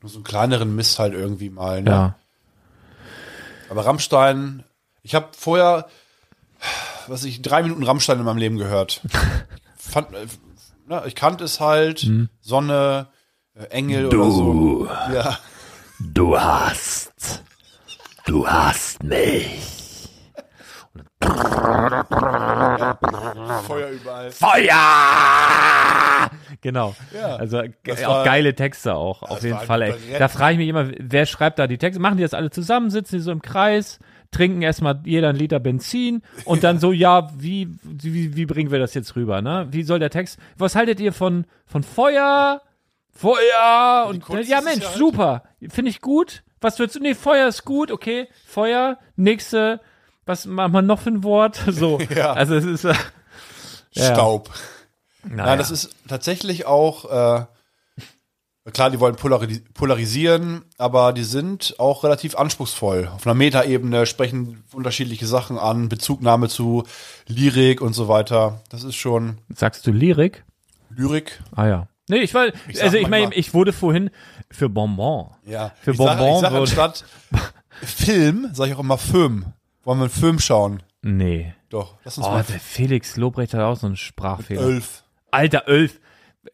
Speaker 3: Nur so einen kleineren Mist halt irgendwie mal. Ne?
Speaker 2: Ja.
Speaker 3: Aber Rammstein, ich habe vorher, was ich, drei Minuten Rammstein in meinem Leben gehört. Fand, äh, na, ich kannte es halt, Sonne, äh, Engel oder so. Ja.
Speaker 2: Du hast. Du hast mich.
Speaker 3: Feuer überall.
Speaker 2: Feuer! Oh Genau.
Speaker 3: Ja,
Speaker 2: also ge-
Speaker 3: das
Speaker 2: auch
Speaker 3: war-
Speaker 2: geile Texte auch, auf
Speaker 3: das
Speaker 2: jeden
Speaker 3: war ein
Speaker 2: Fall. Ey.
Speaker 3: Brett.
Speaker 2: Da frage ich mich immer, wer schreibt da die Texte? Machen die das alle zusammen? Sitzen die so im Kreis? Trinken erstmal jeder einen Liter Benzin und dann so, ja, wie, wie, wie bringen wir das jetzt rüber, ne? Wie soll der Text, was haltet ihr von, von Feuer? Feuer! Und,
Speaker 3: Kunst
Speaker 2: ja,
Speaker 3: ist es
Speaker 2: Mensch,
Speaker 3: ja halt.
Speaker 2: super. Finde ich gut. Was würdest du, nee, Feuer ist gut, okay. Feuer, nächste, was macht man noch für ein Wort? So.
Speaker 3: Ja.
Speaker 2: Also, es ist, äh,
Speaker 3: Staub.
Speaker 2: naja.
Speaker 3: Nein, das ist tatsächlich auch äh, Klar, die wollen polari polarisieren, aber die sind auch relativ anspruchsvoll. Auf einer Metaebene sprechen unterschiedliche Sachen an, Bezugnahme zu Lyrik und so weiter. Das ist schon
Speaker 2: Sagst du Lyrik?
Speaker 3: Lyrik.
Speaker 2: Ah ja. Nee, ich war,
Speaker 3: sag
Speaker 2: also ich meine,
Speaker 3: manchmal-
Speaker 2: ich wurde vorhin für Bonbon.
Speaker 3: Ja.
Speaker 2: Für
Speaker 3: ich
Speaker 2: Bonbon
Speaker 3: sag, ich sag
Speaker 2: wird-
Speaker 3: anstatt Film, sage ich auch immer Film. Wollen wir einen Film schauen?
Speaker 2: Nee.
Speaker 3: Doch, lass uns
Speaker 2: Oh,
Speaker 3: mal
Speaker 2: der Felix Lobrecht hat auch so einen Sprachfehler.
Speaker 3: elf.
Speaker 2: Alter, elf.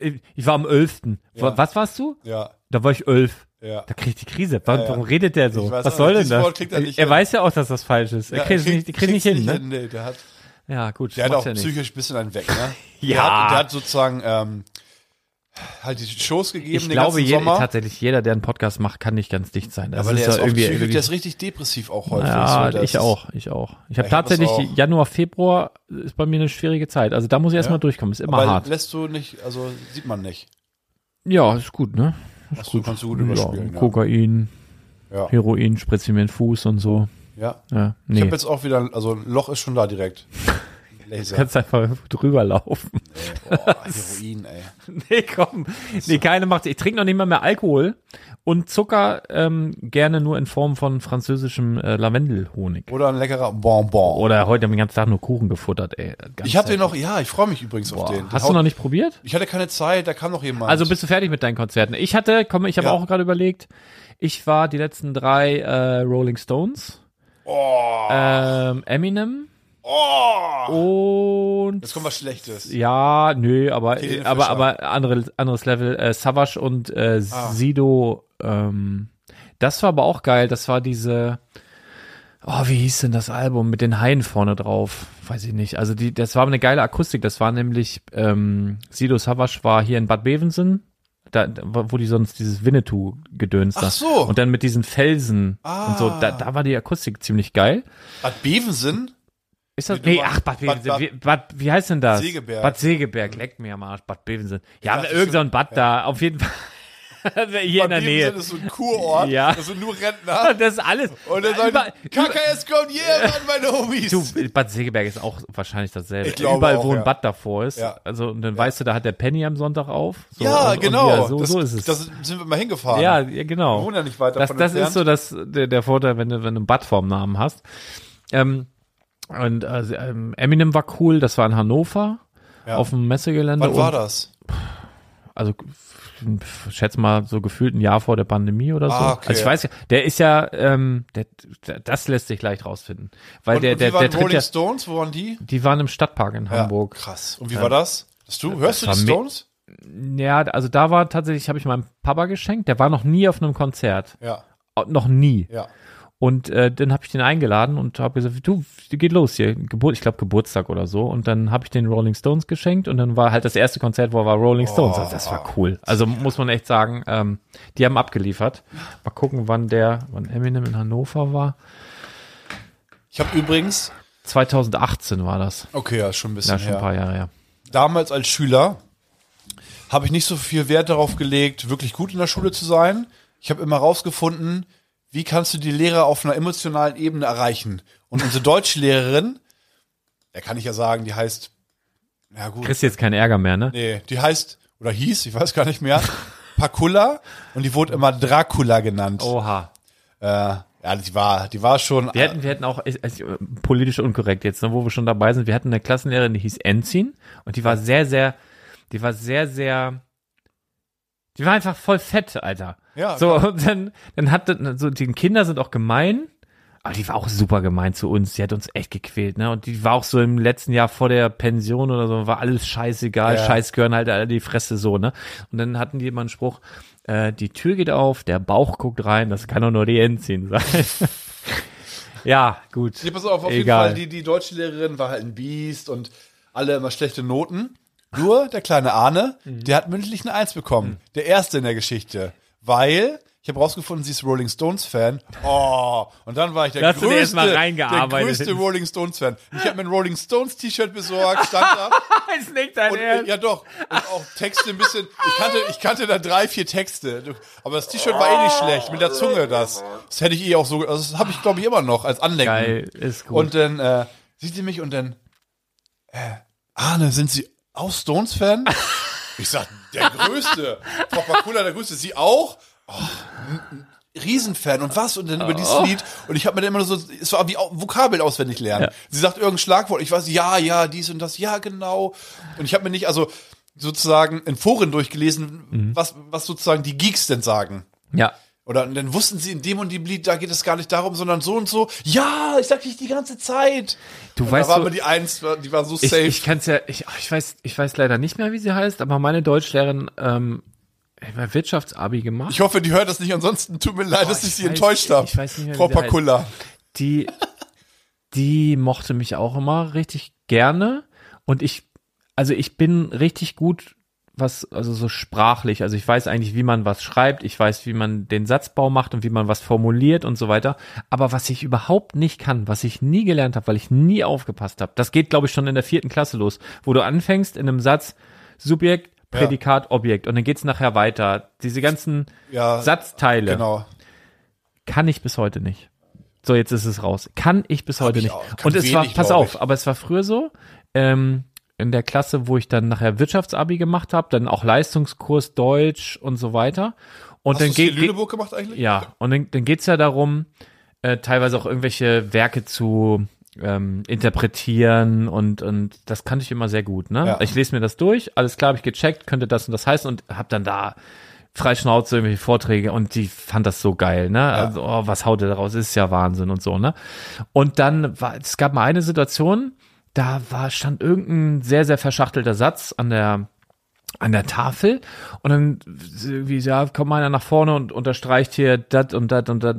Speaker 2: Ich war am elften.
Speaker 3: Ja.
Speaker 2: Was warst du?
Speaker 3: Ja,
Speaker 2: Da war ich elf.
Speaker 3: ja.
Speaker 2: Da krieg ich die Krise. Warum,
Speaker 3: Ja, ja.
Speaker 2: warum redet der so?
Speaker 3: Ich weiß
Speaker 2: Was
Speaker 3: auch
Speaker 2: soll
Speaker 3: nicht.
Speaker 2: denn
Speaker 3: Dieses
Speaker 2: das?
Speaker 3: Wort kriegt er nicht hin.
Speaker 2: weiß ja auch, dass das falsch ist. Er
Speaker 3: Ja,
Speaker 2: kriegt es nicht, kriegt nicht
Speaker 3: kriegt's
Speaker 2: hin, ne?
Speaker 3: Nee, der hat,
Speaker 2: Ja, gut.
Speaker 3: der hat
Speaker 2: macht
Speaker 3: auch
Speaker 2: ja nichts.
Speaker 3: psychisch ein bisschen einen weg, ne? Der
Speaker 2: Ja.
Speaker 3: hat, der hat sozusagen ähm, halt die Shows gegeben
Speaker 2: Ich
Speaker 3: den
Speaker 2: glaube,
Speaker 3: ganzen
Speaker 2: jeder,
Speaker 3: Sommer.
Speaker 2: tatsächlich jeder, der einen Podcast macht, kann nicht ganz dicht sein. Das
Speaker 3: Aber
Speaker 2: ist
Speaker 3: der ist,
Speaker 2: ja
Speaker 3: auch
Speaker 2: irgendwie,
Speaker 3: psychisch,
Speaker 2: irgendwie
Speaker 3: der ist richtig depressiv auch häufig.
Speaker 2: ja,
Speaker 3: so, der
Speaker 2: ich
Speaker 3: ist-
Speaker 2: auch, ich auch. Ich habe
Speaker 3: ich hab das
Speaker 2: tatsächlich
Speaker 3: auch.
Speaker 2: Januar, Februar ist bei mir eine schwierige Zeit. Also da muss ich erstmal durchkommen. Ist immer
Speaker 3: Aber
Speaker 2: hart.
Speaker 3: lässt du nicht, also sieht man nicht.
Speaker 2: Ja, ist gut, ne?
Speaker 3: Das du, kannst du gut
Speaker 2: Ja,
Speaker 3: überspielen. Ja.
Speaker 2: Kokain,
Speaker 3: Ja.
Speaker 2: Heroin, spritze mir den Fuß und so.
Speaker 3: Ja.
Speaker 2: Ja,
Speaker 3: Ich
Speaker 2: nee.
Speaker 3: habe jetzt auch wieder, also ein Loch ist schon da direkt. Laser.
Speaker 2: Kannst einfach drüber laufen.
Speaker 3: Boah, Heroin, ey.
Speaker 2: Nee, komm. Nee, keine macht. Ich trinke noch nicht mal mehr Alkohol und Zucker ähm, gerne nur in Form von französischem äh, Lavendelhonig.
Speaker 3: Oder ein leckerer Bonbon.
Speaker 2: Oder heute haben wir den ganzen Tag nur Kuchen gefuttert, ey. Ganze
Speaker 3: ich habe
Speaker 2: Zeit.
Speaker 3: den noch, ja, ich freue mich übrigens auf
Speaker 2: Boah,
Speaker 3: den. den
Speaker 2: Hast
Speaker 3: hau-
Speaker 2: du noch nicht probiert?
Speaker 3: Ich hatte keine Zeit, da kam noch jemand.
Speaker 2: Also bist du fertig mit deinen Konzerten? Ich hatte, komm, ich habe
Speaker 3: Ja.
Speaker 2: auch gerade überlegt, ich war die letzten drei äh, Rolling Stones,
Speaker 3: Oh,
Speaker 2: ähm, Eminem
Speaker 3: oh.
Speaker 2: und
Speaker 3: Jetzt kommt was Schlechtes.
Speaker 2: Ja, nö, aber,
Speaker 3: Helene
Speaker 2: aber,
Speaker 3: Fischer.
Speaker 2: aber andere, anderes Level. Äh, Savage und äh,
Speaker 3: Ah.
Speaker 2: Sido, ähm, das war aber auch geil. Das war diese, oh, wie hieß denn das Album mit den Haien vorne drauf? Weiß ich nicht. Also die, das war eine geile Akustik. Das war nämlich, ähm, Sido Savage war hier in Bad Bevensen, da, da- wo die sonst dieses Winnetou-Gedöns da.
Speaker 3: Ach so.
Speaker 2: Und dann mit diesen Felsen
Speaker 3: Ah.
Speaker 2: und so. Da, da war die Akustik ziemlich geil.
Speaker 3: Bad Bevensen?
Speaker 2: Ist das,
Speaker 3: Nee, du
Speaker 2: nee,
Speaker 3: meinst-
Speaker 2: ach, Bad Bevensen.
Speaker 3: Bad-
Speaker 2: wie, Bad, wie heißt denn das?
Speaker 3: Segeberg.
Speaker 2: Bad Segeberg, leckt mir am Arsch. Bad Bevensen. Ja,
Speaker 3: dachte
Speaker 2: irgend so
Speaker 3: schon-
Speaker 2: ein Bad da. Auf jeden Fall. Hier in der
Speaker 3: Bad
Speaker 2: Nähe.
Speaker 3: Bevensen ist so ein Kurort.
Speaker 2: Ja.
Speaker 3: Das sind nur Rentner.
Speaker 2: Das ist alles.
Speaker 3: Und dann sagen
Speaker 2: Überall-
Speaker 3: die, Kacke, es kommt jeder an meine Homies.
Speaker 2: Du, Bad Segeberg ist auch wahrscheinlich dasselbe.
Speaker 3: Ich glaube
Speaker 2: Überall,
Speaker 3: auch,
Speaker 2: wo ein
Speaker 3: ja.
Speaker 2: Bad davor ist.
Speaker 3: Ja.
Speaker 2: Also, und dann weißt du, da hat der Penny am Sonntag auf. So,
Speaker 3: ja,
Speaker 2: und, und
Speaker 3: genau.
Speaker 2: ja, so,
Speaker 3: das,
Speaker 2: so ist es.
Speaker 3: Das sind wir mal hingefahren.
Speaker 2: ja, ja, genau.
Speaker 3: Wir wohnen ja nicht weit
Speaker 2: das,
Speaker 3: davon
Speaker 2: das
Speaker 3: entfernt.
Speaker 2: ist so das, der, der Vorteil, wenn du, wenn du einen Bad vorm Namen hast. Ähm, und also, ähm, Eminem war cool, das war in Hannover. Auf dem Messegelände.
Speaker 3: Wann war
Speaker 2: und,
Speaker 3: das?
Speaker 2: Also ich schätze mal so gefühlt ein Jahr vor der Pandemie oder so.
Speaker 3: Ah, okay.
Speaker 2: Also ich weiß, ja, der ist ja, ähm, der, der, das lässt sich leicht rausfinden, weil
Speaker 3: Und,
Speaker 2: der,
Speaker 3: und
Speaker 2: der,
Speaker 3: wie waren
Speaker 2: der tritt
Speaker 3: Rolling
Speaker 2: ja,
Speaker 3: Stones? Wo waren die?
Speaker 2: die waren im Stadtpark in Hamburg.
Speaker 3: Ja, krass. Und wie war das? Hast du, hörst
Speaker 2: war
Speaker 3: du die
Speaker 2: me-
Speaker 3: Stones?
Speaker 2: Ja, also da war tatsächlich, habe ich meinem Papa geschenkt. Der war noch nie auf einem Konzert,
Speaker 3: Ja,
Speaker 2: Auch noch nie.
Speaker 3: ja.
Speaker 2: Und äh, dann habe ich den eingeladen und habe gesagt, du, geht los hier, Geburt, ich glaube Geburtstag oder so. Und dann habe ich den Rolling Stones geschenkt und dann war halt das erste Konzert, wo er war Rolling Stones. Also das war cool. Also muss man echt sagen, ähm, die haben abgeliefert. Mal gucken, wann der, wann Eminem in Hannover war.
Speaker 3: Ich habe übrigens,
Speaker 2: 2018 war das.
Speaker 3: okay, ja, ist schon ein bisschen
Speaker 2: Ja, schon ein
Speaker 3: her.
Speaker 2: paar Jahre her.
Speaker 3: damals als Schüler habe ich nicht so viel Wert darauf gelegt, wirklich gut in der Schule zu sein. Ich habe immer rausgefunden, wie kannst du die Lehrer auf einer emotionalen Ebene erreichen? Und unsere Deutschlehrerin, da kann ich ja sagen, die heißt, ja gut,
Speaker 2: Kriegst jetzt keinen Ärger mehr, ne?
Speaker 3: nee, die heißt oder hieß, ich weiß gar nicht mehr, Pakula und die wurde immer Dracula genannt.
Speaker 2: Oha.
Speaker 3: Äh, ja, die war, die war
Speaker 2: Oh.
Speaker 3: schon.
Speaker 2: Wir hätten, wir hätten auch, ist, ist, politisch unkorrekt jetzt, ne, wo wir schon dabei sind, wir hatten eine Klassenlehrerin, die hieß Enzin und die war sehr, sehr, die war sehr, sehr, die war einfach voll fett, Alter.
Speaker 3: äh, Ja,
Speaker 2: So, und dann, dann hatte, so, die Kinder sind auch gemein, aber die war auch super gemein zu uns, die hat uns echt gequält, ne, und die war auch so im letzten Jahr vor der Pension oder so, war alles scheißegal,
Speaker 3: Ja.
Speaker 2: scheiß gehören halt alle die Fresse so, ne, und dann hatten die immer einen Spruch, äh, die Tür geht auf, der Bauch guckt rein, das kann doch nur die Enzin sein. Ja, gut.
Speaker 3: Ja, pass auf, auf
Speaker 2: Egal.
Speaker 3: jeden Fall, die, die deutsche Lehrerin war halt ein Biest und alle immer schlechte Noten. Nur der kleine Arne,
Speaker 2: Mhm.
Speaker 3: der hat mündlich eine Eins bekommen. Der erste in der Geschichte. Weil, ich habe rausgefunden, sie ist Rolling Stones-Fan. Oh, und dann war ich der
Speaker 2: Da hast du dir
Speaker 3: größte,
Speaker 2: erst mal
Speaker 3: der
Speaker 2: reingearbeitet.
Speaker 3: größte Rolling Stones-Fan. Ich habe mir ein Rolling Stones-T-Shirt besorgt, stand da.
Speaker 2: ist nicht dein
Speaker 3: Und, ja doch, und auch Texte ein bisschen. Ich kannte, ich kannte da drei, vier Texte. Aber das T-Shirt war eh nicht schlecht, mit der Zunge das. Das hätte ich eh auch so, also das habe ich glaube ich immer noch als Andenken.
Speaker 2: Geil, ist gut.
Speaker 3: Und dann äh, sieht sie mich und dann, äh, Arne, sind Sie auch Stones-Fan? ich sag, Der größte. Popakula, der größte. Sie auch? Oh, n- n- Riesenfan und was? Und dann über dieses Lied. Und ich habe mir dann immer nur so, es war wie au- Vokabeln auswendig lernen. Sie sagt irgendein Schlagwort. Ich weiß, ja, ja, dies und das, ja, genau. Und ich habe mir nicht, also sozusagen in Foren durchgelesen, was, was sozusagen die Geeks denn sagen.
Speaker 2: Ja.
Speaker 3: Oder und dann wussten sie in dem und dem Lied, da geht es gar nicht darum, sondern so und so. Ja, ich sag dich die ganze Zeit.
Speaker 2: Du
Speaker 3: und
Speaker 2: weißt
Speaker 3: da war
Speaker 2: so-
Speaker 3: aber die Eins, die war so
Speaker 2: Ich,
Speaker 3: safe.
Speaker 2: ich kann's ja, ich, ich weiß, ich weiß leider nicht mehr, wie sie heißt, aber meine Deutschlehrerin, ähm, hat mal Wirtschaftsabi gemacht.
Speaker 3: Ich hoffe, die hört das nicht. Ansonsten tut mir leid, dass
Speaker 2: ich
Speaker 3: ich sie
Speaker 2: weiß-
Speaker 3: enttäuscht
Speaker 2: ich
Speaker 3: habe.
Speaker 2: weiß nicht mehr,
Speaker 3: Frau
Speaker 2: wie sie heißt.
Speaker 3: Pakulla.
Speaker 2: die, die mochte mich auch immer richtig gerne. Und ich, also ich bin richtig gut, was, also so sprachlich. Also ich weiß eigentlich, wie man was schreibt. Ich weiß, wie man den Satzbau macht und wie man was formuliert und so weiter. Aber was ich überhaupt nicht kann, was ich nie gelernt habe, weil ich nie aufgepasst habe, das geht, glaube ich, schon in der vierten Klasse los, wo du anfängst in einem Satz Subjekt, Prädikat, Objekt. Und dann geht's nachher weiter. Diese ganzen
Speaker 3: Ja,
Speaker 2: Satzteile.
Speaker 3: Also, Genau.
Speaker 2: Kann ich bis heute nicht. So, jetzt ist es raus. Kann ich bis heute
Speaker 3: ich
Speaker 2: nicht.
Speaker 3: auch. Kann
Speaker 2: Und es
Speaker 3: wenig,
Speaker 2: war, pass
Speaker 3: glaub
Speaker 2: auf, aber es war früher so, ähm, in der Klasse, wo ich dann nachher Wirtschaftsabi gemacht habe, dann auch Leistungskurs Deutsch und so weiter. Und
Speaker 3: Hast
Speaker 2: dann
Speaker 3: du
Speaker 2: geht.
Speaker 3: in Lüneburg gemacht eigentlich?
Speaker 2: Ja, und dann, dann geht's ja darum, äh, teilweise auch irgendwelche Werke zu ähm, interpretieren und, und das kannte ich immer sehr gut. Ne?
Speaker 3: Ja.
Speaker 2: Ich lese mir das durch, alles klar, habe ich gecheckt, könnte das und das heißen und habe dann da frei Schnauze irgendwelche Vorträge und die fand das so geil, ne? Also, oh, was haut er daraus? Ist ja Wahnsinn und so, ne? Und dann war, es gab mal eine Situation, da war, stand irgendein sehr, sehr verschachtelter Satz an der an der Tafel und dann irgendwie, ja, kommt mal einer nach vorne und unterstreicht hier dat und dat und dat,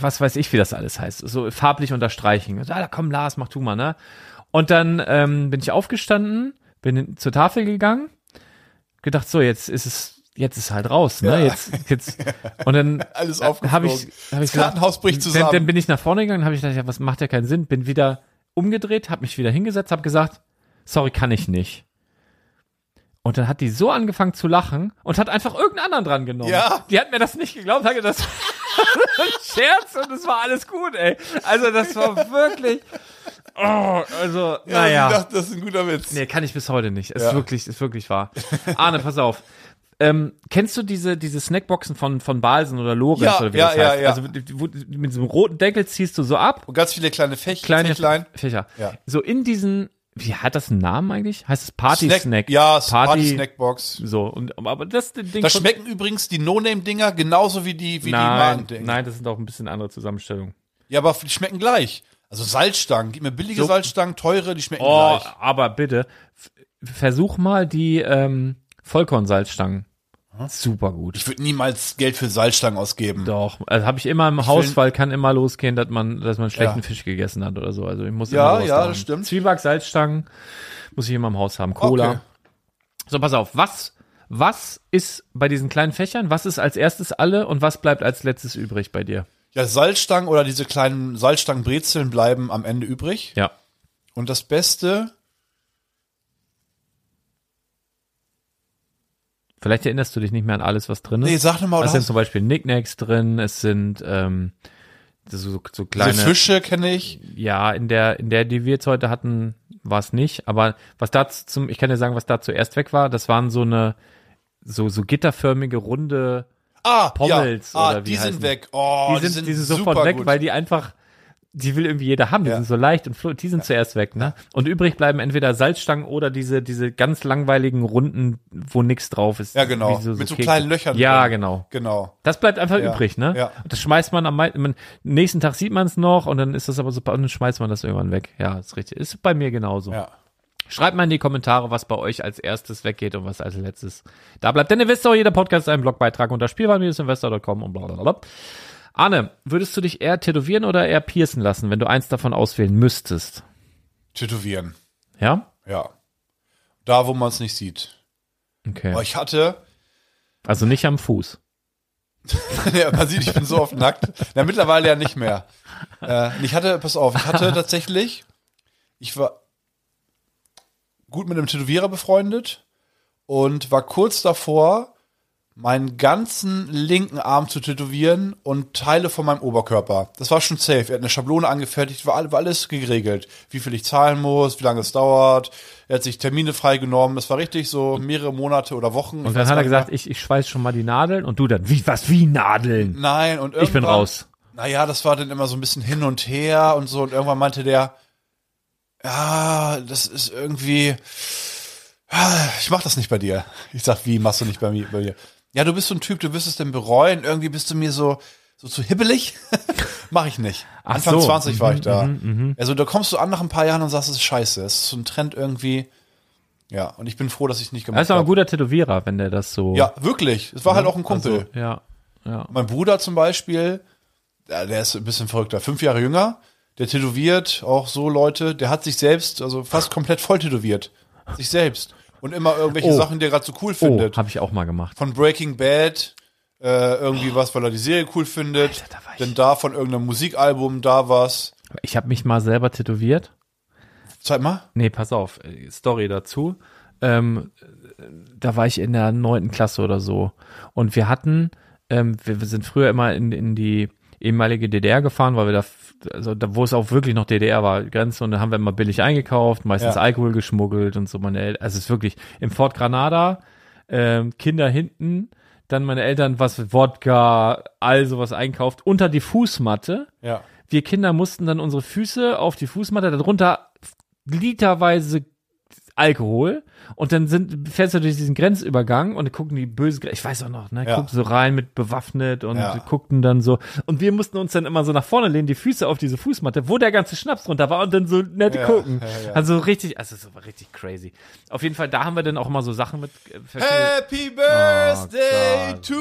Speaker 2: was weiß ich, wie das alles heißt. So farblich unterstreichen. Und, Ah, da komm, Lars, mach du mal, ne? Und dann ähm, bin ich aufgestanden, bin in- zur Tafel gegangen, gedacht, so, jetzt ist es, jetzt ist halt raus, ne?
Speaker 3: Ja.
Speaker 2: Jetzt, jetzt, und dann
Speaker 3: Alles
Speaker 2: habe
Speaker 3: aufgeflogen.
Speaker 2: ich, Äh, hab ich
Speaker 3: Das
Speaker 2: gesagt,
Speaker 3: Kartenhaus bricht
Speaker 2: Dann, dann
Speaker 3: zusammen.
Speaker 2: bin ich nach vorne gegangen, habe ich gedacht, ja, was macht ja keinen Sinn, bin wieder umgedreht, habe mich wieder hingesetzt, habe gesagt, sorry, kann ich nicht. Und dann hat die so angefangen zu lachen und hat einfach irgendeinen anderen dran genommen.
Speaker 3: Ja.
Speaker 2: Die hat mir das nicht geglaubt, hat gedacht, das war ein Scherz und es war alles gut, ey. Also das war wirklich, oh, also,
Speaker 3: Ich
Speaker 2: naja.
Speaker 3: dachte, das ist ein guter Witz.
Speaker 2: Nee, kann ich bis heute nicht. Ist
Speaker 3: Ja.
Speaker 2: wirklich, ist wirklich wahr. Arne, pass auf. Ähm, kennst du diese, diese Snackboxen von, von Balsen oder Lorenz
Speaker 3: Ja,
Speaker 2: oder wie
Speaker 3: ja,
Speaker 2: das
Speaker 3: ja,
Speaker 2: heißt?
Speaker 3: ja.
Speaker 2: Also wo, mit diesem roten Deckel ziehst du so ab
Speaker 3: Und ganz viele kleine Fech
Speaker 2: kleine
Speaker 3: Fächlein.
Speaker 2: Fächer.
Speaker 3: Ja.
Speaker 2: So in diesen, wie hat das einen Namen eigentlich? Heißt es Party Snack?
Speaker 3: Ja,
Speaker 2: Party,
Speaker 3: Party Snackbox.
Speaker 2: So, und, aber das Ding.
Speaker 3: Das
Speaker 2: von-
Speaker 3: schmecken übrigens die No-Name-Dinger genauso wie die, wie
Speaker 2: nein,
Speaker 3: die Magen-Dinger.
Speaker 2: nein, das sind auch ein bisschen andere Zusammenstellungen.
Speaker 3: Ja, aber die schmecken gleich. Also Salzstangen. Gib mir billige
Speaker 2: So.
Speaker 3: Salzstangen, teure, die schmecken
Speaker 2: Oh,
Speaker 3: gleich.
Speaker 2: aber bitte, f- versuch mal die ähm, Vollkornsalzstangen. Super gut.
Speaker 3: Ich würde niemals Geld für Salzstangen ausgeben.
Speaker 2: Doch, also habe ich immer im
Speaker 3: will-
Speaker 2: Haus, weil kann immer losgehen, dass man, dass man schlechten
Speaker 3: Ja.
Speaker 2: Fisch gegessen hat oder so. Also ich muss
Speaker 3: Ja,
Speaker 2: immer sowas
Speaker 3: ja,
Speaker 2: da haben.
Speaker 3: das stimmt.
Speaker 2: Zwieback, Salzstangen muss ich immer im Haus haben. Cola.
Speaker 3: Okay.
Speaker 2: So, pass auf, was, was ist bei diesen kleinen Fächern, was ist als erstes alle und was bleibt als letztes übrig bei dir?
Speaker 3: Ja, Salzstangen oder diese kleinen Salzstangenbrezeln bleiben am Ende übrig.
Speaker 2: Ja.
Speaker 3: Und das Beste,
Speaker 2: Vielleicht erinnerst du dich nicht mehr an alles, Ne? was drin ist.
Speaker 3: nee, sag noch mal,
Speaker 2: es
Speaker 3: oder
Speaker 2: sind
Speaker 3: hast,
Speaker 2: zum Beispiel Nicknacks drin, es sind ähm, so, so kleine.
Speaker 3: diese Fische kenne ich.
Speaker 2: Ja, in der, in der, die wir jetzt heute hatten, war es nicht. Aber was da zum, ich kann dir sagen, was da zuerst weg war, das waren so eine, so, so gitterförmige, runde,
Speaker 3: Ah,
Speaker 2: Pommels
Speaker 3: ja. ah,
Speaker 2: oder wie
Speaker 3: die
Speaker 2: heißen
Speaker 3: sind weg. Oh,
Speaker 2: die, sind, die sind sofort
Speaker 3: super
Speaker 2: weg,
Speaker 3: gut.
Speaker 2: weil die einfach, die will irgendwie jeder haben. Die
Speaker 3: Ja.
Speaker 2: sind so leicht und flott, die sind zuerst weg, ne? Und übrig bleiben entweder Salzstangen oder diese, diese ganz langweiligen Runden, wo nichts drauf ist.
Speaker 3: Ja, genau.
Speaker 2: Wie
Speaker 3: Mit so
Speaker 2: Kekse.
Speaker 3: kleinen Löchern
Speaker 2: Ja,
Speaker 3: drin.
Speaker 2: genau.
Speaker 3: genau.
Speaker 2: Das bleibt einfach
Speaker 3: Ja.
Speaker 2: übrig, ne?
Speaker 3: Ja.
Speaker 2: Und das schmeißt man am meisten, man, nächsten Tag sieht man es noch und dann ist das aber so, und dann schmeißt man das irgendwann weg. Ja, ist richtig. Ist bei mir genauso.
Speaker 3: Ja.
Speaker 2: Schreibt mal in die Kommentare, was bei euch als erstes weggeht und was als letztes da bleibt. Denn ihr wisst doch, jeder Podcast ist ein Blogbeitrag unter spielwaren-investor.com und blablabla. Arne, würdest du dich eher tätowieren oder eher piercen lassen, wenn du eins davon auswählen müsstest?
Speaker 3: Tätowieren.
Speaker 2: Ja?
Speaker 3: Ja. Da, wo man es nicht sieht.
Speaker 2: Okay.
Speaker 3: Aber ich hatte,
Speaker 2: Also nicht am Fuß.
Speaker 3: ja, man sieht, ich bin so oft nackt. Na, mittlerweile ja nicht mehr. Äh, ich hatte, pass auf, ich hatte tatsächlich, ich war gut mit einem Tätowierer befreundet und war kurz davor, meinen ganzen linken Arm zu tätowieren und Teile von meinem Oberkörper. Das war schon safe. Er hat eine Schablone angefertigt, war, all- war alles geregelt. Wie viel ich zahlen muss, wie lange es dauert. Er hat sich Termine freigenommen. Das war richtig so mehrere Monate oder Wochen.
Speaker 2: Und dann hat er gesagt, ich, ich schweiß schon mal die Nadeln und du dann, wie, was, wie Nadeln?
Speaker 3: nein, und
Speaker 2: ich bin
Speaker 3: irgendwann-
Speaker 2: raus.
Speaker 3: Naja, das war dann immer so ein bisschen hin und her und so. Und irgendwann meinte der, ja, das ist irgendwie, ah, ich mach das nicht bei dir. Ich sag, wie machst du nicht bei mir? Bei mir? Ja, du bist so ein Typ, du wirst es denn bereuen. Irgendwie bist du mir so, so zu hibbelig. mach ich nicht.
Speaker 2: Ach
Speaker 3: Anfang
Speaker 2: so.
Speaker 3: 20 war ich
Speaker 2: Mhm,
Speaker 3: da.
Speaker 2: mhm, mhm.
Speaker 3: Also da kommst du an nach ein paar Jahren und sagst, es ist scheiße. Es ist so ein Trend irgendwie. Ja, und ich bin froh, dass ich es nicht
Speaker 2: Er
Speaker 3: gemacht
Speaker 2: ist aber ein
Speaker 3: habe.
Speaker 2: guter Tätowierer, wenn der das so.
Speaker 3: Ja, wirklich. Es war halt auch ein
Speaker 2: Also,
Speaker 3: Kumpel.
Speaker 2: ja, ja.
Speaker 3: Mein Bruder zum Beispiel, ja, der ist ein bisschen verrückter, fünf Jahre jünger, der tätowiert auch so Leute, der hat sich selbst, also fast komplett voll tätowiert. Sich selbst. Und immer irgendwelche
Speaker 2: Oh.
Speaker 3: Sachen, die er gerade so cool
Speaker 2: Oh,
Speaker 3: findet.
Speaker 2: habe ich auch mal gemacht.
Speaker 3: von Breaking Bad, äh, irgendwie was, weil er die Serie cool findet.
Speaker 2: Alter, da war ich-
Speaker 3: Denn da von irgendeinem Musikalbum, da was.
Speaker 2: Ich habe mich mal selber tätowiert.
Speaker 3: Zeig mal.
Speaker 2: Nee, pass auf, äh, Story dazu. Ähm, äh, da war ich in der neunten Klasse oder so. Und wir hatten, ähm, wir, wir sind früher immer in, in die ehemalige DDR gefahren, weil wir da, f- also da, wo es auch wirklich noch DDR war, Grenze, und da haben wir immer billig eingekauft, meistens
Speaker 3: Ja.
Speaker 2: Alkohol geschmuggelt und so. Meine, El- also es ist wirklich im Fort Granada, ähm, Kinder hinten, dann meine Eltern was Wodka, all sowas einkauft, unter die Fußmatte
Speaker 3: Ja.
Speaker 2: wir Kinder mussten dann unsere Füße auf die Fußmatte, darunter literweise Alkohol und dann sind, fährst du durch diesen Grenzübergang und gucken die bösen, Gre- ich weiß auch noch, ne,
Speaker 3: Ja.
Speaker 2: gucken so rein mit bewaffnet und
Speaker 3: Ja.
Speaker 2: guckten dann so und wir mussten uns dann immer so nach vorne lehnen, die Füße auf diese Fußmatte, wo der ganze Schnaps drunter war und dann so nett
Speaker 3: Ja,
Speaker 2: gucken.
Speaker 3: ja, ja.
Speaker 2: Also richtig, also so richtig crazy. Auf jeden Fall, da haben wir dann auch immer so Sachen mit äh, verschiedenen-
Speaker 3: Happy Birthday
Speaker 2: Gott.
Speaker 3: to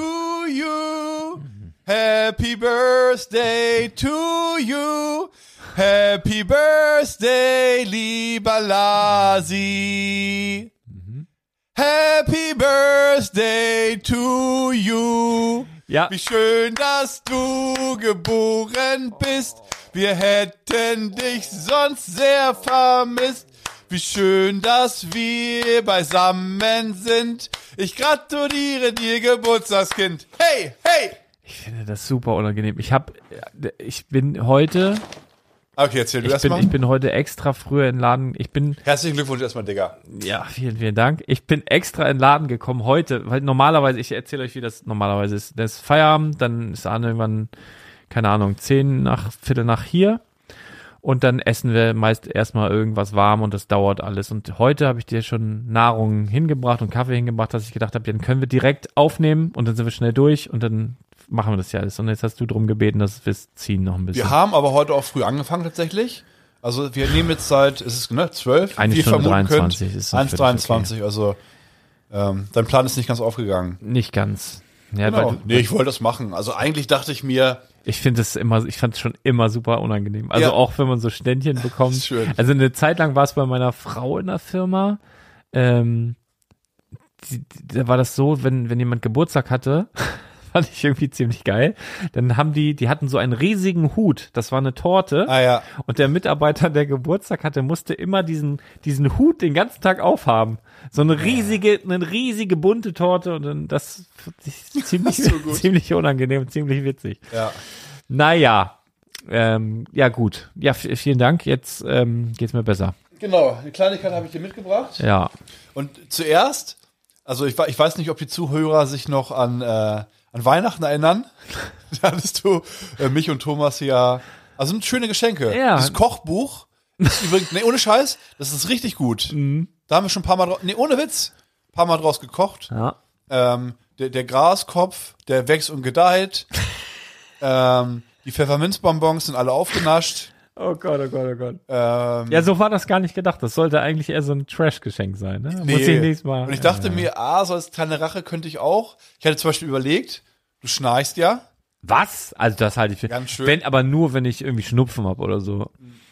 Speaker 3: you. Happy Birthday to you. Happy Birthday, lieber Lasi. Happy Birthday to you.
Speaker 2: Ja.
Speaker 3: Wie schön, dass du geboren bist. Wir hätten dich sonst sehr vermisst. Wie schön, dass wir beisammen sind. Ich gratuliere dir, Geburtstagskind. Hey, hey!
Speaker 2: Ich finde das super unangenehm. Ich hab, äh, ich bin heute,
Speaker 3: Okay, erzähl du
Speaker 2: ich bin,
Speaker 3: erstmal.
Speaker 2: ich bin heute extra früher in den Laden, ich bin,
Speaker 3: Herzlichen Glückwunsch erstmal, Digga.
Speaker 2: Ja, vielen, vielen Dank. Ich bin extra in den Laden gekommen heute, weil normalerweise, ich erzähle euch, wie das normalerweise ist. Das ist Feierabend, dann ist Arne irgendwann, keine Ahnung, zehn nach, Viertel nach hier. Und dann essen wir meist erstmal irgendwas warm und das dauert alles. Und heute habe ich dir schon Nahrung hingebracht und Kaffee hingebracht, dass ich gedacht habe, dann können wir direkt aufnehmen und dann sind wir schnell durch und dann machen wir das ja alles. Und jetzt hast du drum gebeten, dass wir es ziehen noch ein bisschen.
Speaker 3: Wir haben aber heute auch früh angefangen tatsächlich. Also wir nehmen jetzt seit, es ist ne, 12,
Speaker 2: Eine
Speaker 3: wie ihr
Speaker 2: Stunde
Speaker 3: vermuten
Speaker 2: 23 ist
Speaker 3: könnt.
Speaker 2: völlig
Speaker 3: 1,23, also ähm, dein Plan ist nicht ganz aufgegangen.
Speaker 2: Nicht ganz. Ja,
Speaker 3: Genau.
Speaker 2: weil du,
Speaker 3: nee, ich wollte das machen. Also eigentlich dachte ich mir,
Speaker 2: Ich finde es immer, ich fand es schon immer super unangenehm. Also
Speaker 3: Ja.
Speaker 2: auch wenn man so Ständchen bekommt.
Speaker 3: Schön.
Speaker 2: Also eine Zeit lang war es bei meiner Frau in der Firma. Ähm, die, die, da war das so, wenn, wenn jemand Geburtstag hatte, fand ich irgendwie ziemlich geil. Dann haben die, die hatten so einen riesigen Hut. Das war eine Torte.
Speaker 3: ah ja,
Speaker 2: Und der Mitarbeiter, der Geburtstag hatte, musste immer diesen, diesen Hut den ganzen Tag aufhaben. So eine riesige, eine riesige bunte Torte und dann das, ziemlich, ziemlich unangenehm, ziemlich witzig.
Speaker 3: ja.
Speaker 2: Naja, ähm, ja gut. Ja, v- vielen Dank. Jetzt ähm, geht's mir besser.
Speaker 3: Genau, eine Kleinigkeit habe ich dir mitgebracht.
Speaker 2: Ja.
Speaker 3: Und zuerst, also ich, wa- ich weiß nicht, ob die Zuhörer sich noch an, äh, an Weihnachten erinnern. da hattest du äh, mich und Thomas ja, also sind schöne Geschenke.
Speaker 2: Ja.
Speaker 3: Das Kochbuch ist übrigens, nee, ohne Scheiß, das ist richtig gut.
Speaker 2: Mhm.
Speaker 3: Da haben wir schon ein paar Mal draus, nee, ohne Witz, ein paar Mal draus gekocht.
Speaker 2: ja.
Speaker 3: Ähm, der, der Graskopf, der wächst und gedeiht. ähm, die Pfefferminzbonbons sind alle aufgenascht.
Speaker 2: Oh Gott, oh Gott, oh Gott.
Speaker 3: Ähm,
Speaker 2: Ja, so war das gar nicht gedacht. Das sollte eigentlich eher so ein Trash-Geschenk sein, ne? Muss ich nächstes Mal.
Speaker 3: Und ich dachte mir, ah, so als kleine Rache könnte ich auch. Ich hatte zum Beispiel überlegt, du schnarchst ja.
Speaker 2: was? Also das halte ich für.
Speaker 3: Ganz schön.
Speaker 2: Wenn, aber nur, wenn ich irgendwie Schnupfen habe oder so.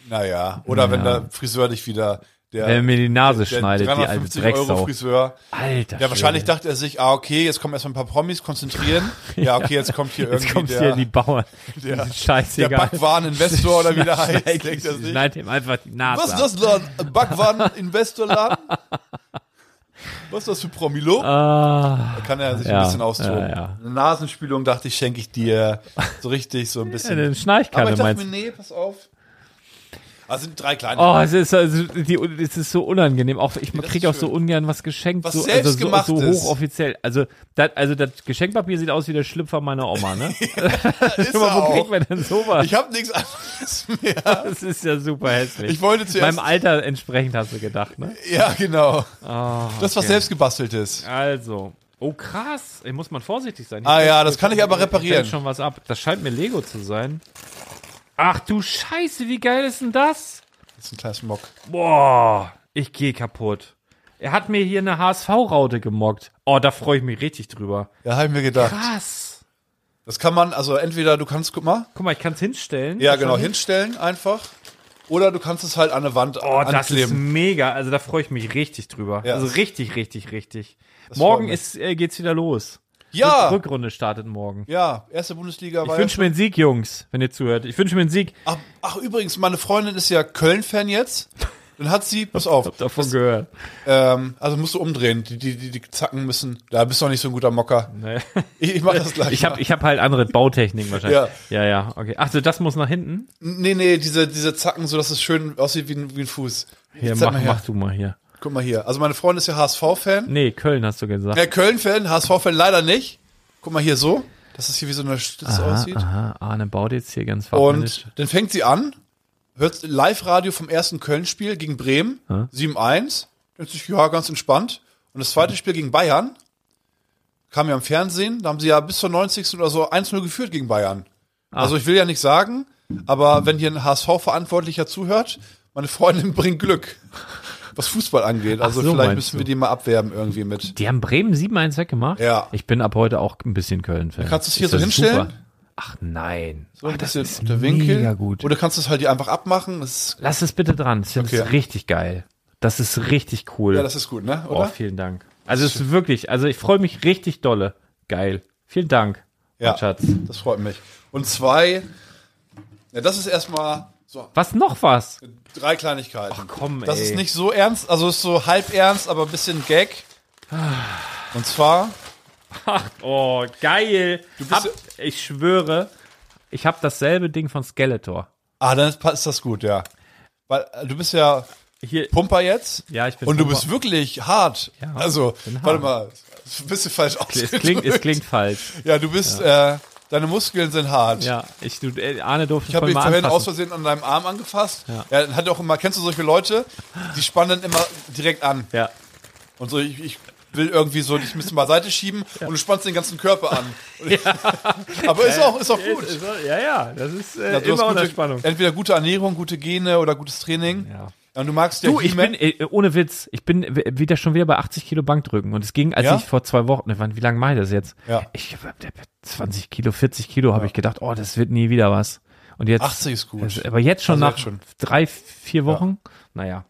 Speaker 3: Naja. Oder wenn der Friseur dich wieder, der,
Speaker 2: Wenn er mir die Nase
Speaker 3: der
Speaker 2: schneidet, die alte
Speaker 3: 350 Euro
Speaker 2: Drecksau.
Speaker 3: Friseur.
Speaker 2: Alter.
Speaker 3: Ja, wahrscheinlich
Speaker 2: Schwede.
Speaker 3: dachte er sich, ah, okay, jetzt kommen erstmal ein paar Promis, konzentrieren. Ja, okay, jetzt kommt hier irgendwie
Speaker 2: Jetzt kommt
Speaker 3: der,
Speaker 2: hier die Bauern.
Speaker 3: der-
Speaker 2: Die sind
Speaker 3: der
Speaker 2: Scheißegal.
Speaker 3: Backwaren-Investor oder wie der heißt.
Speaker 2: Schneid-
Speaker 3: denkt er sich.
Speaker 2: Schneid ihm einfach die Nase.
Speaker 3: Was ist
Speaker 2: ab.
Speaker 3: das, Laden? Backwaren-Investor-Laden? Was ist das für Promilo?
Speaker 2: Ah,
Speaker 3: Da kann er sich
Speaker 2: Ja,
Speaker 3: ein bisschen austoben.
Speaker 2: ja, ja.
Speaker 3: Eine Nasenspülung dachte ich, schenke ich dir so richtig so ein bisschen.
Speaker 2: eine
Speaker 3: Aber
Speaker 2: Schnarchkarre
Speaker 3: ich dachte
Speaker 2: meinst
Speaker 3: mir,
Speaker 2: du?
Speaker 3: nee, pass auf. Also sind drei kleine.
Speaker 2: Oh, es ist, also, die, es ist so unangenehm. Auch, ich
Speaker 3: ist
Speaker 2: kriege auch so
Speaker 3: schön.
Speaker 2: ungern was geschenkt,
Speaker 3: Was
Speaker 2: so, also, so, so
Speaker 3: selbstgemachtes.
Speaker 2: hochoffiziell. Also, das, also das Geschenkpapier sieht aus wie der Schlüpfer meiner Oma, ne?
Speaker 3: ist
Speaker 2: Guck mal,
Speaker 3: er
Speaker 2: wo kriegt
Speaker 3: auch.
Speaker 2: man denn sowas?
Speaker 3: Ich habe nichts anderes mehr.
Speaker 2: das ist ja super hässlich.
Speaker 3: Ich wollte zuerst.
Speaker 2: Meinem Alter entsprechend hast du gedacht, ne?
Speaker 3: ja, genau.
Speaker 2: Oh,
Speaker 3: Das, was selbst gebastelt ist.
Speaker 2: Also. Oh, krass. Ey, muss man vorsichtig sein.
Speaker 3: Ah
Speaker 2: Hier
Speaker 3: ja,
Speaker 2: fällt-
Speaker 3: das kann ich aber
Speaker 2: hier fällt
Speaker 3: reparieren.
Speaker 2: schon was ab. Das scheint mir Lego zu sein. Ach du Scheiße, wie geil ist denn das?
Speaker 3: Das ist ein kleines Mock.
Speaker 2: Boah, ich gehe kaputt. Er hat mir hier eine HSV-Raute gemockt. Oh, da freue ich mich richtig drüber.
Speaker 3: Ja, habe ich mir gedacht.
Speaker 2: Krass.
Speaker 3: Das kann man, also entweder du kannst, guck mal.
Speaker 2: Guck mal, ich kann es hinstellen.
Speaker 3: Ja, genau, hinstellen einfach. Oder du kannst es halt an eine Wand
Speaker 2: Oh, das ist
Speaker 3: ankleben.
Speaker 2: mega. Also da freue ich mich richtig drüber.
Speaker 3: Ja.
Speaker 2: Also richtig, richtig, richtig.
Speaker 3: freut
Speaker 2: morgen
Speaker 3: mich.
Speaker 2: ist, äh, geht's wieder los.
Speaker 3: Ja.
Speaker 2: Die Rückrunde startet morgen.
Speaker 3: ja, erste Bundesliga
Speaker 2: Ich
Speaker 3: war ja
Speaker 2: wünsche mir einen Sieg, Jungs, wenn ihr zuhört. Ich wünsche mir einen Sieg.
Speaker 3: Ach, ach übrigens, meine Freundin ist ja Köln-Fan jetzt. Dann hat sie, pass auf,
Speaker 2: Davon gehört.
Speaker 3: ähm, also musst du umdrehen, die, die, die, die zacken müssen. Da bist du noch nicht so ein guter Mocker.
Speaker 2: Nee.
Speaker 3: Ich, ich mach das gleich.
Speaker 2: Ich habe
Speaker 3: mal.
Speaker 2: ich hab halt andere Bautechniken wahrscheinlich. ja,
Speaker 3: Ja.
Speaker 2: ja, okay. Ach so, das muss nach hinten?
Speaker 3: nee, nee, diese, diese Zacken, so dass es schön aussieht wie ein, wie ein Fuß.
Speaker 2: Hier,
Speaker 3: Jetzt
Speaker 2: mach,
Speaker 3: sag mal her.
Speaker 2: mach du mal hier.
Speaker 3: Guck mal hier. Also meine Freundin ist ja HSV-Fan.
Speaker 2: Nee, Köln hast du gesagt.
Speaker 3: Ja, Köln-Fan, HSV-Fan leider nicht. Guck mal hier so, dass es hier wie so eine Stütze aussieht.
Speaker 2: Aha, Arne baut jetzt hier ganz fachmännisch.
Speaker 3: Und dann fängt sie an, hört Live-Radio vom ersten Köln-Spiel gegen Bremen, 7-1. Denkt sich, ja, ganz entspannt. Und das zweite Spiel gegen Bayern kam ja im Fernsehen. Da haben sie ja bis zur 90. oder so 1-0 geführt gegen Bayern.
Speaker 2: Ah.
Speaker 3: Also ich will ja nicht sagen, aber wenn hier ein HSV-Verantwortlicher zuhört, meine Freundin bringt Glück, was Fußball angeht. Also
Speaker 2: so,
Speaker 3: vielleicht
Speaker 2: meinst du.
Speaker 3: müssen wir die mal abwerben irgendwie mit.
Speaker 2: Die haben Bremen 7-1 weggemacht?
Speaker 3: Ja.
Speaker 2: Ich bin ab heute auch ein bisschen Köln-Fan.
Speaker 3: Kannst du es hier
Speaker 2: Ist
Speaker 3: so
Speaker 2: das
Speaker 3: hinstellen?
Speaker 2: super? Ach nein.
Speaker 3: So ein bisschen
Speaker 2: Ah, ist
Speaker 3: der Winkel.
Speaker 2: mega gut.
Speaker 3: Oder kannst du es halt hier einfach abmachen? Das ist,
Speaker 2: Lass es bitte dran. Das ist
Speaker 3: Okay.
Speaker 2: richtig geil. Das ist richtig cool.
Speaker 3: ja, das ist gut, ne?
Speaker 2: oh,
Speaker 3: Oder?
Speaker 2: vielen Dank. Also es ist wirklich, also ich freue mich richtig dolle. Geil. Vielen Dank.
Speaker 3: Ja.
Speaker 2: mein Schatz.
Speaker 3: Das freut mich. Und zwei, ja, das ist erstmal so
Speaker 2: Was noch was?
Speaker 3: drei Kleinigkeiten. Ach
Speaker 2: komm,
Speaker 3: Das
Speaker 2: ey.
Speaker 3: ist nicht so ernst, also ist so halb ernst, aber ein bisschen Gag. Und zwar,
Speaker 2: Oh, geil.
Speaker 3: bist
Speaker 2: hab,
Speaker 3: ja-
Speaker 2: ich schwöre, ich habe dasselbe Ding von Skeletor.
Speaker 3: ah, dann ist das gut, ja. Weil äh, du bist ja
Speaker 2: Hier,
Speaker 3: Pumper jetzt.
Speaker 2: Ja, ich bin
Speaker 3: Und du
Speaker 2: Pumper.
Speaker 3: bist wirklich hart.
Speaker 2: Ja,
Speaker 3: also,
Speaker 2: bin hart.
Speaker 3: warte mal, ist ein bisschen falsch
Speaker 2: es
Speaker 3: ausgedrückt.
Speaker 2: klingt, es klingt falsch.
Speaker 3: Ja, du bist, äh, deine Muskeln sind hart.
Speaker 2: Ja, ich, du, äh, Arne durfte
Speaker 3: Ich habe
Speaker 2: vorhin
Speaker 3: ihn
Speaker 2: mal
Speaker 3: vorhin aus
Speaker 2: anfassen.
Speaker 3: Versehen an deinem Arm angefasst.
Speaker 2: Ja.
Speaker 3: Ja. dann hat er auch immer, kennst du solche Leute, die spannen dann immer direkt an.
Speaker 2: Ja.
Speaker 3: Und so, ich, ich will irgendwie so dich ein bisschen beiseite schieben und du spannst den ganzen Körper an. Und ich- Aber ist auch, ist auch gut.
Speaker 2: Ist- ist- Ja, ja, das ist äh,
Speaker 3: Ja, du hast
Speaker 2: immer unter
Speaker 3: gute,
Speaker 2: Spannung.
Speaker 3: Entweder gute Ernährung, gute Gene oder gutes Training.
Speaker 2: Ja.
Speaker 3: Und du magst ja
Speaker 2: Du, ich
Speaker 3: He-Man.
Speaker 2: bin, äh, ohne Witz, ich bin w- wieder schon wieder bei 80 Kilo Bankdrücken. Und es ging, als
Speaker 3: Ja?
Speaker 2: ich vor zwei Wochen, ne, wann, wie lange mache ich das jetzt?
Speaker 3: Ja.
Speaker 2: Ich hab- hab 20 Kilo, 40 Kilo habe ich gedacht, oh, das wird nie wieder was. Und jetzt,
Speaker 3: 80 ist gut.
Speaker 2: also, aber jetzt schon
Speaker 3: Also
Speaker 2: nach
Speaker 3: jetzt schon.
Speaker 2: drei, vier Wochen, naja.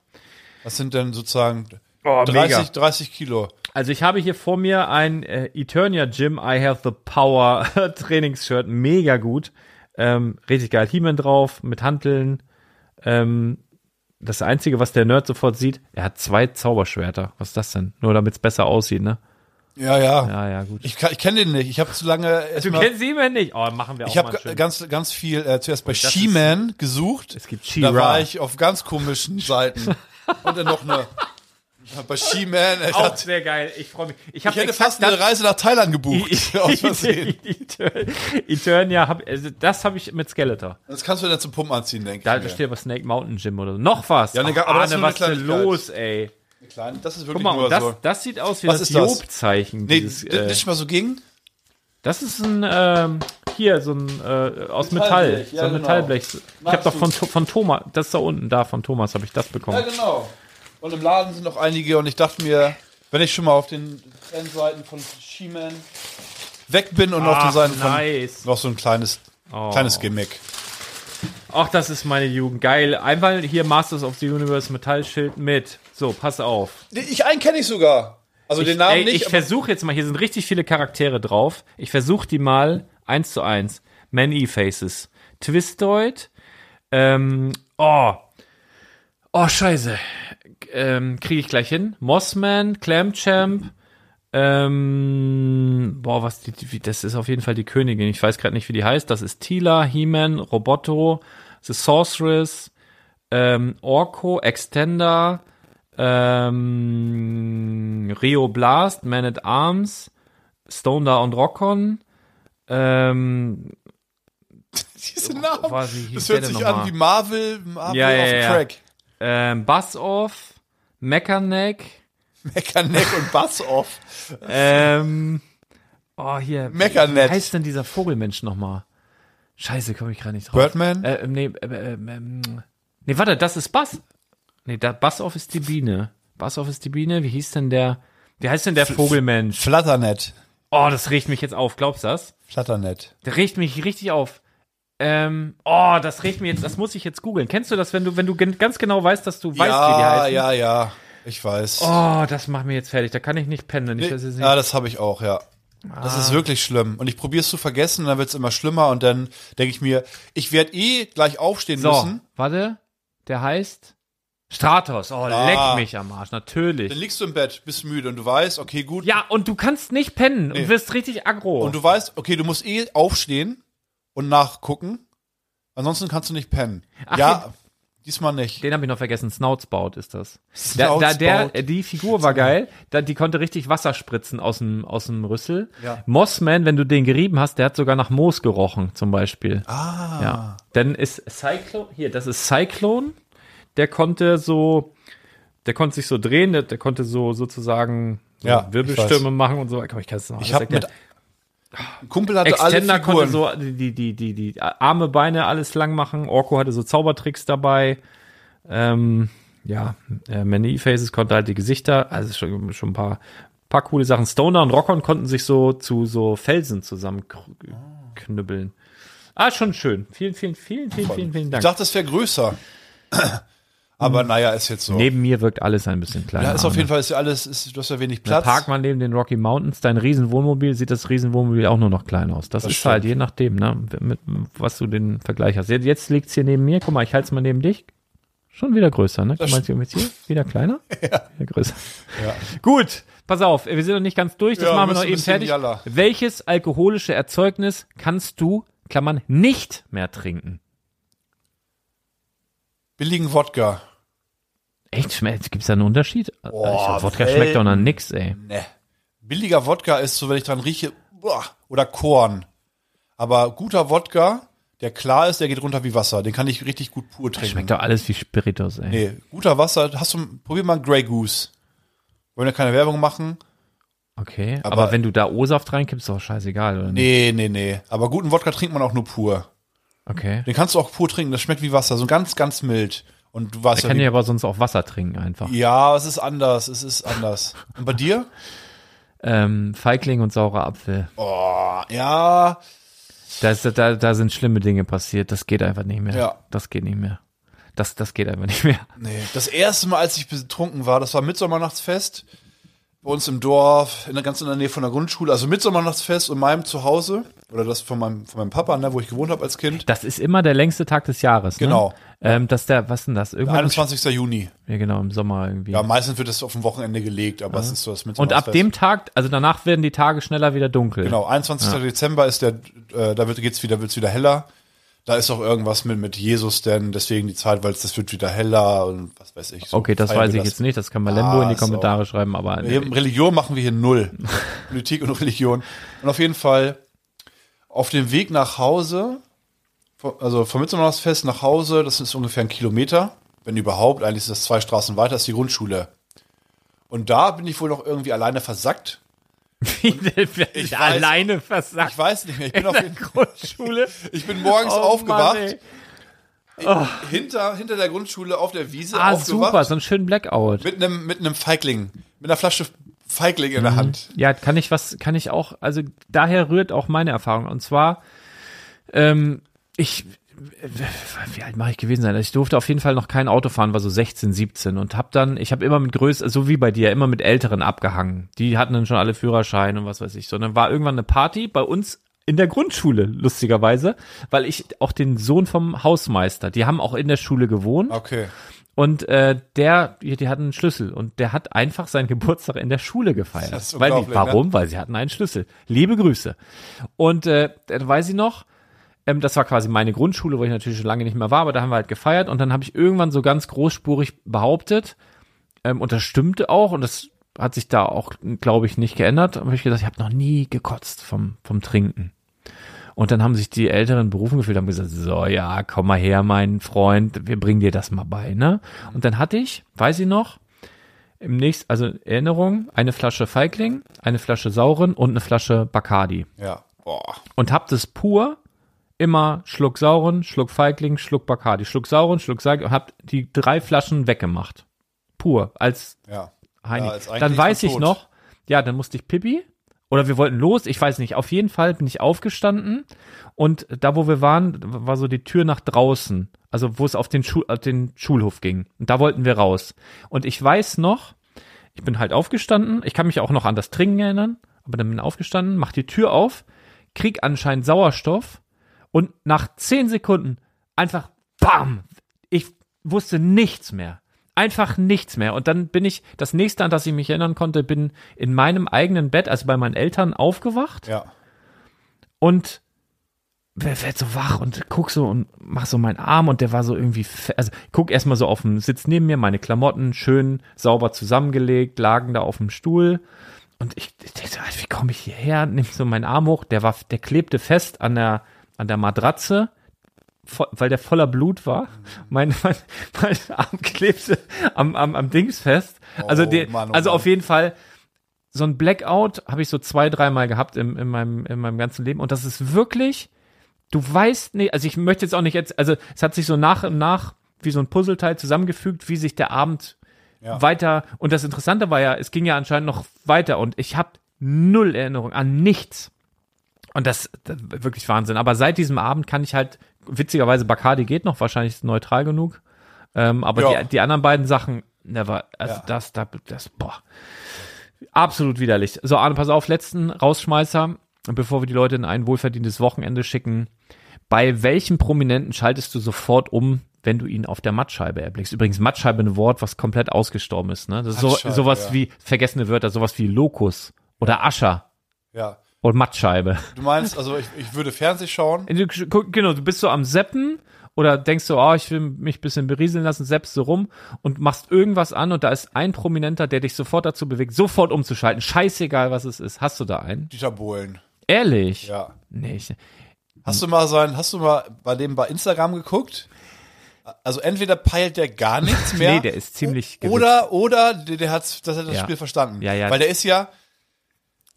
Speaker 3: Was sind denn sozusagen
Speaker 2: Oh,
Speaker 3: 30, 30 Kilo?
Speaker 2: Also ich habe hier vor mir ein äh, Eternia Gym I Have the Power Trainingsshirt, mega gut, ähm, richtig geil, He-Man drauf mit Hanteln. Ähm, das einzige, was der Nerd sofort sieht, er hat zwei Zauberschwerter. Was ist das denn? Nur damit es besser aussieht, ne?
Speaker 3: Ja, ja.
Speaker 2: Ja, ja, gut.
Speaker 3: Ich, kann- ich kenne den nicht. Ich habe zu lange.
Speaker 2: du
Speaker 3: erstmal-
Speaker 2: kennst ihn nicht? Oh, machen wir auch
Speaker 3: Ich
Speaker 2: mal
Speaker 3: habe
Speaker 2: schön.
Speaker 3: ganz, ganz viel äh, zuerst bei She-Man gesucht.
Speaker 2: Es gibt
Speaker 3: Da
Speaker 2: She-Ra.
Speaker 3: war ich auf ganz komischen Seiten. Und dann noch eine. Bei She-Man. Ich,
Speaker 2: auch
Speaker 3: hatte-
Speaker 2: sehr geil. Ich freue mich. Ich, hab
Speaker 3: ich hätte
Speaker 2: exakt
Speaker 3: fast eine
Speaker 2: das-
Speaker 3: Reise nach Thailand gebucht. aus Versehen.
Speaker 2: Eternia, hab, also das habe ich mit Skeletor.
Speaker 3: Das kannst du dann zum Pumpen anziehen, denke
Speaker 2: Da
Speaker 3: ich. mir.
Speaker 2: steht aber Snake Mountain Gym oder so. Noch was.
Speaker 3: Ja, ne,
Speaker 2: Ach,
Speaker 3: aber das ist
Speaker 2: Arne,
Speaker 3: nur eine
Speaker 2: was ist denn
Speaker 3: Kleinigkeit.
Speaker 2: los, ey?
Speaker 3: Klein, das ist
Speaker 2: Guck
Speaker 3: wirklich
Speaker 2: mal,
Speaker 3: nur
Speaker 2: und das,
Speaker 3: so.
Speaker 2: das sieht aus wie
Speaker 3: Was
Speaker 2: das
Speaker 3: ist das?
Speaker 2: Job-Zeichen.
Speaker 3: Nee,
Speaker 2: dieses,
Speaker 3: d-
Speaker 2: äh,
Speaker 3: nicht mal so ging.
Speaker 2: das ist ein, ähm, hier, so ein, äh, aus Metall.
Speaker 3: Metallblech,
Speaker 2: so
Speaker 3: ja,
Speaker 2: ein
Speaker 3: genau.
Speaker 2: Metallblech. Ich habe
Speaker 3: Magst
Speaker 2: doch
Speaker 3: du?
Speaker 2: von, To- von Thomas, das da unten, da von Thomas habe ich das bekommen.
Speaker 3: Ja, genau. Und im Laden sind noch einige und ich dachte mir, wenn ich schon mal auf den Trendseiten von She-Man weg bin und auf
Speaker 2: Ach, Oh.
Speaker 3: den Seiten von
Speaker 2: nice.
Speaker 3: noch so ein kleines, kleines Gimmick.
Speaker 2: Ach, das ist meine Jugend. Geil. Einmal hier Masters of the Universe Metallschild mit. So, pass auf.
Speaker 3: Nee, Ich einen kenne ich sogar. Also den Namen
Speaker 2: Ey,
Speaker 3: nicht.
Speaker 2: ich
Speaker 3: aber-
Speaker 2: versuche jetzt mal, hier sind richtig viele Charaktere drauf. Ich versuche die mal eins zu eins. Man-E-Faces. Twistoid. Ähm, oh. Oh, scheiße. Ähm, Kriege ich gleich hin. Mossman, Clamchamp. Ähm, boah, was die, die, das ist auf jeden Fall die Königin. Ich weiß gerade nicht, wie die heißt. Das ist Tila, He-Man, Roboto, The Sorceress, ähm, Orko, Extender, ähm, Rio Blast, Man at Arms, Stoner und Rockon. Ähm,
Speaker 3: Diese Namen.
Speaker 2: was, wie hieß
Speaker 3: Oh, das
Speaker 2: der
Speaker 3: hört
Speaker 2: denn
Speaker 3: sich
Speaker 2: noch
Speaker 3: an
Speaker 2: mal?
Speaker 3: wie Marvel, Marvel
Speaker 2: Ja, ja,
Speaker 3: auf
Speaker 2: ja.
Speaker 3: Crack.
Speaker 2: ähm, Buzz Off, Meckerneck,
Speaker 3: Meckerneck und Bass off.
Speaker 2: ähm, oh hier,
Speaker 3: Meckernet.
Speaker 2: wie heißt denn dieser Vogelmensch nochmal? Scheiße, komme ich gerade nicht drauf.
Speaker 3: Birdman?
Speaker 2: Äh, ähm, nee, äh, äh, ähm, ähm, nee, warte, das ist Buzz. Nee, da, Buzz Off ist die Biene. Buzz Off ist die Biene, wie hieß denn der, wie heißt denn der Vogelmensch?
Speaker 3: Flatternet.
Speaker 2: Oh, das riecht mich jetzt auf, glaubst du das?
Speaker 3: Flatternet.
Speaker 2: Der riecht mich richtig auf. Ähm, oh, das riecht mir jetzt, das muss ich jetzt googeln. Kennst du das, wenn du, wenn du gen- ganz genau weißt, dass du weißt, wie die
Speaker 3: ja,
Speaker 2: heißen?
Speaker 3: ja, ja. Ich weiß.
Speaker 2: Oh, das macht mir jetzt fertig. Da kann ich nicht pendeln. Ich weiß jetzt nicht. Ah.
Speaker 3: ja, das habe ich auch, ja. Das ist wirklich schlimm. Und ich probiere es zu vergessen und dann wird es immer schlimmer und dann denke ich mir, ich werde eh gleich aufstehen
Speaker 2: so,
Speaker 3: müssen.
Speaker 2: warte. Der heißt Stratos. Oh,
Speaker 3: Ah.
Speaker 2: leck mich am Arsch.
Speaker 3: Dann
Speaker 2: Natürlich.
Speaker 3: liegst du im Bett, bist müde und du weißt, okay, gut.
Speaker 2: Ja, und du kannst nicht pennen
Speaker 3: Nee.
Speaker 2: und wirst richtig aggro.
Speaker 3: Und du weißt, okay, du musst eh aufstehen und nachgucken. Ansonsten kannst du nicht pennen.
Speaker 2: Ach,
Speaker 3: ja, diesmal nicht.
Speaker 2: den habe ich noch vergessen. Snoutsbaut ist das. Da,
Speaker 3: Snoutsbaut.
Speaker 2: da, der, die Figur war geil. Da, die konnte richtig Wasser spritzen aus dem, aus dem Rüssel.
Speaker 3: Ja.
Speaker 2: Mossman, wenn du den gerieben hast, der hat sogar nach Moos gerochen, zum Beispiel.
Speaker 3: Ah,
Speaker 2: Ja. Dann ist Cyclone, hier, das ist Cyclone, der konnte so, der konnte sich so drehen, der, der konnte so sozusagen so
Speaker 3: Ja, ich
Speaker 2: Wirbelstürme machen und so. Komm, ich kann es noch alles
Speaker 3: Ich habe mit.
Speaker 2: erklären.
Speaker 3: Ein Kumpel hatte
Speaker 2: Extender
Speaker 3: Also alle Figuren.
Speaker 2: konnte so die, die, die, die Arme, Beine alles lang machen. Orko hatte so Zaubertricks dabei. Ähm, ja, äh, Many Faces konnte halt die Gesichter, also schon, schon ein paar, paar coole Sachen. Stoner und Rockon konnten sich so zu so Felsen zusammenknüppeln. Ah, schon schön. Vielen, vielen, vielen, vielen, vielen, vielen
Speaker 3: ich
Speaker 2: Dank.
Speaker 3: dachte, es wäre größer. Aber
Speaker 2: Hm.
Speaker 3: naja, ist jetzt so.
Speaker 2: Neben mir wirkt alles ein bisschen kleiner.
Speaker 3: ja, ist auf jeden Fall ist ja alles, ist, du hast ja
Speaker 2: Der
Speaker 3: wenig Platz.
Speaker 2: Park mal neben den Rocky Mountains, dein Riesenwohnmobil, sieht das Riesenwohnmobil auch nur noch klein aus. Das,
Speaker 3: Das
Speaker 2: ist halt
Speaker 3: stimmt.
Speaker 2: je nachdem, ne, mit, was du den Vergleich hast. Jetzt, jetzt liegt's hier neben mir, guck mal, ich halte es mal neben dich. Schon wieder größer, ne? Guck
Speaker 3: Das
Speaker 2: mal, jetzt jetzt hier, wieder kleiner, wieder größer. Gut, pass auf, wir sind noch nicht ganz durch, das
Speaker 3: Ja,
Speaker 2: machen wir
Speaker 3: müssen
Speaker 2: noch
Speaker 3: ein
Speaker 2: eben
Speaker 3: bisschen
Speaker 2: fertig.
Speaker 3: Jalla.
Speaker 2: Welches alkoholische Erzeugnis kannst du, Klammern, nicht mehr trinken?
Speaker 3: Billigen Wodka.
Speaker 2: Echt, schmeckt, gibt's da einen Unterschied? ich glaub, Wodka schmeckt doch nach nix, ey.
Speaker 3: Ne. Billiger Wodka ist so, wenn ich dran rieche, boah, oder Korn. Aber guter Wodka, der klar ist, der geht runter wie Wasser. Den kann ich richtig gut pur trinken.
Speaker 2: Schmeckt doch alles wie Spiritus, ey.
Speaker 3: Nee, guter Wasser. Hast du, probier mal einen Grey Goose. Wollen wir keine Werbung machen?
Speaker 2: Okay, aber,
Speaker 3: Aber-
Speaker 2: wenn du da O-Saft reinkippst, ist doch scheißegal, oder nicht?
Speaker 3: Nee, nee, nee. Aber guten Wodka trinkt man auch nur pur.
Speaker 2: Okay.
Speaker 3: Den kannst du auch pur trinken. Das schmeckt wie Wasser. So ganz, ganz mild. Und du
Speaker 2: Ich
Speaker 3: weißt ja,
Speaker 2: kann
Speaker 3: wie,
Speaker 2: ja aber sonst auch Wasser trinken einfach.
Speaker 3: also ja, es ist anders. Es ist anders. Und bei dir?
Speaker 2: Ähm, Feigling und saurer Apfel.
Speaker 3: Oh, ja.
Speaker 2: Da, ist, da, da sind schlimme Dinge passiert. Das geht einfach nicht mehr.
Speaker 3: Ja.
Speaker 2: Das geht nicht mehr. Das, das geht einfach nicht mehr.
Speaker 3: Nee, das erste Mal, als ich betrunken war, das war Mitsommernachtsfest bei uns im Dorf, in der ganz in der Nähe von der Grundschule, also Mitsommernachtsfest in meinem Zuhause oder das von meinem von meinem Papa, ne, wo ich gewohnt habe als Kind.
Speaker 2: Das ist immer der längste Tag des Jahres.
Speaker 3: Genau.
Speaker 2: Ne? Ähm, dass der, was denn das? Irgendwann
Speaker 3: 21. Juni.
Speaker 2: Im, ja, genau, im Sommer irgendwie.
Speaker 3: Ja, meistens wird das auf ein Wochenende gelegt, aber es ist so das
Speaker 2: und
Speaker 3: Mitsommernachtsfest.
Speaker 2: ab dem Tag, also danach werden die Tage schneller wieder dunkel.
Speaker 3: genau 21. Dezember ist der äh, da wird geht's wieder wird's wieder heller. Da ist auch irgendwas mit mit Jesus denn, deswegen die Zeit, weil es das wird wieder heller und was weiß ich. so
Speaker 2: Okay, das
Speaker 3: feiern
Speaker 2: weiß
Speaker 3: wir
Speaker 2: ich jetzt nicht. Das kann Malembo
Speaker 3: Ah,
Speaker 2: in die
Speaker 3: ist
Speaker 2: Kommentare schreiben, aber
Speaker 3: Wir haben Religion machen wir hier null. Politik und Religion. Und auf jeden Fall auf dem Weg nach Hause, vom- also vom Mitsommernachtsfest nach Hause, das ist ungefähr ein Kilometer, wenn überhaupt. Eigentlich ist das zwei Straßen weiter, ist die Grundschule. Und da bin ich wohl noch irgendwie alleine versackt.
Speaker 2: ich
Speaker 3: weiß-
Speaker 2: alleine versagt.
Speaker 3: Ich weiß nicht mehr. Ich bin,
Speaker 2: in
Speaker 3: auf
Speaker 2: der
Speaker 3: jeden,
Speaker 2: Grundschule.
Speaker 3: ich bin morgens
Speaker 2: Oh Mann,
Speaker 3: aufgewacht.
Speaker 2: ey. Oh.
Speaker 3: hinter, hinter der Grundschule auf der Wiese
Speaker 2: Ah,
Speaker 3: aufgewacht.
Speaker 2: super, so einen schönen Blackout.
Speaker 3: Mit einem, mit einem Feigling. Mit einer Flasche Feigling in
Speaker 2: Mhm.
Speaker 3: der Hand.
Speaker 2: Ja, kann ich was, kann ich auch, also daher rührt auch meine Erfahrung. Und zwar, ähm, ich, wie alt mag ich gewesen sein? Also ich durfte auf jeden Fall noch kein Auto fahren, war so 16, 17 und hab dann, ich habe immer mit größeren, so wie bei dir, immer mit älteren abgehangen. Die hatten dann schon alle Führerschein und was weiß ich. So, und dann war irgendwann eine Party bei uns in der Grundschule, lustigerweise, weil ich auch den Sohn vom Hausmeister, die haben auch in der Schule gewohnt.
Speaker 3: Okay.
Speaker 2: Und äh, der, die, die hatten einen Schlüssel und der hat einfach seinen Geburtstag in der Schule gefeiert.
Speaker 3: Das ist
Speaker 2: weil die,
Speaker 3: unglaublich, ne?
Speaker 2: warum? Weil sie hatten einen Schlüssel. Liebe Grüße. Und äh, dann weiß ich noch, ähm, das war quasi meine Grundschule, wo ich natürlich schon lange nicht mehr war, aber da haben wir halt gefeiert und dann habe ich irgendwann so ganz großspurig behauptet, ähm, und das stimmte auch und das hat sich da auch, glaube ich, nicht geändert. Aber ich gesagt, ich habe noch nie gekotzt vom, vom Trinken. Und dann haben sich die Älteren berufen gefühlt, haben gesagt, so, ja, komm mal her, mein Freund, wir bringen dir das mal bei, ne? Und dann hatte ich, weiß ich noch, im nächsten, also Erinnerung, eine Flasche Feigling, eine Flasche Sauren und eine Flasche Bacardi.
Speaker 3: Ja. Boah.
Speaker 2: Und hab das pur immer Schluck Sauren, Schluck Feigling, Schluck Bacardi, Schluck Sauren, Schluck Feigling und hab die drei Flaschen weggemacht. Pur, als
Speaker 3: Ja.
Speaker 2: Heini.
Speaker 3: Ja, als eigentlich
Speaker 2: dann
Speaker 3: ist man
Speaker 2: weiß ich
Speaker 3: tot.
Speaker 2: noch, ja, dann musste ich Pipi oder wir wollten los, ich weiß nicht. Auf jeden Fall bin ich aufgestanden und da, wo wir waren, war so die Tür nach draußen, also wo es auf den, Schu auf den Schulhof ging. Und da wollten wir raus. Und ich weiß noch, ich bin halt aufgestanden, ich kann mich auch noch an das Trinken erinnern, aber dann bin ich aufgestanden, mach die Tür auf, krieg anscheinend Sauerstoff und nach zehn Sekunden einfach BAM! Ich wusste nichts mehr. Einfach nichts mehr. Und dann bin ich, das nächste, an das ich mich erinnern konnte, bin in meinem eigenen Bett, also bei meinen Eltern, aufgewacht
Speaker 3: Ja.
Speaker 2: und wer wird so wach und guck so und mach so meinen Arm und der war so irgendwie, fe- also guck erstmal so auf dem Sitz neben mir, meine Klamotten schön sauber zusammengelegt, lagen da auf dem Stuhl und ich, ich denk so, Alter, wie komme ich hierher? Nimm so meinen Arm hoch, der war, der klebte fest an der, an der Matratze. vo- Weil der voller Blut
Speaker 3: Mhm.
Speaker 2: war. Mein, mein, mein Arm klebte am, am, am Dings fest. Also,
Speaker 3: Oh
Speaker 2: der,
Speaker 3: Mann, oh
Speaker 2: also
Speaker 3: Mann.
Speaker 2: auf jeden Fall, so ein Blackout habe ich so zwei, dreimal gehabt im, in, meinem, in meinem ganzen Leben. Und das ist wirklich, du weißt nicht, also ich möchte jetzt auch nicht jetzt, also es hat sich so nach und nach wie so ein Puzzleteil zusammengefügt, wie sich der Abend
Speaker 3: Ja.
Speaker 2: weiter. Und das Interessante war ja, es ging ja anscheinend noch weiter und ich habe null Erinnerung an nichts. Und das, das war wirklich Wahnsinn. Aber seit diesem Abend kann ich halt, witzigerweise, Bacardi geht noch, wahrscheinlich ist neutral genug. Ähm, aber
Speaker 3: Ja.
Speaker 2: die, die anderen beiden Sachen, never. Also
Speaker 3: Ja.
Speaker 2: das, das, das, boah. Absolut widerlich. So, Arne, pass auf, letzten Rausschmeißer, bevor wir die Leute in ein wohlverdientes Wochenende schicken. Bei welchem Prominenten schaltest du sofort um, wenn du ihn auf der Mattscheibe erblickst? Übrigens, Mattscheibe ein Wort, was komplett ausgestorben ist. Ne? Das ist so,
Speaker 3: Mattscheibe,
Speaker 2: sowas
Speaker 3: ja.
Speaker 2: wie vergessene Wörter, sowas wie Lokus oder Ascher
Speaker 3: Ja.
Speaker 2: und Mattscheibe.
Speaker 3: Du meinst, also ich, ich würde Fernseh schauen.
Speaker 2: Du guck- Genau, du bist so am Seppen oder denkst so, oh, ich will mich ein bisschen berieseln lassen, seppst so rum und machst irgendwas an und da ist ein Prominenter, der dich sofort dazu bewegt, sofort umzuschalten. Scheißegal, was es ist. Hast du da einen?
Speaker 3: Dieter Bohlen.
Speaker 2: Ehrlich?
Speaker 3: Ja.
Speaker 2: Nee, ich,
Speaker 3: Hast du mal sein, hast du mal bei dem bei Instagram geguckt? Also entweder peilt der gar nichts mehr.
Speaker 2: Nee, der ist ziemlich
Speaker 3: o- Oder, oder der, der hat's, das hat das
Speaker 2: Ja.
Speaker 3: Spiel verstanden.
Speaker 2: Ja, ja.
Speaker 3: Weil der ist ja,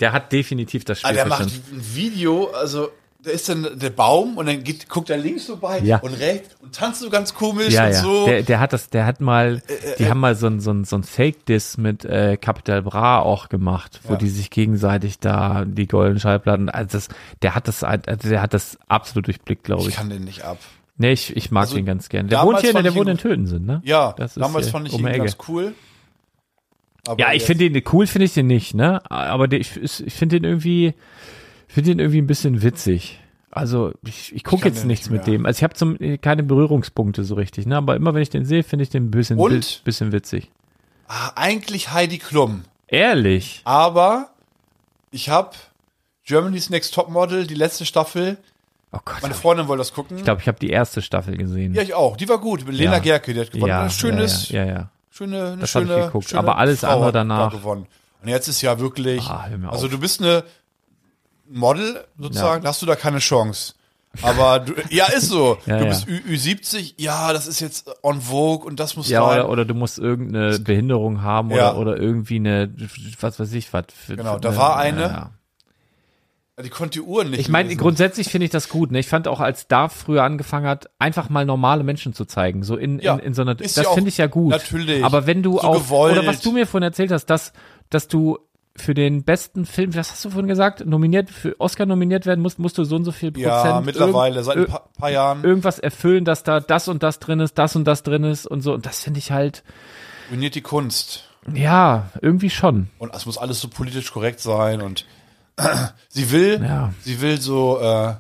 Speaker 2: der hat definitiv das
Speaker 3: ah,
Speaker 2: Spiel
Speaker 3: der macht
Speaker 2: verstanden.
Speaker 3: ein Video, also da ist dann der Baum und dann geht, guckt er links vorbei
Speaker 2: Ja.
Speaker 3: und rechts und tanzt so ganz komisch
Speaker 2: Ja,
Speaker 3: und
Speaker 2: ja.
Speaker 3: so. Äh,
Speaker 2: Der, der hat das, der hat mal, die haben mal so ein, so ein, so ein Fake-Diss mit äh, Capital Bra auch gemacht, wo
Speaker 3: Ja.
Speaker 2: die sich gegenseitig da die goldenen Schallplatten, also das, der hat das, also der hat das absolut durchblickt, glaube
Speaker 3: ich
Speaker 2: ich.
Speaker 3: kann den nicht ab.
Speaker 2: Nee, ich, ich mag
Speaker 3: Also,
Speaker 2: den ganz gern. Der
Speaker 3: damals
Speaker 2: wohnt hier,
Speaker 3: fand
Speaker 2: der
Speaker 3: ich
Speaker 2: wohnt
Speaker 3: ihn-
Speaker 2: in Tötensen, ne?
Speaker 3: Ja,
Speaker 2: Das ist,
Speaker 3: damals
Speaker 2: äh,
Speaker 3: fand ich
Speaker 2: um
Speaker 3: ihn
Speaker 2: die Ecke.
Speaker 3: ganz cool. Aber
Speaker 2: Ja, ich
Speaker 3: jetzt-
Speaker 2: finde ihn cool, finde ich den nicht, ne? Aber der, ich, ich finde den irgendwie, finde den irgendwie ein bisschen witzig. Also ich, ich
Speaker 3: Ich
Speaker 2: gucke
Speaker 3: kann
Speaker 2: jetzt
Speaker 3: den
Speaker 2: nichts
Speaker 3: nicht
Speaker 2: mit
Speaker 3: mehr.
Speaker 2: dem. Also ich habe zum keine Berührungspunkte so richtig, ne? Aber immer wenn ich den sehe, finde ich den ein bisschen,
Speaker 3: Und?
Speaker 2: bi- bisschen witzig.
Speaker 3: Ah, eigentlich Heidi Klum.
Speaker 2: Ehrlich?
Speaker 3: Aber ich habe Germany's Next Topmodel, die letzte Staffel.
Speaker 2: Oh Gott,
Speaker 3: Meine
Speaker 2: ich
Speaker 3: Freundin wollte das gucken.
Speaker 2: glaube, ich habe die erste Staffel gesehen.
Speaker 3: ja, ich auch. Die war gut. Mit Lena
Speaker 2: Ja.
Speaker 3: Gerke, die hat gewonnen.
Speaker 2: ja,
Speaker 3: Ein schönes,
Speaker 2: ja, ja, ja.
Speaker 3: schöne, eine
Speaker 2: Das hab ich
Speaker 3: schöne,
Speaker 2: geguckt.
Speaker 3: schöne
Speaker 2: Aber alles
Speaker 3: Frau
Speaker 2: andere
Speaker 3: hat da
Speaker 2: danach.
Speaker 3: gewonnen. Und jetzt ist ja wirklich,
Speaker 2: Ah, hör mir
Speaker 3: also
Speaker 2: auf.
Speaker 3: du bist eine Model sozusagen, da hast du da keine Chance. Aber du, ja, ist so.
Speaker 2: Ja,
Speaker 3: du
Speaker 2: ja.
Speaker 3: bist Ü Ü70, ja, das ist jetzt on Vogue und das muss
Speaker 2: Ja,
Speaker 3: rein.
Speaker 2: oder, oder du musst irgendeine Behinderung haben
Speaker 3: Ja.
Speaker 2: oder, oder irgendwie eine, was weiß ich, was. für-
Speaker 3: Genau,
Speaker 2: für
Speaker 3: da war eine.
Speaker 2: Ja, ja.
Speaker 3: Die konnte die Uhren nicht
Speaker 2: Ich meine,
Speaker 3: lesen.
Speaker 2: grundsätzlich finde ich das gut. Ne? Ich fand auch, als Darf früher angefangen hat, einfach mal normale Menschen zu zeigen. So in,
Speaker 3: Ja,
Speaker 2: in, in so einer,
Speaker 3: ist
Speaker 2: das
Speaker 3: ja auch-
Speaker 2: finde ich ja gut.
Speaker 3: natürlich.
Speaker 2: Aber wenn du
Speaker 3: So
Speaker 2: auch,
Speaker 3: gewollt.
Speaker 2: oder was du mir vorhin erzählt hast, dass, dass du für den besten Film, was hast du vorhin gesagt, nominiert, für Oscar nominiert werden musst, musst du so und so viel Prozent.
Speaker 3: Ja, mittlerweile,
Speaker 2: irgend-
Speaker 3: seit ein paar, paar Jahren.
Speaker 2: irgendwas erfüllen, dass da das und das drin ist, das und das drin ist und so. Und das finde ich halt,
Speaker 3: Ruiniert die Kunst.
Speaker 2: ja, irgendwie schon.
Speaker 3: Und es muss alles so politisch korrekt sein und sie will,
Speaker 2: Ja.
Speaker 3: sie will so äh,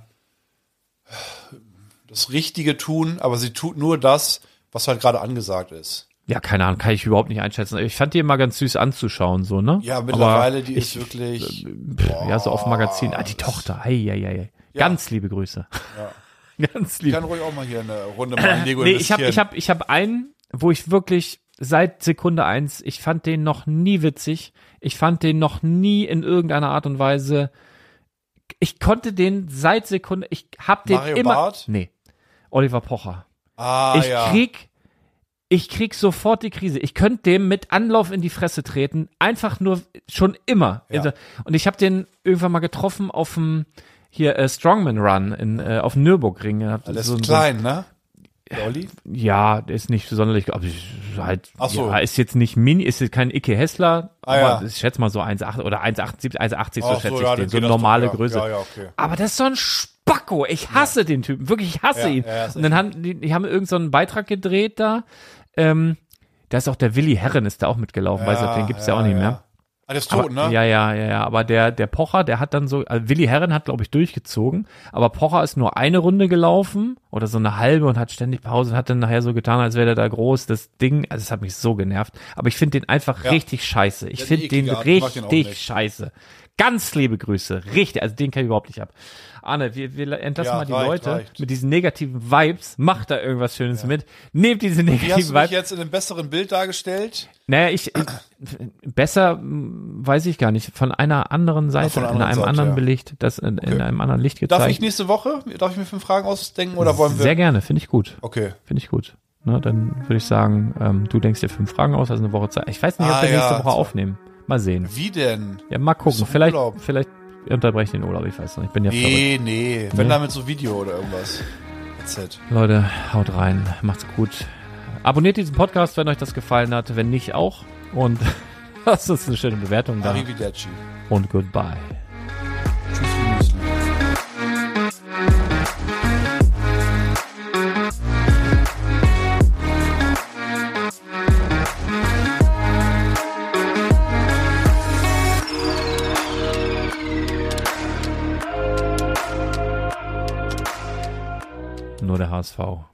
Speaker 3: das Richtige tun, aber sie tut nur das, was halt gerade angesagt ist.
Speaker 2: Ja, keine Ahnung, kann ich überhaupt nicht einschätzen. Ich fand die immer ganz süß anzuschauen, so, ne?
Speaker 3: Ja,
Speaker 2: Aber
Speaker 3: mittlerweile, die ist
Speaker 2: ich- äh,
Speaker 3: wirklich-
Speaker 2: Pff, ja, so auf dem Magazin. Ah, die Tochter. Ei, ei, ei, ei. Ganz liebe Grüße. Ganz
Speaker 3: Ich
Speaker 2: liebe
Speaker 3: kann ruhig auch mal hier eine Runde mal in Lego
Speaker 2: nee, ich habe
Speaker 3: investieren.
Speaker 2: ich hab, ich hab einen, wo ich wirklich seit Sekunde eins, ich fand den noch nie witzig. Ich fand den noch nie in irgendeiner Art und Weise. Ich konnte den seit Sekunde, ich hab den
Speaker 3: Mario
Speaker 2: immer.
Speaker 3: Barth?
Speaker 2: Nee. Oliver Pocher.
Speaker 3: ah,
Speaker 2: ich
Speaker 3: ja.
Speaker 2: krieg. Ich krieg sofort die Krise. Ich könnte dem mit Anlauf in die Fresse treten. Einfach nur schon immer. Also,
Speaker 3: Ja.
Speaker 2: Und ich habe den irgendwann mal getroffen auf dem hier äh, Strongman Run in, äh, auf dem Nürburgring. Hab
Speaker 3: Alles
Speaker 2: so- so-
Speaker 3: klein, ne? Der Olli?
Speaker 2: ja, der ist nicht sonderlich, aber ich- halt,
Speaker 3: Ach so.
Speaker 2: ja, ist jetzt nicht mini, ist jetzt kein Icke Hessler,
Speaker 3: Ah,
Speaker 2: aber
Speaker 3: ja.
Speaker 2: ich schätze mal so 1,8 oder 1,78, 1,80 so
Speaker 3: Ach so,
Speaker 2: schätze
Speaker 3: ja,
Speaker 2: ich den,
Speaker 3: dann
Speaker 2: so
Speaker 3: geht das
Speaker 2: normale
Speaker 3: doch, ja.
Speaker 2: Größe.
Speaker 3: Ja, ja, okay.
Speaker 2: Aber das ist so ein Spacko, ich hasse den Typen, wirklich, ich hasse
Speaker 3: Ja,
Speaker 2: ihn.
Speaker 3: ja, das ist
Speaker 2: Und dann haben die, die haben irgendeinen so einen Beitrag gedreht da, ähm, da ist auch der Willi Herren ist da auch mitgelaufen, weiß ich, den gibt's ja, auch nicht mehr.
Speaker 3: Ah, der ist
Speaker 2: Aber,
Speaker 3: tot, ne?
Speaker 2: Ja, ja, ja, ja. Aber der, der Pocher, der hat dann so, also Willi Herren hat, glaube ich, durchgezogen, aber Pocher ist nur eine Runde gelaufen oder so eine halbe und hat ständig Pause und hat dann nachher so getan, als wäre der da groß. Das Ding, also es hat mich so genervt. Aber ich finde den einfach
Speaker 3: Ja.
Speaker 2: richtig scheiße. Ich
Speaker 3: Ja, die
Speaker 2: finde den
Speaker 3: eklige Art, ich mag den auch
Speaker 2: richtig
Speaker 3: nicht.
Speaker 2: scheiße. Ganz liebe Grüße. Richtig, also den kann ich überhaupt nicht ab. Arne, wir, wir entlassen
Speaker 3: Ja,
Speaker 2: mal die
Speaker 3: reicht,
Speaker 2: Leute
Speaker 3: reicht.
Speaker 2: mit diesen negativen Vibes. Macht da irgendwas Schönes mit. Nehmt diese
Speaker 3: Wie hast du
Speaker 2: negativen
Speaker 3: mich
Speaker 2: Vibes.
Speaker 3: jetzt in einem besseren Bild dargestellt?
Speaker 2: Naja, ich, ich besser mm, weiß ich gar nicht. Von einer anderen Seite,
Speaker 3: von einer
Speaker 2: in
Speaker 3: anderen
Speaker 2: einem
Speaker 3: Seite,
Speaker 2: anderen
Speaker 3: ja.
Speaker 2: Belicht, das in, in einem anderen Licht gezeigt.
Speaker 3: Darf ich nächste Woche? Darf ich mir fünf Fragen ausdenken oder wollen wir?
Speaker 2: Sehr gerne, finde ich gut.
Speaker 3: Okay.
Speaker 2: Finde ich gut. Na, dann würde ich sagen, ähm, du denkst dir fünf Fragen aus, hast eine Woche Zeit. Ich weiß nicht, ob
Speaker 3: Ah,
Speaker 2: wir nächste
Speaker 3: ja,
Speaker 2: Woche
Speaker 3: so.
Speaker 2: aufnehmen. Mal sehen.
Speaker 3: Wie denn?
Speaker 2: Ja, mal gucken.
Speaker 3: Bist du im
Speaker 2: Vielleicht,
Speaker 3: Urlaub?
Speaker 2: vielleicht unterbreche ich den Urlaub, ich weiß noch. Ich bin ja verrückt.
Speaker 3: Nee, nee. Wenn
Speaker 2: Nee.
Speaker 3: damit so Video oder irgendwas. That's it.
Speaker 2: Leute, haut rein. Macht's gut. Abonniert diesen Podcast, wenn euch das gefallen hat. Wenn nicht, auch. Und lasst uns eine schöne Bewertung da.
Speaker 3: Arrivederci.
Speaker 2: Und goodbye.
Speaker 3: Tschüss. Müsli.
Speaker 2: Nur der HSV.